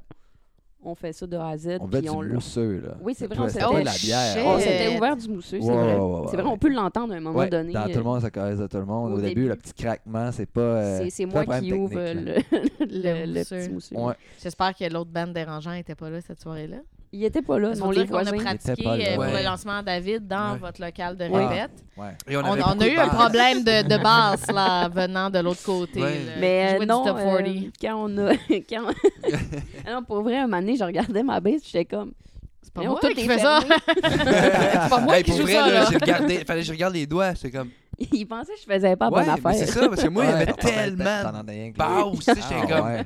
[SPEAKER 1] on fait ça de A à Z,
[SPEAKER 2] On fait
[SPEAKER 1] puis
[SPEAKER 2] du
[SPEAKER 1] on l'a-
[SPEAKER 2] mousseux, là.
[SPEAKER 1] Oui, c'est vrai,
[SPEAKER 2] C'était
[SPEAKER 1] on
[SPEAKER 2] pas
[SPEAKER 4] s'était-
[SPEAKER 2] de la bière.
[SPEAKER 1] on
[SPEAKER 4] Shit.
[SPEAKER 1] s'était ouvert du mousseux, c'est
[SPEAKER 2] Ouais,
[SPEAKER 1] vrai.
[SPEAKER 2] ouais, ouais, ouais,
[SPEAKER 1] c'est vrai, on
[SPEAKER 2] ouais.
[SPEAKER 1] peut l'entendre à un moment
[SPEAKER 2] Ouais,
[SPEAKER 1] donné. euh,
[SPEAKER 2] Dans tout le monde, ça caresse de tout le monde.
[SPEAKER 1] au
[SPEAKER 2] Au, début,
[SPEAKER 1] début.
[SPEAKER 2] le petit craquement, c'est pas. euh,
[SPEAKER 1] c'est- c'est
[SPEAKER 2] pas
[SPEAKER 1] moi
[SPEAKER 2] un
[SPEAKER 1] qui
[SPEAKER 2] problème
[SPEAKER 1] ouvre
[SPEAKER 2] technique, là.
[SPEAKER 1] le, le,
[SPEAKER 4] Le
[SPEAKER 1] le
[SPEAKER 4] mousseux.
[SPEAKER 1] petit mousseux.
[SPEAKER 2] Ouais.
[SPEAKER 4] J'espère que l'autre bande dérangeant n'était pas là cette soirée-là.
[SPEAKER 1] Il était pas là,
[SPEAKER 4] Parce
[SPEAKER 1] non,
[SPEAKER 4] qu'on
[SPEAKER 1] les
[SPEAKER 4] dirait qu'on a
[SPEAKER 1] voisins.
[SPEAKER 4] pratiqué
[SPEAKER 2] pas là.
[SPEAKER 4] euh, pour
[SPEAKER 3] Ouais.
[SPEAKER 4] le lancement à David dans
[SPEAKER 3] Ouais.
[SPEAKER 4] votre local de
[SPEAKER 2] Ouais.
[SPEAKER 4] répète.
[SPEAKER 2] Ouais.
[SPEAKER 3] Et
[SPEAKER 4] On,
[SPEAKER 3] avait
[SPEAKER 4] on
[SPEAKER 3] beaucoup
[SPEAKER 4] a
[SPEAKER 3] de
[SPEAKER 4] eu un
[SPEAKER 3] balles.
[SPEAKER 4] problème de, de basse là, venant de l'autre côté.
[SPEAKER 3] Ouais.
[SPEAKER 4] là,
[SPEAKER 1] Mais
[SPEAKER 4] qui
[SPEAKER 1] euh,
[SPEAKER 4] jouait du
[SPEAKER 1] non,
[SPEAKER 4] top 40.
[SPEAKER 1] euh, quand on a. quand- Ah non, pour vrai, un moment donné, je regardais ma base, j'étais comme.
[SPEAKER 4] c'est pas
[SPEAKER 1] Mais on
[SPEAKER 4] moi
[SPEAKER 1] toutes
[SPEAKER 4] qui
[SPEAKER 1] les
[SPEAKER 4] fais ça.
[SPEAKER 1] fermées.
[SPEAKER 4] c'est pas moi
[SPEAKER 3] Hey,
[SPEAKER 4] qui
[SPEAKER 3] pour
[SPEAKER 4] joue
[SPEAKER 3] vrai,
[SPEAKER 4] ça.
[SPEAKER 3] là,
[SPEAKER 4] Là.
[SPEAKER 3] j'ai regardé, fallait que je regarde les doigts, c'est comme
[SPEAKER 1] Il pensait que je faisais
[SPEAKER 4] Ah,
[SPEAKER 1] pas
[SPEAKER 3] ouais,
[SPEAKER 1] bonne
[SPEAKER 3] mais
[SPEAKER 1] affaire.
[SPEAKER 3] c'est ça parce que moi il y
[SPEAKER 2] Ouais,
[SPEAKER 3] avait
[SPEAKER 2] t'en entendais-
[SPEAKER 3] tellement
[SPEAKER 2] t'en
[SPEAKER 3] de
[SPEAKER 2] entendais rien que-
[SPEAKER 3] bases, tu sais, j'étais
[SPEAKER 2] Ah,
[SPEAKER 3] comme
[SPEAKER 2] ouais.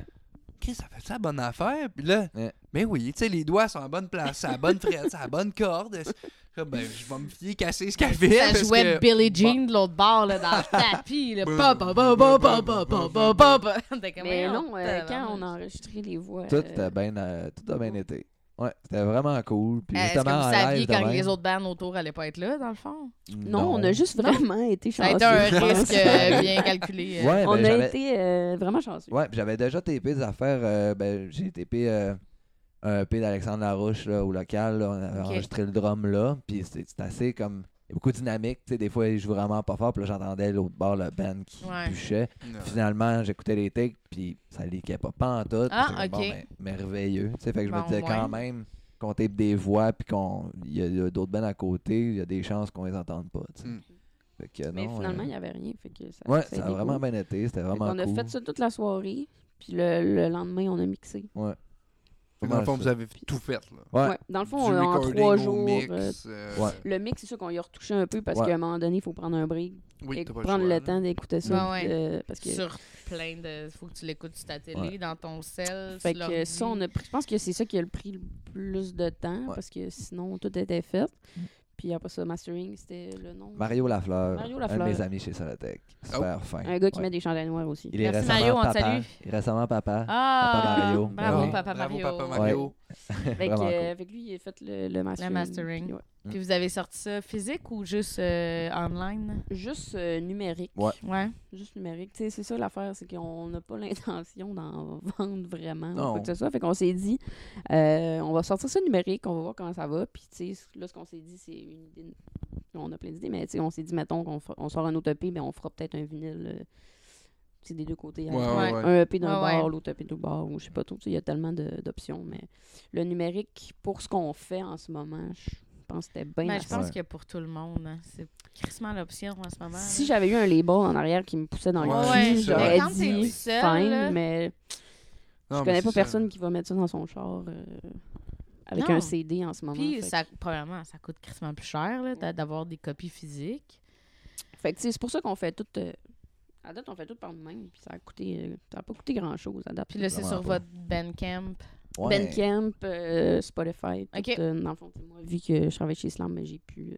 [SPEAKER 3] Qu'est-ce que ça fait ça bonne affaire puis là
[SPEAKER 2] Ouais.
[SPEAKER 3] mais oui, tu sais les doigts sont à la bonne place, à la bonne frette, à la bonne corde. Comme, ben, je vais me fier casser ce qu'elle fait
[SPEAKER 4] Ça
[SPEAKER 3] parce que-
[SPEAKER 4] jouait Billie Jean de l'autre bord là, dans le tapis. Là. Pa, pa, pa, pa, pa, pa, pa, pa, pa, pa. T'es comme,
[SPEAKER 1] Mais
[SPEAKER 4] voyons,
[SPEAKER 1] non, euh,
[SPEAKER 4] tabarnak.
[SPEAKER 1] quand on a enregistré les voix.
[SPEAKER 2] Tout
[SPEAKER 1] euh,
[SPEAKER 2] était bien, euh, tout a bien été. Ouais, c'était vraiment cool. Puis
[SPEAKER 4] Euh, Est-ce que
[SPEAKER 2] justement,
[SPEAKER 4] vous
[SPEAKER 2] en
[SPEAKER 4] saviez
[SPEAKER 2] live de
[SPEAKER 4] quand
[SPEAKER 2] même, Mm,
[SPEAKER 4] les autres bandes autour allaient pas être là, dans le fond?
[SPEAKER 1] Non, on a juste vraiment été
[SPEAKER 4] Ça a
[SPEAKER 1] chanceux.
[SPEAKER 4] été un
[SPEAKER 1] je pense.
[SPEAKER 4] risque euh, bien calculé. euh.
[SPEAKER 2] Ouais,
[SPEAKER 1] On
[SPEAKER 2] ben,
[SPEAKER 1] a
[SPEAKER 2] j'avais-
[SPEAKER 1] été euh, vraiment chanceux.
[SPEAKER 2] Ouais, puis j'avais déjà tapé des affaires. euh, ben, j'ai tapé euh, un EP d'Alexandre Larouche là, au local. là, on avait
[SPEAKER 4] Ok.
[SPEAKER 2] enregistré le drum là. Puis c'est c'est assez comme. Il y a beaucoup de dynamique. tu sais, des fois, il joue vraiment pas fort. Puis là, j'entendais l'autre bord, le band qui
[SPEAKER 4] Ouais.
[SPEAKER 2] bûchait.
[SPEAKER 3] Non.
[SPEAKER 2] Finalement, j'écoutais les takes, puis ça liquait pas pantoute.
[SPEAKER 4] Ah,
[SPEAKER 2] J'étais comme,
[SPEAKER 4] ok.
[SPEAKER 2] ben, merveilleux. Tu sais, fait que je
[SPEAKER 4] Bon,
[SPEAKER 2] me disais
[SPEAKER 4] ouais.
[SPEAKER 2] quand même qu'on tape des voix, puis qu'on il y a, il y a d'autres bands à côté, il y a des chances qu'on les entende pas. tu sais.
[SPEAKER 3] Mm.
[SPEAKER 2] Fait que
[SPEAKER 1] Mais
[SPEAKER 2] non,
[SPEAKER 1] finalement,
[SPEAKER 2] euh,
[SPEAKER 1] il n'y avait rien. Fait que ça,
[SPEAKER 2] ouais, ça
[SPEAKER 1] ça a
[SPEAKER 2] a
[SPEAKER 1] été
[SPEAKER 2] vraiment
[SPEAKER 1] cool.
[SPEAKER 2] bien été, c'était
[SPEAKER 1] Fait
[SPEAKER 2] vraiment
[SPEAKER 1] qu'on a
[SPEAKER 2] cool.
[SPEAKER 1] fait ça toute la soirée, puis le, le lendemain, on a mixé.
[SPEAKER 3] Fait que Dans le fond,
[SPEAKER 2] Ouais,
[SPEAKER 3] vous avez tout fait. Là.
[SPEAKER 2] Ouais.
[SPEAKER 1] Ouais, dans le fond,
[SPEAKER 3] Du
[SPEAKER 1] on a en
[SPEAKER 3] recording
[SPEAKER 1] trois
[SPEAKER 3] au
[SPEAKER 1] jours.
[SPEAKER 3] mix,
[SPEAKER 1] euh,
[SPEAKER 3] euh,
[SPEAKER 2] Ouais.
[SPEAKER 1] le mix, c'est sûr qu'on y a retouché un peu parce
[SPEAKER 2] Ouais.
[SPEAKER 1] qu'à un moment donné, il faut prendre un break
[SPEAKER 3] Oui,
[SPEAKER 1] et
[SPEAKER 3] t'as pas
[SPEAKER 1] prendre
[SPEAKER 3] le, choix, hein.
[SPEAKER 1] le
[SPEAKER 3] là.
[SPEAKER 1] temps d'écouter ça.
[SPEAKER 4] Ouais,
[SPEAKER 1] puis, euh, parce que,
[SPEAKER 4] Sur plein de. Faut que tu l'écoutes sur ta télé,
[SPEAKER 2] Ouais.
[SPEAKER 4] dans ton sel.
[SPEAKER 1] fait
[SPEAKER 4] sur
[SPEAKER 1] que ça, on
[SPEAKER 4] l'ordi.
[SPEAKER 1] a pris- je pense que c'est ça qui a le pris le plus de temps
[SPEAKER 2] Ouais.
[SPEAKER 1] parce que sinon, tout était fait. Puis après ça, mastering, c'était le nom.
[SPEAKER 2] Mario Lafleur,
[SPEAKER 1] Mario
[SPEAKER 2] un de mes
[SPEAKER 1] Lafleur.
[SPEAKER 2] amis chez Solotech.
[SPEAKER 3] Oh.
[SPEAKER 2] Super fin.
[SPEAKER 1] Un gars qui
[SPEAKER 2] Ouais.
[SPEAKER 1] met des chandelles noires aussi.
[SPEAKER 2] Il est
[SPEAKER 4] Merci,
[SPEAKER 2] récemment
[SPEAKER 4] Mario, on te
[SPEAKER 2] papa.
[SPEAKER 4] salue.
[SPEAKER 2] Il est récemment papa.
[SPEAKER 4] Ah!
[SPEAKER 2] Papa Mario,
[SPEAKER 4] Bravo,
[SPEAKER 2] ben oui.
[SPEAKER 4] Papa
[SPEAKER 3] Bravo,
[SPEAKER 4] Mario.
[SPEAKER 3] Papa Mario.
[SPEAKER 1] Fait que,
[SPEAKER 2] Vraiment
[SPEAKER 1] euh, fait que lui, il a fait le, le mastering.
[SPEAKER 4] mastering.
[SPEAKER 1] puis ouais.
[SPEAKER 4] Puis vous avez sorti ça physique ou juste euh, online?
[SPEAKER 1] Juste euh, numérique.
[SPEAKER 2] Ouais.
[SPEAKER 4] Ouais.
[SPEAKER 1] Juste numérique. Tu sais, c'est ça l'affaire, c'est qu'on n'a pas l'intention d'en vendre vraiment.
[SPEAKER 2] Non.
[SPEAKER 1] Quoi que ce soit. Fait qu'on s'est dit, euh, on va sortir ça numérique, on va voir comment ça va. Puis, tu sais, là, ce qu'on s'est dit, c'est une idée. On a plein d'idées, mais tu sais, on s'est dit, mettons qu'on fa- on sort un autre EP, mais on fera peut-être un vinyle. euh, tu sais, des deux côtés.
[SPEAKER 3] Ouais,
[SPEAKER 1] avec
[SPEAKER 3] ouais, ouais.
[SPEAKER 1] Un EP d'un
[SPEAKER 4] Ouais, ouais.
[SPEAKER 1] bord, l'autre EP de l'autre bord, ou je sais pas trop. tu sais, Il y a tellement de- d'options. Mais le numérique, pour ce qu'on fait en ce moment, je pense que c'était bien
[SPEAKER 4] Ben, je
[SPEAKER 1] assez.
[SPEAKER 4] pense
[SPEAKER 2] Ouais.
[SPEAKER 4] que pour tout le monde, hein, c'est crissement l'option en ce moment.
[SPEAKER 1] Si
[SPEAKER 4] là.
[SPEAKER 1] j'avais eu un label en arrière qui me poussait dans le
[SPEAKER 3] Ouais,
[SPEAKER 1] cul,
[SPEAKER 3] c'est ça.
[SPEAKER 1] j'aurais
[SPEAKER 3] Mais quand t'es
[SPEAKER 1] dit
[SPEAKER 4] seul,
[SPEAKER 1] fine,
[SPEAKER 4] là-
[SPEAKER 1] mais
[SPEAKER 3] Non,
[SPEAKER 1] je
[SPEAKER 3] mais
[SPEAKER 1] connais pas
[SPEAKER 3] c'est ça.
[SPEAKER 1] personne qui va mettre ça dans son char euh, avec
[SPEAKER 4] Non.
[SPEAKER 1] un CD en ce moment.
[SPEAKER 4] Puis,
[SPEAKER 1] fait,
[SPEAKER 4] ça, premièrement, ça coûte crissement plus cher là, d'a- d'avoir des copies physiques.
[SPEAKER 1] que- fait que, tu sais, c'est pour ça qu'on fait tout. euh, à date, on fait tout par nous-mêmes, puis ça a coûté, euh, ça a pas coûté grand-chose à date.
[SPEAKER 4] Puis là, c'est
[SPEAKER 2] Vraiment
[SPEAKER 4] sur
[SPEAKER 2] pas.
[SPEAKER 4] votre Bandcamp.
[SPEAKER 2] Ouais.
[SPEAKER 1] Bandcamp, euh, Spotify, tout,
[SPEAKER 4] Ok.
[SPEAKER 1] euh, dans le fond, tu sais, moi, vu que je travaille chez Slam, mais j'ai pu. euh,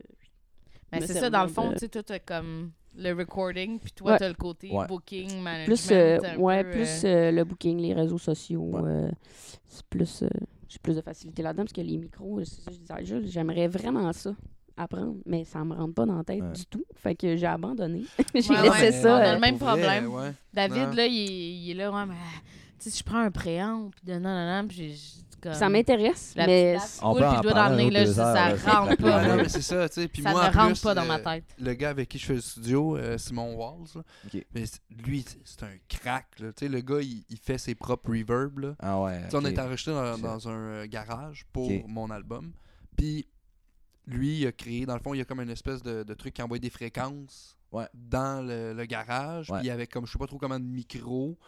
[SPEAKER 4] Ben,
[SPEAKER 1] Me
[SPEAKER 4] c'est ça, dans le
[SPEAKER 1] servir
[SPEAKER 4] fond,
[SPEAKER 1] de-
[SPEAKER 4] tu sais, toi, t'as comme le recording, puis toi,
[SPEAKER 1] Ouais.
[SPEAKER 4] t'as le côté
[SPEAKER 2] Ouais.
[SPEAKER 4] booking, management.
[SPEAKER 1] plus euh,
[SPEAKER 4] un
[SPEAKER 1] ouais,
[SPEAKER 4] peu,
[SPEAKER 1] plus
[SPEAKER 4] euh,
[SPEAKER 1] euh, le booking, les réseaux sociaux.
[SPEAKER 2] Ouais.
[SPEAKER 1] euh, c'est plus euh, j'ai plus de facilité là-dedans parce que les micros, euh, c'est ça que je disais à Jules, j'aimerais vraiment ça apprendre, mais ça me rentre pas dans la tête
[SPEAKER 2] Ouais.
[SPEAKER 1] du tout. Fait que j'ai abandonné. j'ai
[SPEAKER 4] Ouais,
[SPEAKER 1] laissé
[SPEAKER 4] ouais.
[SPEAKER 1] ça.
[SPEAKER 4] On a
[SPEAKER 1] euh,
[SPEAKER 4] le même
[SPEAKER 3] Pour vrai,
[SPEAKER 4] problème.
[SPEAKER 3] ouais.
[SPEAKER 4] David,
[SPEAKER 3] Non.
[SPEAKER 4] là, il, est- il est là, ouais, mais ah, tu sais, si je prends un préamble, puis de non, non, non, puis j'ai- j'ai comme.
[SPEAKER 1] ça m'intéresse,
[SPEAKER 4] euh, La
[SPEAKER 1] mais
[SPEAKER 4] petite
[SPEAKER 1] c'est-
[SPEAKER 2] On
[SPEAKER 4] poule,
[SPEAKER 2] peut
[SPEAKER 4] puis
[SPEAKER 2] en
[SPEAKER 4] le doigt dans le
[SPEAKER 2] parler
[SPEAKER 4] nez,
[SPEAKER 2] aux
[SPEAKER 4] là,
[SPEAKER 2] deux
[SPEAKER 4] ça,
[SPEAKER 2] heures,
[SPEAKER 4] ça
[SPEAKER 2] là, c'est
[SPEAKER 4] rentre
[SPEAKER 2] clair.
[SPEAKER 4] pas.
[SPEAKER 3] Ouais,
[SPEAKER 4] là.
[SPEAKER 3] non, mais c'est ça, tu sais. Puis
[SPEAKER 4] ça
[SPEAKER 3] moi,
[SPEAKER 4] ne
[SPEAKER 3] en
[SPEAKER 4] rentre
[SPEAKER 3] plus,
[SPEAKER 4] pas dans ma
[SPEAKER 3] euh,
[SPEAKER 4] tête.
[SPEAKER 3] le gars avec qui je fais le studio, euh, Simon Walls, là,
[SPEAKER 2] Ok.
[SPEAKER 3] mais c'est- lui, c'est- c'est un crack. Là. Tu sais, Le gars, il, il fait ses propres reverbs. Là.
[SPEAKER 2] Ah ouais.
[SPEAKER 3] Tu sais, On
[SPEAKER 2] ok.
[SPEAKER 3] est enregistré dans,
[SPEAKER 2] C'est-
[SPEAKER 3] dans un euh, garage pour
[SPEAKER 2] Ok.
[SPEAKER 3] mon album. Puis lui, il a créé, dans le fond, il y a comme une espèce de, de truc qui envoie des fréquences
[SPEAKER 2] Ouais.
[SPEAKER 3] dans le, le garage.
[SPEAKER 2] Ouais.
[SPEAKER 3] Puis avec comme je sais pas trop comment de micro,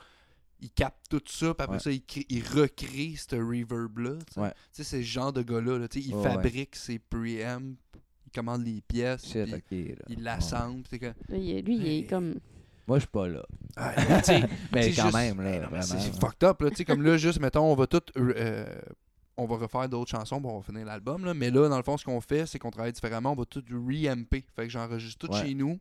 [SPEAKER 3] il capte tout ça. Puis après
[SPEAKER 2] Ouais.
[SPEAKER 3] ça, il, crée- il recrée ce reverb-là. tu sais.
[SPEAKER 2] Ouais.
[SPEAKER 3] Tu sais, c'est ce genre de gars-là. là, tu sais, il
[SPEAKER 2] Ouais, ouais.
[SPEAKER 3] fabrique ses preamps, il commande les pièces.
[SPEAKER 2] Shit,
[SPEAKER 3] puis
[SPEAKER 2] ok, là.
[SPEAKER 3] Il l'assemble, puis t'es comme.
[SPEAKER 1] là, il- lui, il est
[SPEAKER 3] Hey.
[SPEAKER 1] comme
[SPEAKER 2] Moi, je suis pas là.
[SPEAKER 3] Ah, tu sais,
[SPEAKER 2] Mais
[SPEAKER 3] C'est
[SPEAKER 2] quand
[SPEAKER 3] juste-
[SPEAKER 2] même, là,
[SPEAKER 3] Hey, non, mais
[SPEAKER 2] vraiment.
[SPEAKER 3] C'est c'est
[SPEAKER 2] là.
[SPEAKER 3] fucked up, là. Tu sais, comme là, juste, mettons, on va tout. euh, on va refaire d'autres chansons, puis on va finir l'album, là. Mais là, dans le fond, ce qu'on fait, c'est qu'on travaille différemment, on va tout re-amper. Fait que j'enregistre tout
[SPEAKER 2] Ouais.
[SPEAKER 3] chez nous.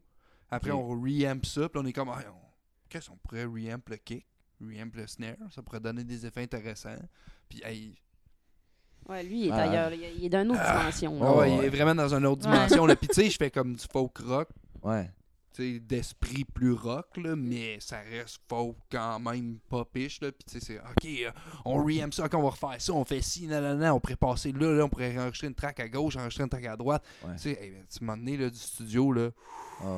[SPEAKER 3] Après,
[SPEAKER 2] Ok.
[SPEAKER 3] on re-amp ça, puis on est comme, Ah, on- qu'est-ce qu'on pourrait re-amp le kick, re-amp le snare, ça pourrait donner des effets intéressants. Puis, hey,
[SPEAKER 1] ouais, lui, il est
[SPEAKER 2] Ah.
[SPEAKER 1] ailleurs, là, il est- il est d'une autre dimension. là.
[SPEAKER 3] ah ouais, il
[SPEAKER 2] ouais.
[SPEAKER 3] est vraiment dans une autre
[SPEAKER 4] Ouais.
[SPEAKER 3] dimension, là. Puis, tu sais, je fais comme du folk rock,
[SPEAKER 2] Ouais.
[SPEAKER 3] tu sais, d'esprit plus rock, là, mais ça reste folk quand même pas piche. Là, puis tu sais, c'est OK, euh, on re-aime ça, OK, on va refaire ça, on fait ci, nan, nan, nan, on pourrait passer là, là, on pourrait enregistrer une track à gauche, enregistrer une track à droite.
[SPEAKER 2] Ouais.
[SPEAKER 3] Tu sais, hey, ben, tu m'as donné là, du studio, là.
[SPEAKER 2] Ah ouais.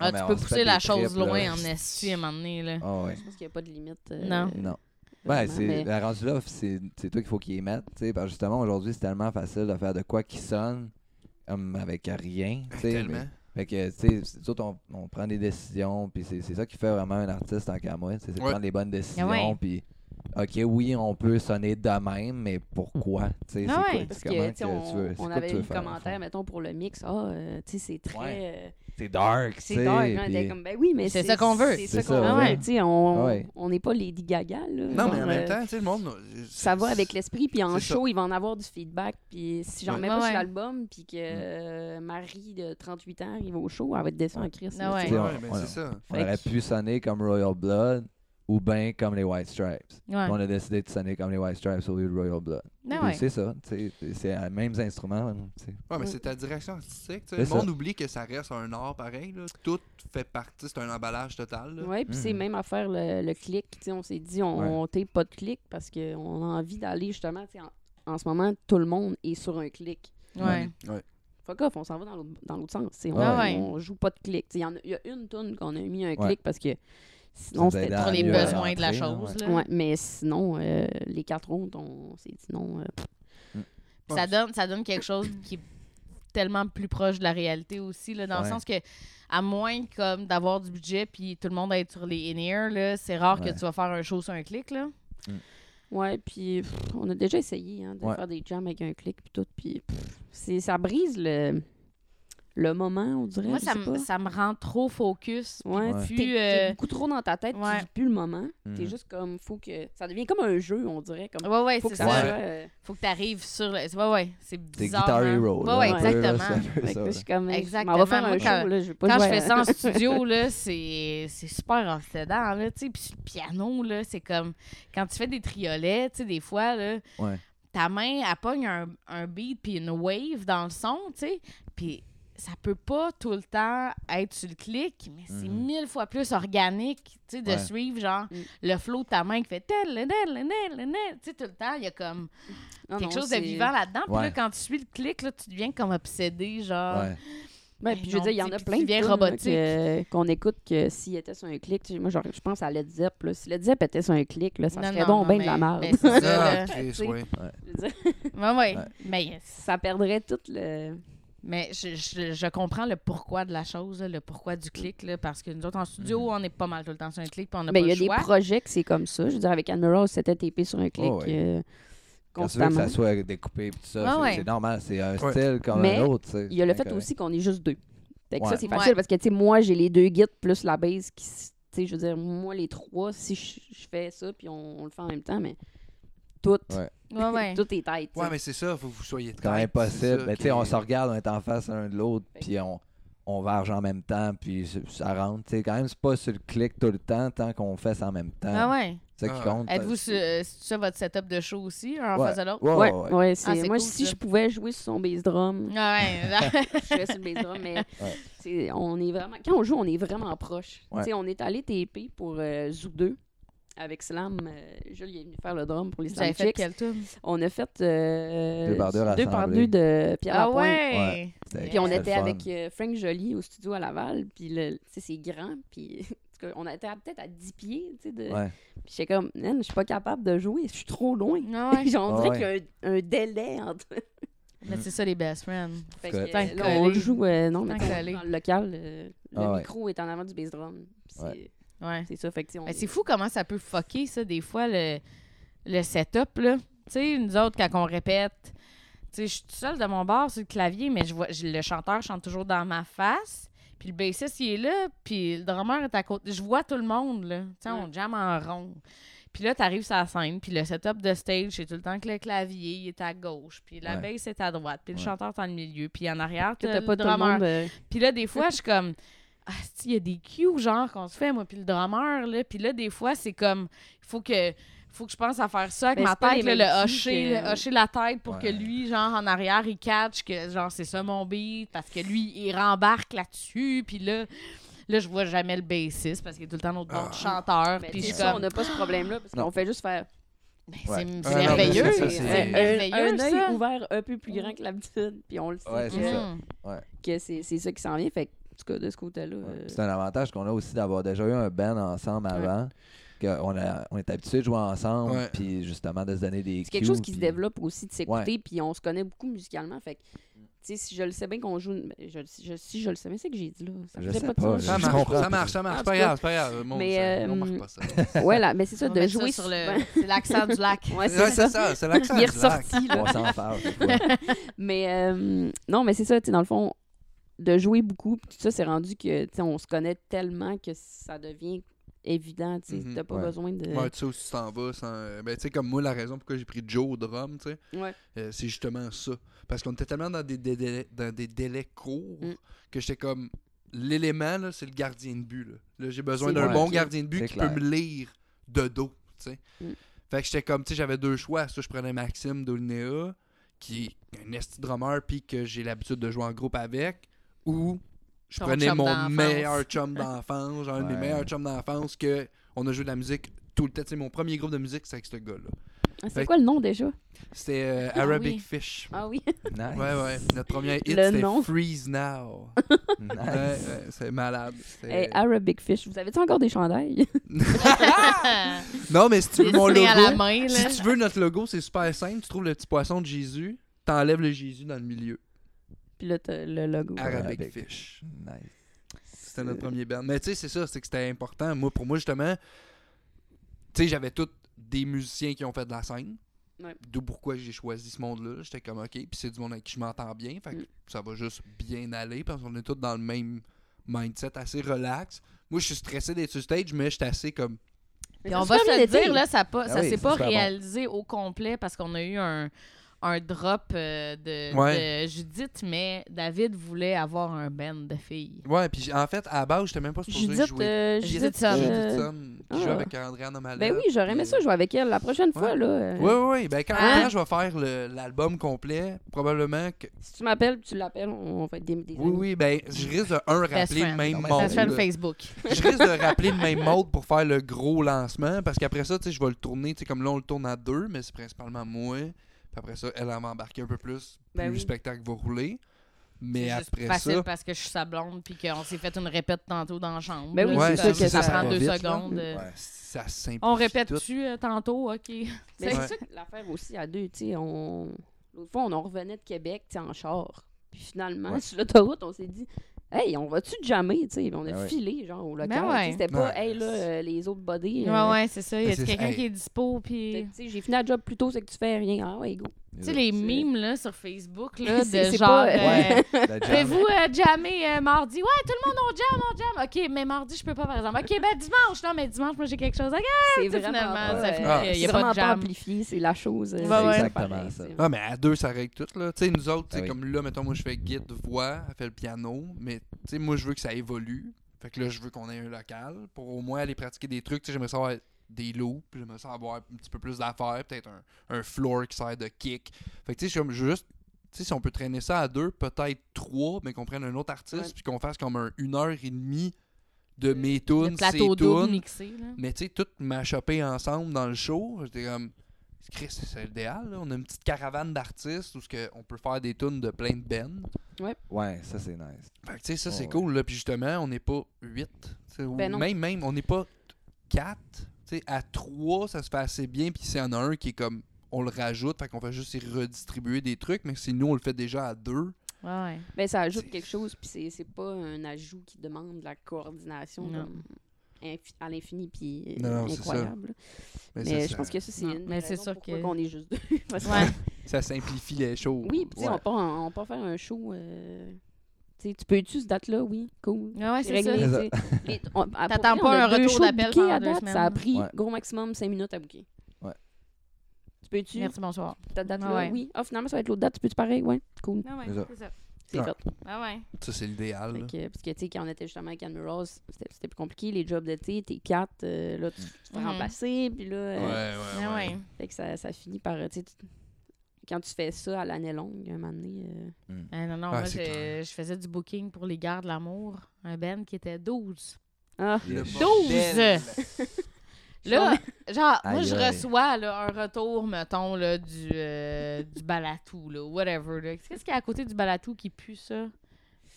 [SPEAKER 4] Ah,
[SPEAKER 2] mais
[SPEAKER 4] tu
[SPEAKER 2] on
[SPEAKER 4] peux
[SPEAKER 2] se fait
[SPEAKER 4] pousser
[SPEAKER 2] des
[SPEAKER 4] la
[SPEAKER 2] trips,
[SPEAKER 4] chose
[SPEAKER 2] là.
[SPEAKER 4] loin en esti à un moment donné, là.
[SPEAKER 2] Ah ouais.
[SPEAKER 1] Je pense qu'il n'y a pas de limite. euh,
[SPEAKER 4] Non.
[SPEAKER 2] Non.
[SPEAKER 1] vraiment,
[SPEAKER 2] Ouais, c'est
[SPEAKER 1] mais-
[SPEAKER 2] la rendu là, c'est c'est toi qu'il faut qu'il y mette, tu sais, parce que justement aujourd'hui, c'est tellement facile de faire de quoi qui sonne comme avec rien, tu sais. mais-
[SPEAKER 3] Ben, Tellement.
[SPEAKER 2] Fait que tu sais, nous autres, on, on prend des décisions, puis c'est c'est ça qui fait vraiment un artiste en qu'à moi, tu sais, c'est de
[SPEAKER 3] Ouais.
[SPEAKER 2] prendre les bonnes décisions
[SPEAKER 4] Ah ouais.
[SPEAKER 2] puis OK, oui, on peut sonner de même, mais pourquoi, tu sais,
[SPEAKER 4] Ah
[SPEAKER 2] c'est
[SPEAKER 4] ouais.
[SPEAKER 2] quoi,
[SPEAKER 1] Parce que,
[SPEAKER 2] comment
[SPEAKER 1] tu sais, on,
[SPEAKER 2] tu veux, c'est
[SPEAKER 1] on
[SPEAKER 2] quoi que
[SPEAKER 1] avait
[SPEAKER 2] tu veux
[SPEAKER 1] eu le
[SPEAKER 2] faire, dans le fond?
[SPEAKER 1] commentaire, mettons, pour le mix. Ah, euh, tu sais, c'est très.
[SPEAKER 2] Ouais.
[SPEAKER 1] euh,
[SPEAKER 2] C'est dark, tu
[SPEAKER 1] C'est dark, hein,
[SPEAKER 2] sais,
[SPEAKER 1] t'es
[SPEAKER 2] puis-
[SPEAKER 1] comme, ben oui, mais
[SPEAKER 4] C'est ça qu'on veut.
[SPEAKER 1] C'est
[SPEAKER 2] C'est
[SPEAKER 1] ça
[SPEAKER 2] ça,
[SPEAKER 1] qu'on veut.
[SPEAKER 4] ouais.
[SPEAKER 1] Tu sais, on
[SPEAKER 2] Ouais.
[SPEAKER 1] on n'est pas les Gaga, là.
[SPEAKER 3] Non, mais en
[SPEAKER 1] Genre,
[SPEAKER 3] même
[SPEAKER 1] euh,
[SPEAKER 3] temps, tu sais, le monde. euh,
[SPEAKER 1] Ça va avec l'esprit, puis en
[SPEAKER 3] C'est ça.
[SPEAKER 1] show, il va en avoir du feedback. Puis si j'en
[SPEAKER 2] Ouais.
[SPEAKER 1] mets
[SPEAKER 4] Ouais,
[SPEAKER 1] pas
[SPEAKER 4] ouais.
[SPEAKER 1] sur l'album, puis que
[SPEAKER 3] Mm.
[SPEAKER 1] euh, Marie de 38 ans arrive au show, elle va te descendre en crise.
[SPEAKER 4] Ah
[SPEAKER 1] là, tu
[SPEAKER 3] Ouais,
[SPEAKER 1] sais.
[SPEAKER 2] Ouais,
[SPEAKER 3] mais
[SPEAKER 2] ouais.
[SPEAKER 3] c'est ça.
[SPEAKER 2] On
[SPEAKER 1] Fait
[SPEAKER 2] aurait
[SPEAKER 1] que-
[SPEAKER 2] pu sonner comme Royal Blood ou bien comme les White Stripes.
[SPEAKER 4] Ouais.
[SPEAKER 2] On a décidé de sonner comme les White Stripes au lieu de Royal Blood.
[SPEAKER 4] Ah
[SPEAKER 2] Puis
[SPEAKER 4] ouais.
[SPEAKER 2] C'est ça, tu sais, c'est- c'est les mêmes instruments. hein, tu sais.
[SPEAKER 3] Ouais, mais c'est ta direction artistique. tu sais.
[SPEAKER 2] C'est
[SPEAKER 3] Le
[SPEAKER 2] ça.
[SPEAKER 3] monde oublie que ça reste un art pareil, là. Tout fait partie, c'est un emballage total, là.
[SPEAKER 1] Ouais, puis c'est
[SPEAKER 2] Mhm.
[SPEAKER 1] même à faire le, le clic. tu sais, On s'est dit, on,
[SPEAKER 2] Ouais.
[SPEAKER 1] on tape pas de clic parce qu'on a envie d'aller justement tu sais, en, en ce moment, tout le monde est sur un clic.
[SPEAKER 4] Ouais.
[SPEAKER 1] Fuck off, on s'en va dans l'autre- dans l'autre sens. C'est- On,
[SPEAKER 2] Ah
[SPEAKER 4] ouais.
[SPEAKER 1] on joue pas de clic. Il y, en a- y a une toune qu'on a mis un
[SPEAKER 2] Ouais.
[SPEAKER 1] clic parce que sinon,
[SPEAKER 2] Ça nous
[SPEAKER 1] c'était
[SPEAKER 2] aidait à
[SPEAKER 4] Pour
[SPEAKER 1] trop
[SPEAKER 4] les
[SPEAKER 2] mieux
[SPEAKER 1] Ouais.
[SPEAKER 4] besoins de la
[SPEAKER 2] rentrer, là,
[SPEAKER 4] chose. là.
[SPEAKER 1] Ouais, mais sinon, euh, les quatre rondes, on s'est dit non. euh,
[SPEAKER 4] ça donne ça donne quelque chose qui est tellement plus proche de la réalité aussi là, dans le
[SPEAKER 2] Ouais.
[SPEAKER 4] sens que à moins comme d'avoir du budget puis tout le monde être sur les in-ear là, c'est rare
[SPEAKER 2] Ouais.
[SPEAKER 4] que tu vas faire un show sur un clic là.
[SPEAKER 1] Ouais, puis pff, on a déjà essayé hein, de
[SPEAKER 2] Ouais.
[SPEAKER 1] faire des jams avec un clic puis tout, puis pff, c'est ça brise le le moment, on dirait.
[SPEAKER 4] Moi
[SPEAKER 1] je
[SPEAKER 4] ça,
[SPEAKER 1] sais
[SPEAKER 4] me-
[SPEAKER 1] pas.
[SPEAKER 4] ça me rend trop focus.
[SPEAKER 1] Ouais,
[SPEAKER 2] Ouais.
[SPEAKER 1] tu
[SPEAKER 4] Puis,
[SPEAKER 1] t'es- t'es
[SPEAKER 4] euh,
[SPEAKER 1] beaucoup trop dans ta tête,
[SPEAKER 4] ouais.
[SPEAKER 1] tu vis plus le moment. T'es
[SPEAKER 2] Mhm.
[SPEAKER 1] juste comme faut que ça devient comme un jeu, on dirait comme
[SPEAKER 4] Ouais ouais,
[SPEAKER 1] faut
[SPEAKER 4] c'est
[SPEAKER 1] que
[SPEAKER 4] ça.
[SPEAKER 1] ça
[SPEAKER 2] Ouais.
[SPEAKER 1] soit euh,
[SPEAKER 4] Faut que tu arrives sur le Ouais ouais, c'est
[SPEAKER 2] C'est
[SPEAKER 4] bizarre.
[SPEAKER 2] Guitar
[SPEAKER 4] hein.
[SPEAKER 2] Hero.
[SPEAKER 4] Ouais
[SPEAKER 2] là,
[SPEAKER 4] ouais,
[SPEAKER 2] un peu, là,
[SPEAKER 4] exactement.
[SPEAKER 2] c'est un peu
[SPEAKER 1] fait que
[SPEAKER 2] ça,
[SPEAKER 1] je
[SPEAKER 2] là.
[SPEAKER 1] suis comme
[SPEAKER 4] Exactement.
[SPEAKER 1] on va faire un
[SPEAKER 4] Moi, quand-
[SPEAKER 1] show là, je veux pas
[SPEAKER 4] Quand je
[SPEAKER 1] jouer
[SPEAKER 4] fais
[SPEAKER 1] à-
[SPEAKER 4] ça en studio, là, c'est c'est super entraînant, là, tu sais. Puis sur le piano, là, c'est comme... Quand tu fais des triolets, tu sais, des fois, là,
[SPEAKER 2] Ouais.
[SPEAKER 4] ta main, elle pogne un, un beat puis une wave dans le son, tu sais. Puis ça peut pas tout le temps être sur le clic, mais c'est
[SPEAKER 2] Mhm.
[SPEAKER 4] mille fois plus organique, tu sais, de
[SPEAKER 2] Ouais.
[SPEAKER 4] suivre, genre,
[SPEAKER 1] Mm.
[SPEAKER 4] le flow de ta main qui fait... tel, tel, tel, tel, tel. Tu sais, tout le temps, il y a comme
[SPEAKER 1] Non,
[SPEAKER 4] quelque
[SPEAKER 1] Ah non,
[SPEAKER 4] chose de
[SPEAKER 1] c'est-
[SPEAKER 4] vivant là-dedans. Puis là,
[SPEAKER 2] Ouais.
[SPEAKER 4] quand tu suis le clic, là, tu deviens comme obsédé, genre...
[SPEAKER 2] Ouais.
[SPEAKER 1] Ben,
[SPEAKER 4] Ben
[SPEAKER 1] puis je veux
[SPEAKER 4] non,
[SPEAKER 1] dire, il y
[SPEAKER 4] tu
[SPEAKER 1] en
[SPEAKER 4] sais,
[SPEAKER 1] a
[SPEAKER 4] puis
[SPEAKER 1] plein
[SPEAKER 4] tu
[SPEAKER 1] de
[SPEAKER 4] deviens
[SPEAKER 1] tunes, là,
[SPEAKER 4] robotique.
[SPEAKER 1] que- qu'on écoute que s'il était sur un clic, tu sais, moi genre, je pense à Led Zepp là. si Led Zepp était sur un clic, là, ça
[SPEAKER 4] Non,
[SPEAKER 1] serait
[SPEAKER 4] non,
[SPEAKER 1] donc
[SPEAKER 4] non,
[SPEAKER 1] bien
[SPEAKER 4] mais-
[SPEAKER 1] de la merde.
[SPEAKER 4] mais c'est ça, là.
[SPEAKER 3] Ah, Chris,
[SPEAKER 1] Tu sais.
[SPEAKER 3] ouais.
[SPEAKER 1] Je veux dire,
[SPEAKER 4] Ouais, ouais.
[SPEAKER 2] Ouais.
[SPEAKER 4] Mais,
[SPEAKER 1] ça perdrait tout le
[SPEAKER 4] mais je, je- je comprends le pourquoi de la chose, là, le pourquoi du clic, là, parce que nous autres, en studio,
[SPEAKER 2] Mm-hmm.
[SPEAKER 4] on est pas mal tout le temps sur un clic, puis on n'a
[SPEAKER 1] Ben,
[SPEAKER 4] pas
[SPEAKER 1] il y
[SPEAKER 4] le
[SPEAKER 1] a des
[SPEAKER 4] choix.
[SPEAKER 1] projets que c'est comme ça. Je veux dire, avec Admiral, c'était tapé sur un clic
[SPEAKER 2] Oh, ouais.
[SPEAKER 1] euh,
[SPEAKER 2] Quand tu veux que ça
[SPEAKER 1] constamment.
[SPEAKER 2] soit découpé et tout ça,
[SPEAKER 4] Ah
[SPEAKER 2] c'est-
[SPEAKER 4] ouais.
[SPEAKER 2] c'est normal, c'est un
[SPEAKER 3] Ouais.
[SPEAKER 2] style comme
[SPEAKER 1] Mais
[SPEAKER 2] un autre. tu sais,
[SPEAKER 1] Il y a le
[SPEAKER 2] c'est
[SPEAKER 1] fait
[SPEAKER 2] correct.
[SPEAKER 1] aussi qu'on est juste deux. Fait que
[SPEAKER 2] Ouais.
[SPEAKER 1] ça, c'est facile
[SPEAKER 4] Ouais.
[SPEAKER 1] parce que, tu sais, moi, j'ai les deux guides plus la base qui. s- Tu sais, je veux dire, moi, les trois, si je je fais ça, puis on, on le fait en même temps, mais tout.
[SPEAKER 2] Ouais.
[SPEAKER 4] Ouais, ouais.
[SPEAKER 1] tout est tête. tu sais.
[SPEAKER 3] Ouais, mais c'est ça, faut que vous soyez
[SPEAKER 2] C'est quand même
[SPEAKER 3] tight,
[SPEAKER 2] possible.
[SPEAKER 3] ça
[SPEAKER 2] Mais tu
[SPEAKER 3] qui
[SPEAKER 2] sais, on
[SPEAKER 3] est-
[SPEAKER 2] se regarde, on est en face l'un de l'autre,
[SPEAKER 1] Fait que-
[SPEAKER 2] puis on, on verge en même temps, puis ça- ça rentre. Tu sais, quand même, c'est pas sur le clic tout le temps, tant qu'on fait ça en même temps.
[SPEAKER 4] Ah ouais.
[SPEAKER 2] C'est ça
[SPEAKER 3] Ah
[SPEAKER 2] qui
[SPEAKER 3] ouais.
[SPEAKER 2] compte.
[SPEAKER 4] Êtes-vous sur- euh, c'est ça votre setup de show aussi, un en
[SPEAKER 2] Ouais.
[SPEAKER 4] face de l'autre?
[SPEAKER 2] Ouais, ouais,
[SPEAKER 1] Ouais, ouais,
[SPEAKER 2] ouais.
[SPEAKER 1] c'est-
[SPEAKER 4] Ah, c'est
[SPEAKER 1] moi,
[SPEAKER 4] cool,
[SPEAKER 1] si
[SPEAKER 4] ça.
[SPEAKER 1] je pouvais jouer sur son bass drum,
[SPEAKER 4] Ah ouais.
[SPEAKER 1] je serais sur le bass drum, mais
[SPEAKER 2] Ouais.
[SPEAKER 1] c'est- on est vraiment, quand on joue, on est vraiment proche.
[SPEAKER 2] Ouais.
[SPEAKER 1] Tu sais, On est allé TP pour euh, Zoo 2 avec Slam. euh, Jules il est venu faire le drum pour les
[SPEAKER 4] Vous
[SPEAKER 1] Slam
[SPEAKER 4] avez fait
[SPEAKER 1] Chicks.
[SPEAKER 4] quel tour?
[SPEAKER 1] On a fait euh,
[SPEAKER 2] Deux par deux rassemblés.
[SPEAKER 1] par deux de Pierre
[SPEAKER 4] Ah
[SPEAKER 1] Lapointe.
[SPEAKER 4] ouais.
[SPEAKER 2] C'était-
[SPEAKER 1] Puis on
[SPEAKER 2] c'était
[SPEAKER 1] était
[SPEAKER 2] le fun.
[SPEAKER 1] avec euh, Frank Joly au studio à Laval. Puis le- tu sais, c'est grand. Puis en tout cas, on était à- peut-être à 10 pieds. tu sais, De...
[SPEAKER 2] Ouais.
[SPEAKER 1] Puis j'étais comme, Man, je suis pas capable de jouer. Je suis trop loin.
[SPEAKER 4] Ah ouais.
[SPEAKER 1] Genre, on
[SPEAKER 2] Ah
[SPEAKER 1] dirait qu'il y a un, un délai entre.
[SPEAKER 4] Mais c'est ça les best friends.
[SPEAKER 1] Fait
[SPEAKER 2] Parce
[SPEAKER 1] que,
[SPEAKER 4] que-
[SPEAKER 1] là, on
[SPEAKER 4] Collé.
[SPEAKER 1] joue euh, non, mais
[SPEAKER 4] Tant
[SPEAKER 1] dans
[SPEAKER 4] collé.
[SPEAKER 1] dans le local. euh, le
[SPEAKER 2] Ah ouais.
[SPEAKER 1] micro est en avant du bass drum. C'est
[SPEAKER 2] Ouais.
[SPEAKER 4] Ouais.
[SPEAKER 1] c'est ça. Fait que, tu sais, on
[SPEAKER 4] Mais Ben, c'est fou comment ça peut fucker, ça, des fois, le, le setup, là. Tu sais, nous autres, quand on répète, tu sais, je suis toute seule de mon bar sur le clavier, mais je vois, je- le chanteur chante toujours dans ma face, puis le bassiste, il est là, puis le drummer est à côté. Je vois tout le monde, là. Tu sais, on jamme en rond. Puis là, t'arrives sur la scène, puis le setup de stage, c'est tout le temps que le clavier il est à gauche, puis la
[SPEAKER 2] Ouais.
[SPEAKER 4] bass est à droite, puis le
[SPEAKER 2] Ouais.
[SPEAKER 4] chanteur est dans le milieu, puis en arrière,
[SPEAKER 1] Tout
[SPEAKER 4] t'as
[SPEAKER 1] a
[SPEAKER 4] le
[SPEAKER 1] pas tout le
[SPEAKER 4] drummer.
[SPEAKER 1] monde. euh,
[SPEAKER 4] Puis là, des fois, je suis comme, ah, c'ti, il y a des cues, genre, qu'on se fait, moi, puis le drummer, là. Puis là, des fois, c'est comme, il faut que, faut que je pense à faire ça avec
[SPEAKER 1] Ben,
[SPEAKER 4] ma
[SPEAKER 1] c'est pas
[SPEAKER 4] tête,
[SPEAKER 1] les
[SPEAKER 4] là,
[SPEAKER 1] mêmes
[SPEAKER 4] le
[SPEAKER 1] cues
[SPEAKER 4] hocher,
[SPEAKER 1] que-
[SPEAKER 4] le hocher la tête pour que
[SPEAKER 2] Ouais.
[SPEAKER 4] lui, genre, en arrière, il catch que, genre, c'est ça mon beat, parce que lui, il rembarque là-dessus, puis là, là, je vois jamais le bassiste, parce qu'il est tout le temps l'autre
[SPEAKER 3] Ah.
[SPEAKER 4] bord du chanteur,
[SPEAKER 1] ben,
[SPEAKER 4] puis
[SPEAKER 1] tu
[SPEAKER 4] je
[SPEAKER 1] sais,
[SPEAKER 4] suis
[SPEAKER 1] ça, on
[SPEAKER 4] comme,
[SPEAKER 1] n'a pas ce problème-là parce
[SPEAKER 2] Non.
[SPEAKER 1] qu'on fait juste faire
[SPEAKER 4] Ben,
[SPEAKER 2] Ouais.
[SPEAKER 4] c'est c'est
[SPEAKER 3] Ah, non, mais
[SPEAKER 4] merveilleux,
[SPEAKER 3] ça,
[SPEAKER 4] c'est
[SPEAKER 3] c'est-
[SPEAKER 1] un, un
[SPEAKER 4] merveilleux, ça.
[SPEAKER 1] œil ouvert un peu plus grand que l'habitude, puis on le sait
[SPEAKER 2] Ouais, c'est
[SPEAKER 1] que-
[SPEAKER 2] ça.
[SPEAKER 4] Mhm.
[SPEAKER 1] que c'est c'est ça qui s'en vient. Fait que, en tout cas, de ce côté-là,
[SPEAKER 2] Ouais.
[SPEAKER 1] euh,
[SPEAKER 2] C'est un avantage qu'on a aussi d'avoir déjà eu un band ensemble avant. qu'on a- on est habitué de jouer ensemble,
[SPEAKER 3] Ouais.
[SPEAKER 2] puis justement de se donner des
[SPEAKER 1] c'est quelque
[SPEAKER 2] cues,
[SPEAKER 1] chose qui se
[SPEAKER 2] puis-
[SPEAKER 1] développe aussi de s'écouter,
[SPEAKER 2] Ouais.
[SPEAKER 1] puis on se connaît beaucoup musicalement. Fait que, tu sais, si je le sais bien qu'on joue. une- ben, Je, je- si je le sais bien, c'est que j'ai dit là. Ça
[SPEAKER 2] Je
[SPEAKER 1] faisait
[SPEAKER 2] sais
[SPEAKER 1] pas,
[SPEAKER 2] pas,
[SPEAKER 1] de
[SPEAKER 3] Ça
[SPEAKER 4] Ah,
[SPEAKER 1] sens.
[SPEAKER 2] je
[SPEAKER 3] marche,
[SPEAKER 2] comprends.
[SPEAKER 3] ça marche, ça marche.
[SPEAKER 1] En
[SPEAKER 3] C'est
[SPEAKER 1] tout
[SPEAKER 3] pas
[SPEAKER 1] cas,
[SPEAKER 3] grave, c'est pas grave. Mon
[SPEAKER 1] mais,
[SPEAKER 3] Dieu,
[SPEAKER 1] euh,
[SPEAKER 3] on marque pas ça.
[SPEAKER 1] Ouais, là, mais c'est ça,
[SPEAKER 4] On va
[SPEAKER 1] de
[SPEAKER 4] mettre ça
[SPEAKER 1] jouer
[SPEAKER 4] sur le-
[SPEAKER 1] souvent.
[SPEAKER 4] c'est l'accent du lac.
[SPEAKER 1] Ouais,
[SPEAKER 3] Ouais,
[SPEAKER 1] c'est ça.
[SPEAKER 3] c'est ça, c'est l'accent.
[SPEAKER 1] Il est
[SPEAKER 3] du lac.
[SPEAKER 1] ressorti, là.
[SPEAKER 2] On s'en fâche, des fois.
[SPEAKER 1] Mais euh, non, mais c'est ça, tu sais, dans le fond, de jouer beaucoup, pis tout ça, c'est rendu que, tu sais, on se connaît tellement que ça devient évident, tu sais,
[SPEAKER 3] Mhm,
[SPEAKER 1] t'as pas
[SPEAKER 2] ouais.
[SPEAKER 1] besoin de...
[SPEAKER 3] Ouais, tu sais, aussi tu t'en vas sans. Ben, tu sais, comme moi, la raison pourquoi j'ai pris Joe au drum, tu sais,
[SPEAKER 1] Ouais.
[SPEAKER 3] euh, c'est justement ça. Parce qu'on était tellement dans des, des délais, dans des délais courts
[SPEAKER 1] Mm.
[SPEAKER 3] que j'étais comme. L'élément, là, c'est le gardien de but. Là, Là, j'ai besoin
[SPEAKER 1] C'est
[SPEAKER 3] d'un
[SPEAKER 2] vrai.
[SPEAKER 3] bon gardien de but
[SPEAKER 2] C'est
[SPEAKER 3] qui
[SPEAKER 2] clair.
[SPEAKER 3] peut me lire de dos, tu sais.
[SPEAKER 1] Mm.
[SPEAKER 3] Fait que j'étais comme, tu sais, j'avais deux choix. Soit je prenais Maxime d'Olinéa, qui est un esti drummer, puis que j'ai l'habitude de jouer en groupe avec, ou je
[SPEAKER 4] Ton
[SPEAKER 3] prenais
[SPEAKER 4] chum
[SPEAKER 3] mon
[SPEAKER 4] d'enfance.
[SPEAKER 3] meilleur chum d'enfance, genre un de mes
[SPEAKER 2] Ouais.
[SPEAKER 3] meilleurs chums d'enfance que on a joué de la musique tout le temps. Tu sais, mon premier groupe de musique, c'est avec ce gars-là. Fait-
[SPEAKER 1] Ah, c'est quoi le nom déjà?
[SPEAKER 3] C'était euh,
[SPEAKER 4] Ah
[SPEAKER 3] Arabic
[SPEAKER 4] oui.
[SPEAKER 3] Fish.
[SPEAKER 1] Ah oui.
[SPEAKER 2] Nice.
[SPEAKER 3] Ouais, ouais. Notre premier hit,
[SPEAKER 1] Le
[SPEAKER 3] c'était
[SPEAKER 1] nom.
[SPEAKER 3] Freeze Now.
[SPEAKER 2] Nice.
[SPEAKER 3] ouais, ouais, c'est malade. C'était-
[SPEAKER 1] Hey, Arabic Fish. Vous avez-tu encore des chandails?
[SPEAKER 3] Ah! non, mais si tu veux mon
[SPEAKER 4] Dessiné à la
[SPEAKER 3] logo,
[SPEAKER 4] main, là.
[SPEAKER 3] si tu veux notre logo, c'est super simple. Tu trouves le petit poisson de Jésus, t'enlèves le Jésus dans le milieu.
[SPEAKER 1] Puis là, t'as le logo.
[SPEAKER 3] Arabic,
[SPEAKER 2] Arabic.
[SPEAKER 3] Fish.
[SPEAKER 2] Nice.
[SPEAKER 3] C'était notre premier band. Mais tu sais, c'est ça, c'est que c'était important. Moi, pour moi, justement, tu sais, j'avais tous des musiciens qui ont fait de la scène.
[SPEAKER 1] Ouais.
[SPEAKER 3] D'où pourquoi j'ai choisi ce monde-là. J'étais comme, OK, puis c'est du monde avec qui je m'entends bien. Fait que
[SPEAKER 1] Mm.
[SPEAKER 3] ça va juste bien aller parce qu'on est tous dans le même mindset, assez relax. Moi, je suis stressé d'être sur stage, mais j'étais assez comme.
[SPEAKER 1] Mais
[SPEAKER 4] Puis
[SPEAKER 1] ça
[SPEAKER 4] on
[SPEAKER 1] se
[SPEAKER 4] va
[SPEAKER 1] fait
[SPEAKER 4] se le
[SPEAKER 1] l'été.
[SPEAKER 4] dire, là, ça, a pas,
[SPEAKER 2] Ah
[SPEAKER 4] ça
[SPEAKER 2] oui,
[SPEAKER 4] s'est
[SPEAKER 2] ça
[SPEAKER 4] pas
[SPEAKER 2] serait bon.
[SPEAKER 4] réalisé au complet parce qu'on a eu un, un drop euh, de,
[SPEAKER 3] Ouais.
[SPEAKER 4] de Judith, mais David voulait avoir un band de filles.
[SPEAKER 3] Ouais, puis j- en fait, à la base, j'étais même pas supposé
[SPEAKER 1] Judith,
[SPEAKER 3] jouer.
[SPEAKER 1] euh,
[SPEAKER 4] Judith
[SPEAKER 1] Judith,
[SPEAKER 4] Son.
[SPEAKER 1] euh,
[SPEAKER 3] Judith Son, qui joue
[SPEAKER 1] ah.
[SPEAKER 3] avec André Anomalet.
[SPEAKER 1] Ben oui, j'aurais aimé ça jouer avec elle la prochaine fois,
[SPEAKER 3] Ouais.
[SPEAKER 1] là. euh,
[SPEAKER 3] Oui, oui, oui. Ben, quand,
[SPEAKER 4] Ah.
[SPEAKER 3] quand je vais faire le- l'album complet, probablement que.
[SPEAKER 1] Si tu m'appelles, tu l'appelles, on va être des, des
[SPEAKER 3] Oui,
[SPEAKER 1] amis.
[SPEAKER 3] oui, ben, je risque de, un, rappeler le
[SPEAKER 4] friend.
[SPEAKER 3] même
[SPEAKER 2] Ça
[SPEAKER 3] monde.
[SPEAKER 4] ça se fait le
[SPEAKER 3] là.
[SPEAKER 4] Facebook.
[SPEAKER 3] je risque de rappeler le même mode pour faire le gros lancement parce qu'après ça, tu sais, je vais le tourner, tu sais, comme là, on le tourne à deux, mais c'est principalement moi. Puis après ça, elle, elle va embarquer un peu plus, plus
[SPEAKER 1] Ben
[SPEAKER 3] le
[SPEAKER 1] oui.
[SPEAKER 3] spectacle va rouler. Mais
[SPEAKER 4] C'est juste
[SPEAKER 3] après
[SPEAKER 4] facile
[SPEAKER 3] ça,
[SPEAKER 4] parce que je suis sa blonde puis qu'on s'est fait une répète tantôt dans la chambre.
[SPEAKER 1] Ben oui,
[SPEAKER 4] là,
[SPEAKER 1] c'est
[SPEAKER 4] ça,
[SPEAKER 1] ça que ça-
[SPEAKER 4] prend
[SPEAKER 1] ça
[SPEAKER 4] deux
[SPEAKER 2] va vite, là.
[SPEAKER 4] secondes.
[SPEAKER 1] Mm.
[SPEAKER 4] euh.
[SPEAKER 2] Ouais.
[SPEAKER 3] ça simplifie
[SPEAKER 4] On
[SPEAKER 3] tout.
[SPEAKER 4] répète-tu euh, tantôt? OK.
[SPEAKER 1] Mais
[SPEAKER 3] Ouais.
[SPEAKER 1] c'est ça que l'affaire aussi à deux, tu sais, on... L'autre fois, on en revenait de Québec, tu sais, en char. Puis finalement,
[SPEAKER 2] Ouais.
[SPEAKER 1] sur l'autoroute, on s'est dit, « Hey, on va-tu jammer, tu sais? Puis On a
[SPEAKER 2] Ah ouais.
[SPEAKER 1] filé, genre, au
[SPEAKER 4] Ben
[SPEAKER 1] local.
[SPEAKER 4] ouais.
[SPEAKER 1] tu sais, C'était pas,
[SPEAKER 3] Ouais.
[SPEAKER 1] Hey, là, euh, les autres bodies... euh,
[SPEAKER 4] Ouais, ouais, c'est ça. Il y a
[SPEAKER 3] Ben, c'est-
[SPEAKER 4] quelqu'un
[SPEAKER 3] hey.
[SPEAKER 4] qui est dispo
[SPEAKER 1] fait
[SPEAKER 4] puis...
[SPEAKER 1] que, tu sais, J'ai fini la job plus tôt, c'est que tu fais rien. Ah ouais, go.
[SPEAKER 4] Tu sais, les
[SPEAKER 1] C'est-
[SPEAKER 4] mimes là, sur Facebook là,
[SPEAKER 1] C'est-
[SPEAKER 4] de
[SPEAKER 1] c'est
[SPEAKER 4] genre.
[SPEAKER 1] pas-
[SPEAKER 4] euh,
[SPEAKER 2] Ouais. la jam.
[SPEAKER 4] Faites-vous euh, jammer euh, mardi? Ouais, tout le monde, on jam, on jam. OK, mais mardi, je peux pas, par exemple. OK, ben dimanche. Non, mais dimanche, moi, j'ai quelque chose. OK.
[SPEAKER 1] C'est
[SPEAKER 4] Ah, tu sais,
[SPEAKER 1] vraiment
[SPEAKER 4] finalement,
[SPEAKER 1] pas,
[SPEAKER 4] ça
[SPEAKER 1] euh,
[SPEAKER 4] finit
[SPEAKER 3] Ah.
[SPEAKER 4] qu'il y a
[SPEAKER 1] c'est
[SPEAKER 4] pas de
[SPEAKER 1] vraiment
[SPEAKER 4] jam.
[SPEAKER 1] amplifié, c'est la chose. euh,
[SPEAKER 4] Ouais,
[SPEAKER 1] c'est
[SPEAKER 4] ouais.
[SPEAKER 2] Exactement
[SPEAKER 1] pareil,
[SPEAKER 2] ça.
[SPEAKER 1] c'est-
[SPEAKER 3] Ah, mais à deux, ça règle tout, là. Tu sais, nous autres, tu sais,
[SPEAKER 2] Ah oui.
[SPEAKER 3] comme là, mettons, moi, je fais guide, voix, elle fait le piano, mais, tu sais, moi, je veux que ça évolue. Fait que là, je veux qu'on ait un local pour au moins aller pratiquer des trucs. Tu sais, j'aimerais savoir des loops, j'aimerais savoir un petit peu plus d'affaires, peut-être un, un floor qui sert de kick. Fait que, tu sais, je suis comme juste, tu sais, si on peut traîner ça à deux, peut-être trois, mais qu'on prenne un autre artiste,
[SPEAKER 1] Ouais.
[SPEAKER 3] puis qu'on fasse comme un une heure et demie de
[SPEAKER 1] Le-
[SPEAKER 3] mes
[SPEAKER 4] Le
[SPEAKER 3] tunes, ses
[SPEAKER 4] plateau double
[SPEAKER 3] tunes.
[SPEAKER 4] mixé. Là.
[SPEAKER 3] Mais tu sais, tout m'a chopé ensemble dans le show. J'étais comme, Chris, c'est l'idéal. là. On a une petite caravane d'artistes où ce que on peut faire des tunes de plein de bennes.
[SPEAKER 2] Ouais, ça c'est nice.
[SPEAKER 3] Fait que tu sais, ça,
[SPEAKER 2] Oh,
[SPEAKER 3] c'est
[SPEAKER 2] ouais.
[SPEAKER 3] cool. Là. Puis justement, on n'est pas 8.
[SPEAKER 1] Ben non.
[SPEAKER 3] même, même, on n'est pas 4. à 3, ça se fait assez bien. Puis s'il y en a un qui est comme, on le rajoute, fait qu'on fait juste y redistribuer des trucs. Mais si nous, on le fait déjà à 2.
[SPEAKER 4] Ouais, ouais.
[SPEAKER 1] Ben, ça ajoute
[SPEAKER 3] C'est-
[SPEAKER 1] quelque chose, puis c'est, c'est pas un ajout qui demande de la coordination
[SPEAKER 4] Non.
[SPEAKER 1] comme infi- à l'infini, puis
[SPEAKER 3] Non, non, c'est ça.
[SPEAKER 1] incroyable.
[SPEAKER 3] Ben,
[SPEAKER 1] Mais je pense que ça, c'est
[SPEAKER 4] Non,
[SPEAKER 1] une
[SPEAKER 4] mais
[SPEAKER 1] mais
[SPEAKER 4] c'est sûr que-
[SPEAKER 1] qu'on est juste deux. Parce que-
[SPEAKER 4] Ouais.
[SPEAKER 3] ça simplifie les choses.
[SPEAKER 1] Oui, puis tu sais,
[SPEAKER 2] Ouais.
[SPEAKER 1] on part en- on peut faire un show... euh, tu sais, tu peux-tu cette date-là? Oui, cool.
[SPEAKER 4] Ouais, ouais, c'est
[SPEAKER 1] C'est
[SPEAKER 4] ça.
[SPEAKER 1] réglé,
[SPEAKER 2] ça.
[SPEAKER 1] tu sais. Les- on- à- pour
[SPEAKER 4] T'attends
[SPEAKER 1] vrai,
[SPEAKER 4] pas
[SPEAKER 1] on a
[SPEAKER 4] un
[SPEAKER 1] deux
[SPEAKER 4] retour
[SPEAKER 1] shows
[SPEAKER 4] d'appel
[SPEAKER 1] bookés
[SPEAKER 4] pendant
[SPEAKER 1] à
[SPEAKER 4] deux
[SPEAKER 1] date, Ça a
[SPEAKER 4] semaines.
[SPEAKER 1] pris,
[SPEAKER 2] Ouais.
[SPEAKER 1] gros maximum, 5 minutes à booker.
[SPEAKER 2] Ouais.
[SPEAKER 1] Tu peux-tu
[SPEAKER 4] Merci, bonsoir.
[SPEAKER 1] cette date-là?
[SPEAKER 4] Ouais.
[SPEAKER 1] Oui. Ah, finalement, ça va être l'autre date. Tu peux-tu pareil? Ouais, cool.
[SPEAKER 4] Ah ouais,
[SPEAKER 2] C'est ça.
[SPEAKER 4] c'est ça.
[SPEAKER 1] C'est
[SPEAKER 3] Ouais.
[SPEAKER 1] fait.
[SPEAKER 4] Ah ouais.
[SPEAKER 3] Ça, c'est l'idéal.
[SPEAKER 1] Fait
[SPEAKER 3] là.
[SPEAKER 1] que- parce que, tu sais, quand on était justement à Canmurals, c'était c'était plus compliqué. Les jobs d'été, t'es quatre, euh, là, tu, tu te fais
[SPEAKER 4] Mhm.
[SPEAKER 1] remplacer, puis là...
[SPEAKER 3] Ouais,
[SPEAKER 1] euh,
[SPEAKER 3] ouais,
[SPEAKER 4] Ah
[SPEAKER 3] ouais.
[SPEAKER 4] ouais.
[SPEAKER 1] fait que ça, ça finit par... euh, tu sais, tu- quand tu fais ça à l'année longue, un moment donné... euh,
[SPEAKER 4] Ah non, non,
[SPEAKER 3] Ouais,
[SPEAKER 4] moi,
[SPEAKER 3] c'est
[SPEAKER 4] j'ai-
[SPEAKER 3] clair.
[SPEAKER 4] je faisais du booking pour les gardes de l'amour. Un band qui était 12.
[SPEAKER 1] Ah,
[SPEAKER 2] Le
[SPEAKER 3] bordel.
[SPEAKER 4] Là, genre, moi,
[SPEAKER 2] Aïe,
[SPEAKER 4] je
[SPEAKER 2] aïe.
[SPEAKER 4] reçois là, un retour, mettons, là, du, euh, du balatou, là, whatever. là. Qu'est-ce qu'il y a à côté du balatou qui pue, ça?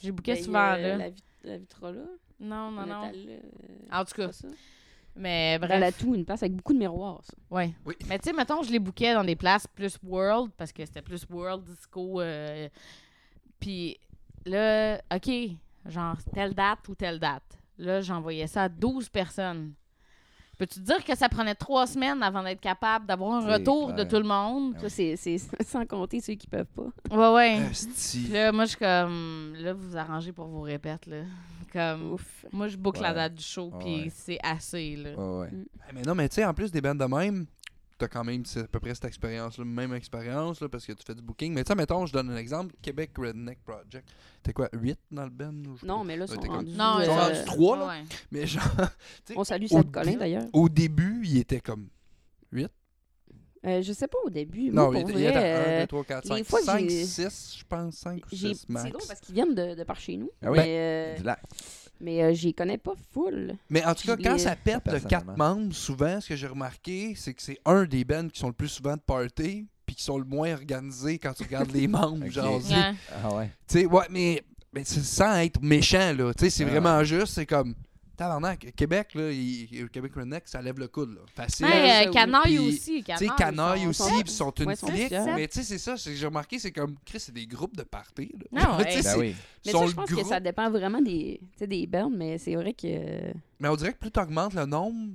[SPEAKER 4] J'ai bouqué
[SPEAKER 1] ben,
[SPEAKER 4] souvent,
[SPEAKER 1] euh,
[SPEAKER 4] là.
[SPEAKER 1] La, vit- la vitrola,
[SPEAKER 4] Non, non,
[SPEAKER 1] on est
[SPEAKER 4] non.
[SPEAKER 1] allé, euh,
[SPEAKER 4] En tout cas,
[SPEAKER 1] pas ça.
[SPEAKER 4] mais bref.
[SPEAKER 1] Dans la toux, une place avec beaucoup de miroirs, ça.
[SPEAKER 4] Ouais.
[SPEAKER 3] Oui.
[SPEAKER 4] Mais tu sais, mettons, je les bouquais dans des places plus world, parce que c'était plus world disco. euh, Puis là, OK, genre telle date ou telle date. Là, j'envoyais ça à 12 personnes. Peux-tu te dire que ça prenait trois semaines avant d'être capable d'avoir un
[SPEAKER 2] C'est
[SPEAKER 4] retour de
[SPEAKER 2] clair.
[SPEAKER 4] tout le
[SPEAKER 3] Ah
[SPEAKER 4] monde?
[SPEAKER 1] Ça, c'est- c'est sans compter ceux qui peuvent pas.
[SPEAKER 4] Ouais,
[SPEAKER 1] Ah
[SPEAKER 4] ouais.
[SPEAKER 3] Euh,
[SPEAKER 4] Puis
[SPEAKER 3] Asti.
[SPEAKER 4] là, moi, je suis comme. Là, vous vous arrangez pour vous répètes, là. Comme.
[SPEAKER 1] Ouf.
[SPEAKER 4] Moi, je boucle la
[SPEAKER 2] Ouais.
[SPEAKER 4] date du show, puis
[SPEAKER 2] Ouais.
[SPEAKER 4] c'est assez, là.
[SPEAKER 2] Ouais, ouais.
[SPEAKER 3] Eh, Mais non, mais tu sais, en plus des bandes de même, t'as quand même c'est à peu près cette expérience-là, même expérience, là, parce que tu fais du booking. Mais tu sais, mettons, je donne un exemple Québec Redneck Project. T'es quoi, 8 dans le band ou je sais
[SPEAKER 1] Non,
[SPEAKER 3] pas.
[SPEAKER 1] mais là, ils
[SPEAKER 3] Ouais,
[SPEAKER 1] sont
[SPEAKER 3] t'es comme-
[SPEAKER 1] rendus...
[SPEAKER 4] Non,
[SPEAKER 3] Ils sont
[SPEAKER 1] euh,
[SPEAKER 3] rendus trois, là.
[SPEAKER 4] Ouais.
[SPEAKER 3] Mais genre,
[SPEAKER 1] on salue
[SPEAKER 3] au
[SPEAKER 1] Seth Collin,
[SPEAKER 3] début-
[SPEAKER 1] d'ailleurs.
[SPEAKER 3] au début, il était comme.
[SPEAKER 1] Euh, je sais pas au début. Moi,
[SPEAKER 3] Non, il
[SPEAKER 1] pour
[SPEAKER 3] était, il
[SPEAKER 1] vrai,
[SPEAKER 3] était
[SPEAKER 1] euh,
[SPEAKER 3] 1, 2, 3, 4,
[SPEAKER 1] les
[SPEAKER 3] 5.
[SPEAKER 1] fois que
[SPEAKER 3] 5,
[SPEAKER 1] j'ai-
[SPEAKER 3] 6, je pense, 5 ou
[SPEAKER 1] J'ai-
[SPEAKER 3] 6 max.
[SPEAKER 1] C'est drôle parce qu'ils viennent de, de par chez nous.
[SPEAKER 2] Ah oui.
[SPEAKER 1] Mais, euh,
[SPEAKER 2] Du lac.
[SPEAKER 1] Mais euh, j'y connais pas full.
[SPEAKER 3] Mais en tout cas,
[SPEAKER 1] Puis
[SPEAKER 3] quand
[SPEAKER 1] les-
[SPEAKER 3] ça pète de quatre
[SPEAKER 2] Personnellement.
[SPEAKER 3] membres, souvent, ce que j'ai remarqué, c'est que c'est un des bands qui sont le plus souvent de party, puis qui sont le moins organisés quand tu regardes les membres.
[SPEAKER 2] Ok.
[SPEAKER 3] Genre, tu
[SPEAKER 4] Ouais.
[SPEAKER 2] Ah ouais.
[SPEAKER 3] sais, ouais, mais, mais c'est sans être méchant, là. Tu sais, c'est
[SPEAKER 2] Ah.
[SPEAKER 3] vraiment juste, c'est comme. Tabarnak, Québec, là, il- Québec Redneck, ça lève le coude, là. Facile.
[SPEAKER 4] Ouais,
[SPEAKER 1] ça,
[SPEAKER 4] euh,
[SPEAKER 1] oui.
[SPEAKER 4] Canaille
[SPEAKER 3] Puis,
[SPEAKER 4] aussi.
[SPEAKER 3] Tu sais,
[SPEAKER 4] Canaille,
[SPEAKER 3] Canaille
[SPEAKER 4] ils
[SPEAKER 3] aussi,
[SPEAKER 4] sont-
[SPEAKER 1] sont-
[SPEAKER 3] puis ils sont une
[SPEAKER 1] ouais, ils sont
[SPEAKER 3] clique.
[SPEAKER 1] fiers.
[SPEAKER 3] Mais tu sais, c'est ça, c'est- j'ai remarqué, c'est comme, Chris, c'est des groupes de party, là.
[SPEAKER 4] Ah ouais.
[SPEAKER 3] Tu sais,
[SPEAKER 4] Ben
[SPEAKER 3] c'est-
[SPEAKER 2] Ben oui.
[SPEAKER 1] Mais
[SPEAKER 3] sont
[SPEAKER 1] ça, je
[SPEAKER 3] le
[SPEAKER 1] pense que
[SPEAKER 3] groupe.
[SPEAKER 1] ça dépend vraiment des, tu sais, des bands, mais c'est vrai que. euh,
[SPEAKER 3] Mais on dirait que plus t'augmentes le nombre,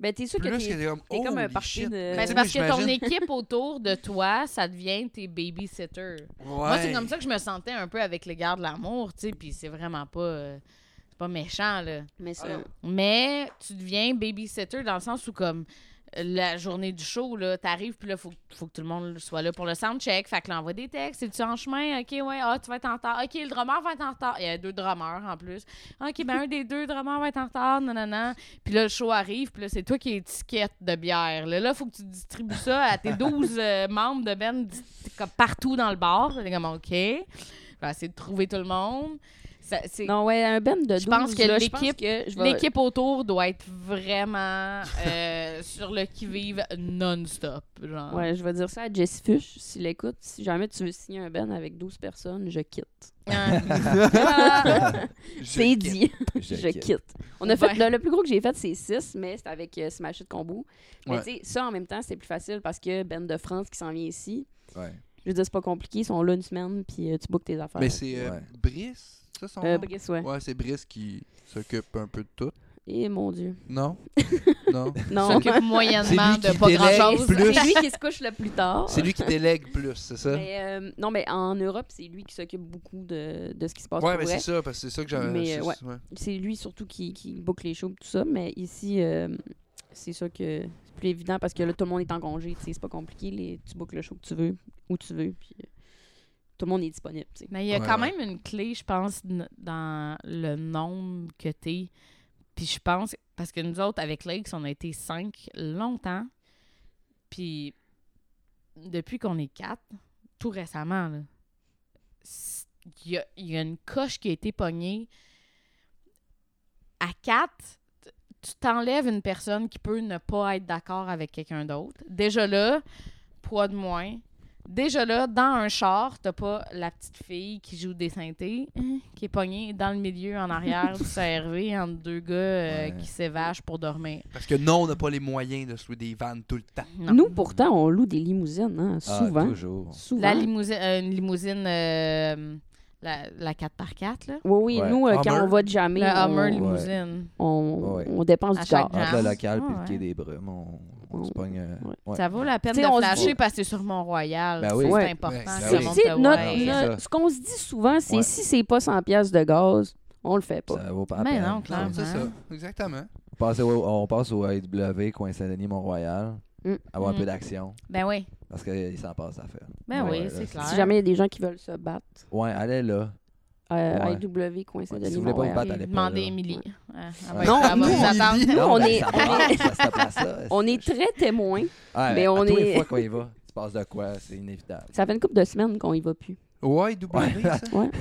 [SPEAKER 1] Ben, t'es sûr
[SPEAKER 3] plus
[SPEAKER 1] que
[SPEAKER 3] que
[SPEAKER 1] t'es.
[SPEAKER 3] t'es comme,
[SPEAKER 1] t'es comme un
[SPEAKER 3] Holy
[SPEAKER 1] party
[SPEAKER 3] shit.
[SPEAKER 1] de-
[SPEAKER 3] Mais
[SPEAKER 1] Ben,
[SPEAKER 3] tu
[SPEAKER 4] Ben,
[SPEAKER 3] sais,
[SPEAKER 4] c'est parce
[SPEAKER 3] moi,
[SPEAKER 4] que ton
[SPEAKER 3] j'imagine-
[SPEAKER 4] équipe autour de toi, ça devient tes babysitters. Moi, c'est
[SPEAKER 3] Ouais.
[SPEAKER 4] comme ça que je me sentais un peu avec les gars de l'amour, tu sais, puis c'est vraiment pas, euh, c'est pas méchant, là.
[SPEAKER 1] Mais ça.
[SPEAKER 3] Ah non.
[SPEAKER 4] Mais tu deviens babysitter dans le sens où, comme, euh, la journée du show, là, t'arrives, puis là, faut, faut que tout le monde soit là pour le soundcheck. Fait que là, envoie des textes. Es-tu en chemin? OK, ouais, ah, tu vas être en retard. OK, le drummer va être en retard. Il y a deux drummers, en plus. OK, ben, un des deux drummers va être en retard. Non, non, non. Puis là, le show arrive, puis là, c'est toi qui es étiquette de bière. Là, là, faut que tu distribues ça à tes 12 euh, membres de Ben dis- comme partout dans le bar. T'es comme, OK. Bah, c'est de trouver tout le monde. Ça, c'est-
[SPEAKER 1] Non, ouais, un band de 12,
[SPEAKER 4] Je pense que
[SPEAKER 1] là, je pense
[SPEAKER 4] l'équipe-
[SPEAKER 1] que je vais-
[SPEAKER 4] L'équipe autour doit être vraiment euh, sur le qui-vive non-stop. genre.
[SPEAKER 1] Ouais, je vais dire ça à Jesse Fush, s'il écoute. Si jamais tu veux signer un band avec 12 personnes, je quitte.
[SPEAKER 4] Hein.
[SPEAKER 1] Ah! C'est dit,
[SPEAKER 2] Je
[SPEAKER 1] je
[SPEAKER 2] quitte.
[SPEAKER 1] quitte. On a fait,
[SPEAKER 4] Ouais.
[SPEAKER 1] le, le plus gros que j'ai fait, c'est 6, mais c'était avec euh, Smash It Combo. Mais
[SPEAKER 3] Ouais.
[SPEAKER 1] tu sais, ça, en même temps, c'est plus facile parce que Ben de France qui s'en vient ici,
[SPEAKER 2] Ouais.
[SPEAKER 1] je veux dire, c'est pas compliqué. Ils sont là une semaine, puis euh, tu bookes tes affaires.
[SPEAKER 3] Mais c'est euh,
[SPEAKER 2] Ouais.
[SPEAKER 3] Brice, ça son
[SPEAKER 1] Euh,
[SPEAKER 3] nom?
[SPEAKER 1] Brice, ouais.
[SPEAKER 3] Ouais, c'est Brice qui s'occupe un peu de tout.
[SPEAKER 1] Et mon Dieu.
[SPEAKER 3] Non? non?
[SPEAKER 1] Non.
[SPEAKER 4] S'occupe moyennement
[SPEAKER 3] C'est lui
[SPEAKER 4] de
[SPEAKER 3] qui
[SPEAKER 4] pas
[SPEAKER 3] délègue
[SPEAKER 4] grand-chose.
[SPEAKER 1] C'est
[SPEAKER 3] plus.
[SPEAKER 1] lui qui se couche le plus tard.
[SPEAKER 3] C'est lui qui délègue plus, c'est ça?
[SPEAKER 1] Mais, euh, non, mais en Europe, c'est lui qui s'occupe beaucoup de, de ce qui se passe
[SPEAKER 3] ouais,
[SPEAKER 1] pour
[SPEAKER 3] mais
[SPEAKER 1] vrai.
[SPEAKER 3] c'est ça, parce que c'est ça que j'avais.
[SPEAKER 1] Mais,
[SPEAKER 3] c'est-
[SPEAKER 1] euh, ouais.
[SPEAKER 3] ouais.
[SPEAKER 1] C'est lui surtout qui, qui book les shows et tout ça. Mais ici, euh, c'est sûr que c'est plus évident parce que là, tout le monde est en congé. tu sais, C'est pas compliqué. les- tu bookes le show que tu veux, où tu veux. Puis euh, tout le monde est disponible. tu sais.
[SPEAKER 4] Mais il y a
[SPEAKER 3] Ouais,
[SPEAKER 4] quand
[SPEAKER 3] ouais.
[SPEAKER 4] même une clé, je pense, n- dans le nombre que t'es. Puis je pense, parce que nous autres, avec Lakes, on a été cinq longtemps. Puis depuis qu'on est quatre, tout récemment, là, c- il y a, il y a une coche qui a été pognée. À quatre, t- tu t'enlèves une personne qui peut ne pas être d'accord avec quelqu'un d'autre. Déjà là, poids de moins. Déjà là, dans un char, t'as pas la petite fille qui joue des synthés, hein, qui est pognée dans le milieu en arrière du CRV entre deux gars euh,
[SPEAKER 2] Ouais.
[SPEAKER 4] qui s'évagent pour dormir.
[SPEAKER 3] Parce que non, on n'a pas les moyens de se louer des vannes tout le temps.
[SPEAKER 4] Non.
[SPEAKER 1] Nous, pourtant, on loue des limousines, hein,
[SPEAKER 2] Ah,
[SPEAKER 1] souvent.
[SPEAKER 2] toujours.
[SPEAKER 1] souvent.
[SPEAKER 4] La limousine, euh, une limousine, euh, la, la 4x4, là.
[SPEAKER 1] Oui, oui,
[SPEAKER 2] Ouais.
[SPEAKER 1] nous, euh, quand
[SPEAKER 3] Hummer.
[SPEAKER 1] on va jammer,
[SPEAKER 4] Le Hummer
[SPEAKER 1] on,
[SPEAKER 2] Oh, Ouais.
[SPEAKER 4] limousine.
[SPEAKER 1] on,
[SPEAKER 2] Ouais.
[SPEAKER 1] on dépense
[SPEAKER 4] À
[SPEAKER 1] du
[SPEAKER 4] chaque
[SPEAKER 1] gaz.
[SPEAKER 4] jambe.
[SPEAKER 2] Entre le local
[SPEAKER 4] Ah,
[SPEAKER 2] puis
[SPEAKER 4] ouais.
[SPEAKER 2] le quai des brumes, on, on se
[SPEAKER 1] On-
[SPEAKER 2] pogne. euh,
[SPEAKER 1] ouais.
[SPEAKER 2] ouais.
[SPEAKER 4] Ça vaut la peine
[SPEAKER 1] T'sais,
[SPEAKER 4] de
[SPEAKER 1] on se
[SPEAKER 4] flasher
[SPEAKER 1] dit-
[SPEAKER 4] parce que c'est sur Mont-Royal.
[SPEAKER 2] Ben
[SPEAKER 4] ça,
[SPEAKER 2] oui.
[SPEAKER 4] C'est
[SPEAKER 1] Ouais.
[SPEAKER 4] important.
[SPEAKER 3] Ben
[SPEAKER 4] que le
[SPEAKER 2] oui.
[SPEAKER 4] monde
[SPEAKER 1] Tu sais,
[SPEAKER 4] te
[SPEAKER 1] notre-
[SPEAKER 4] voie.
[SPEAKER 2] Ouais, c'est
[SPEAKER 1] notre-
[SPEAKER 2] ça.
[SPEAKER 1] ce qu'on se dit souvent, c'est
[SPEAKER 2] Ouais.
[SPEAKER 1] si c'est pas 100 pièces de gaz, on le fait pas.
[SPEAKER 2] Ça vaut pas la
[SPEAKER 4] Mais
[SPEAKER 2] peine.
[SPEAKER 4] non, clairement.
[SPEAKER 3] Non, c'est
[SPEAKER 1] Uh-huh.
[SPEAKER 3] ça. Exactement.
[SPEAKER 2] On passe au, on passe au AW, Coin-Saint-Denis, Mont-Royal.
[SPEAKER 1] Mm.
[SPEAKER 2] Avoir un
[SPEAKER 4] Mm.
[SPEAKER 2] peu d'action.
[SPEAKER 4] Ben oui.
[SPEAKER 2] Parce qu'il s'en passe à faire.
[SPEAKER 4] Ben
[SPEAKER 2] Ouais,
[SPEAKER 4] oui,
[SPEAKER 2] là,
[SPEAKER 4] c'est
[SPEAKER 2] si
[SPEAKER 4] clair.
[SPEAKER 1] Si jamais il y a des gens qui veulent se battre,
[SPEAKER 2] Ouais, allez là.
[SPEAKER 1] euh,
[SPEAKER 2] Ouais.
[SPEAKER 1] IW, coin
[SPEAKER 2] Ouais, si vous voulez pas vous battre, allez pas
[SPEAKER 4] Demandez
[SPEAKER 2] là.
[SPEAKER 4] Émilie. Ouais, elle va
[SPEAKER 2] Ouais.
[SPEAKER 4] être-
[SPEAKER 1] Non,
[SPEAKER 4] elle va
[SPEAKER 1] nous,
[SPEAKER 4] vous
[SPEAKER 1] on
[SPEAKER 4] attendre.
[SPEAKER 3] vit.
[SPEAKER 1] Nous,
[SPEAKER 2] Non,
[SPEAKER 1] on
[SPEAKER 2] ben,
[SPEAKER 1] est-
[SPEAKER 2] ça
[SPEAKER 1] on
[SPEAKER 2] passe,
[SPEAKER 1] est-
[SPEAKER 2] ça, cette place-là,
[SPEAKER 1] On
[SPEAKER 2] c'est-
[SPEAKER 1] est très témoins.
[SPEAKER 2] Ouais,
[SPEAKER 1] mais
[SPEAKER 2] à
[SPEAKER 1] on
[SPEAKER 2] tous les
[SPEAKER 1] est-
[SPEAKER 2] fois qu'on y va, il se passe de quoi, c'est inévitable.
[SPEAKER 1] Ça fait une couple de semaines qu'on y va plus.
[SPEAKER 3] Ouais, W, ça.
[SPEAKER 1] Ouais.
[SPEAKER 4] Ouais.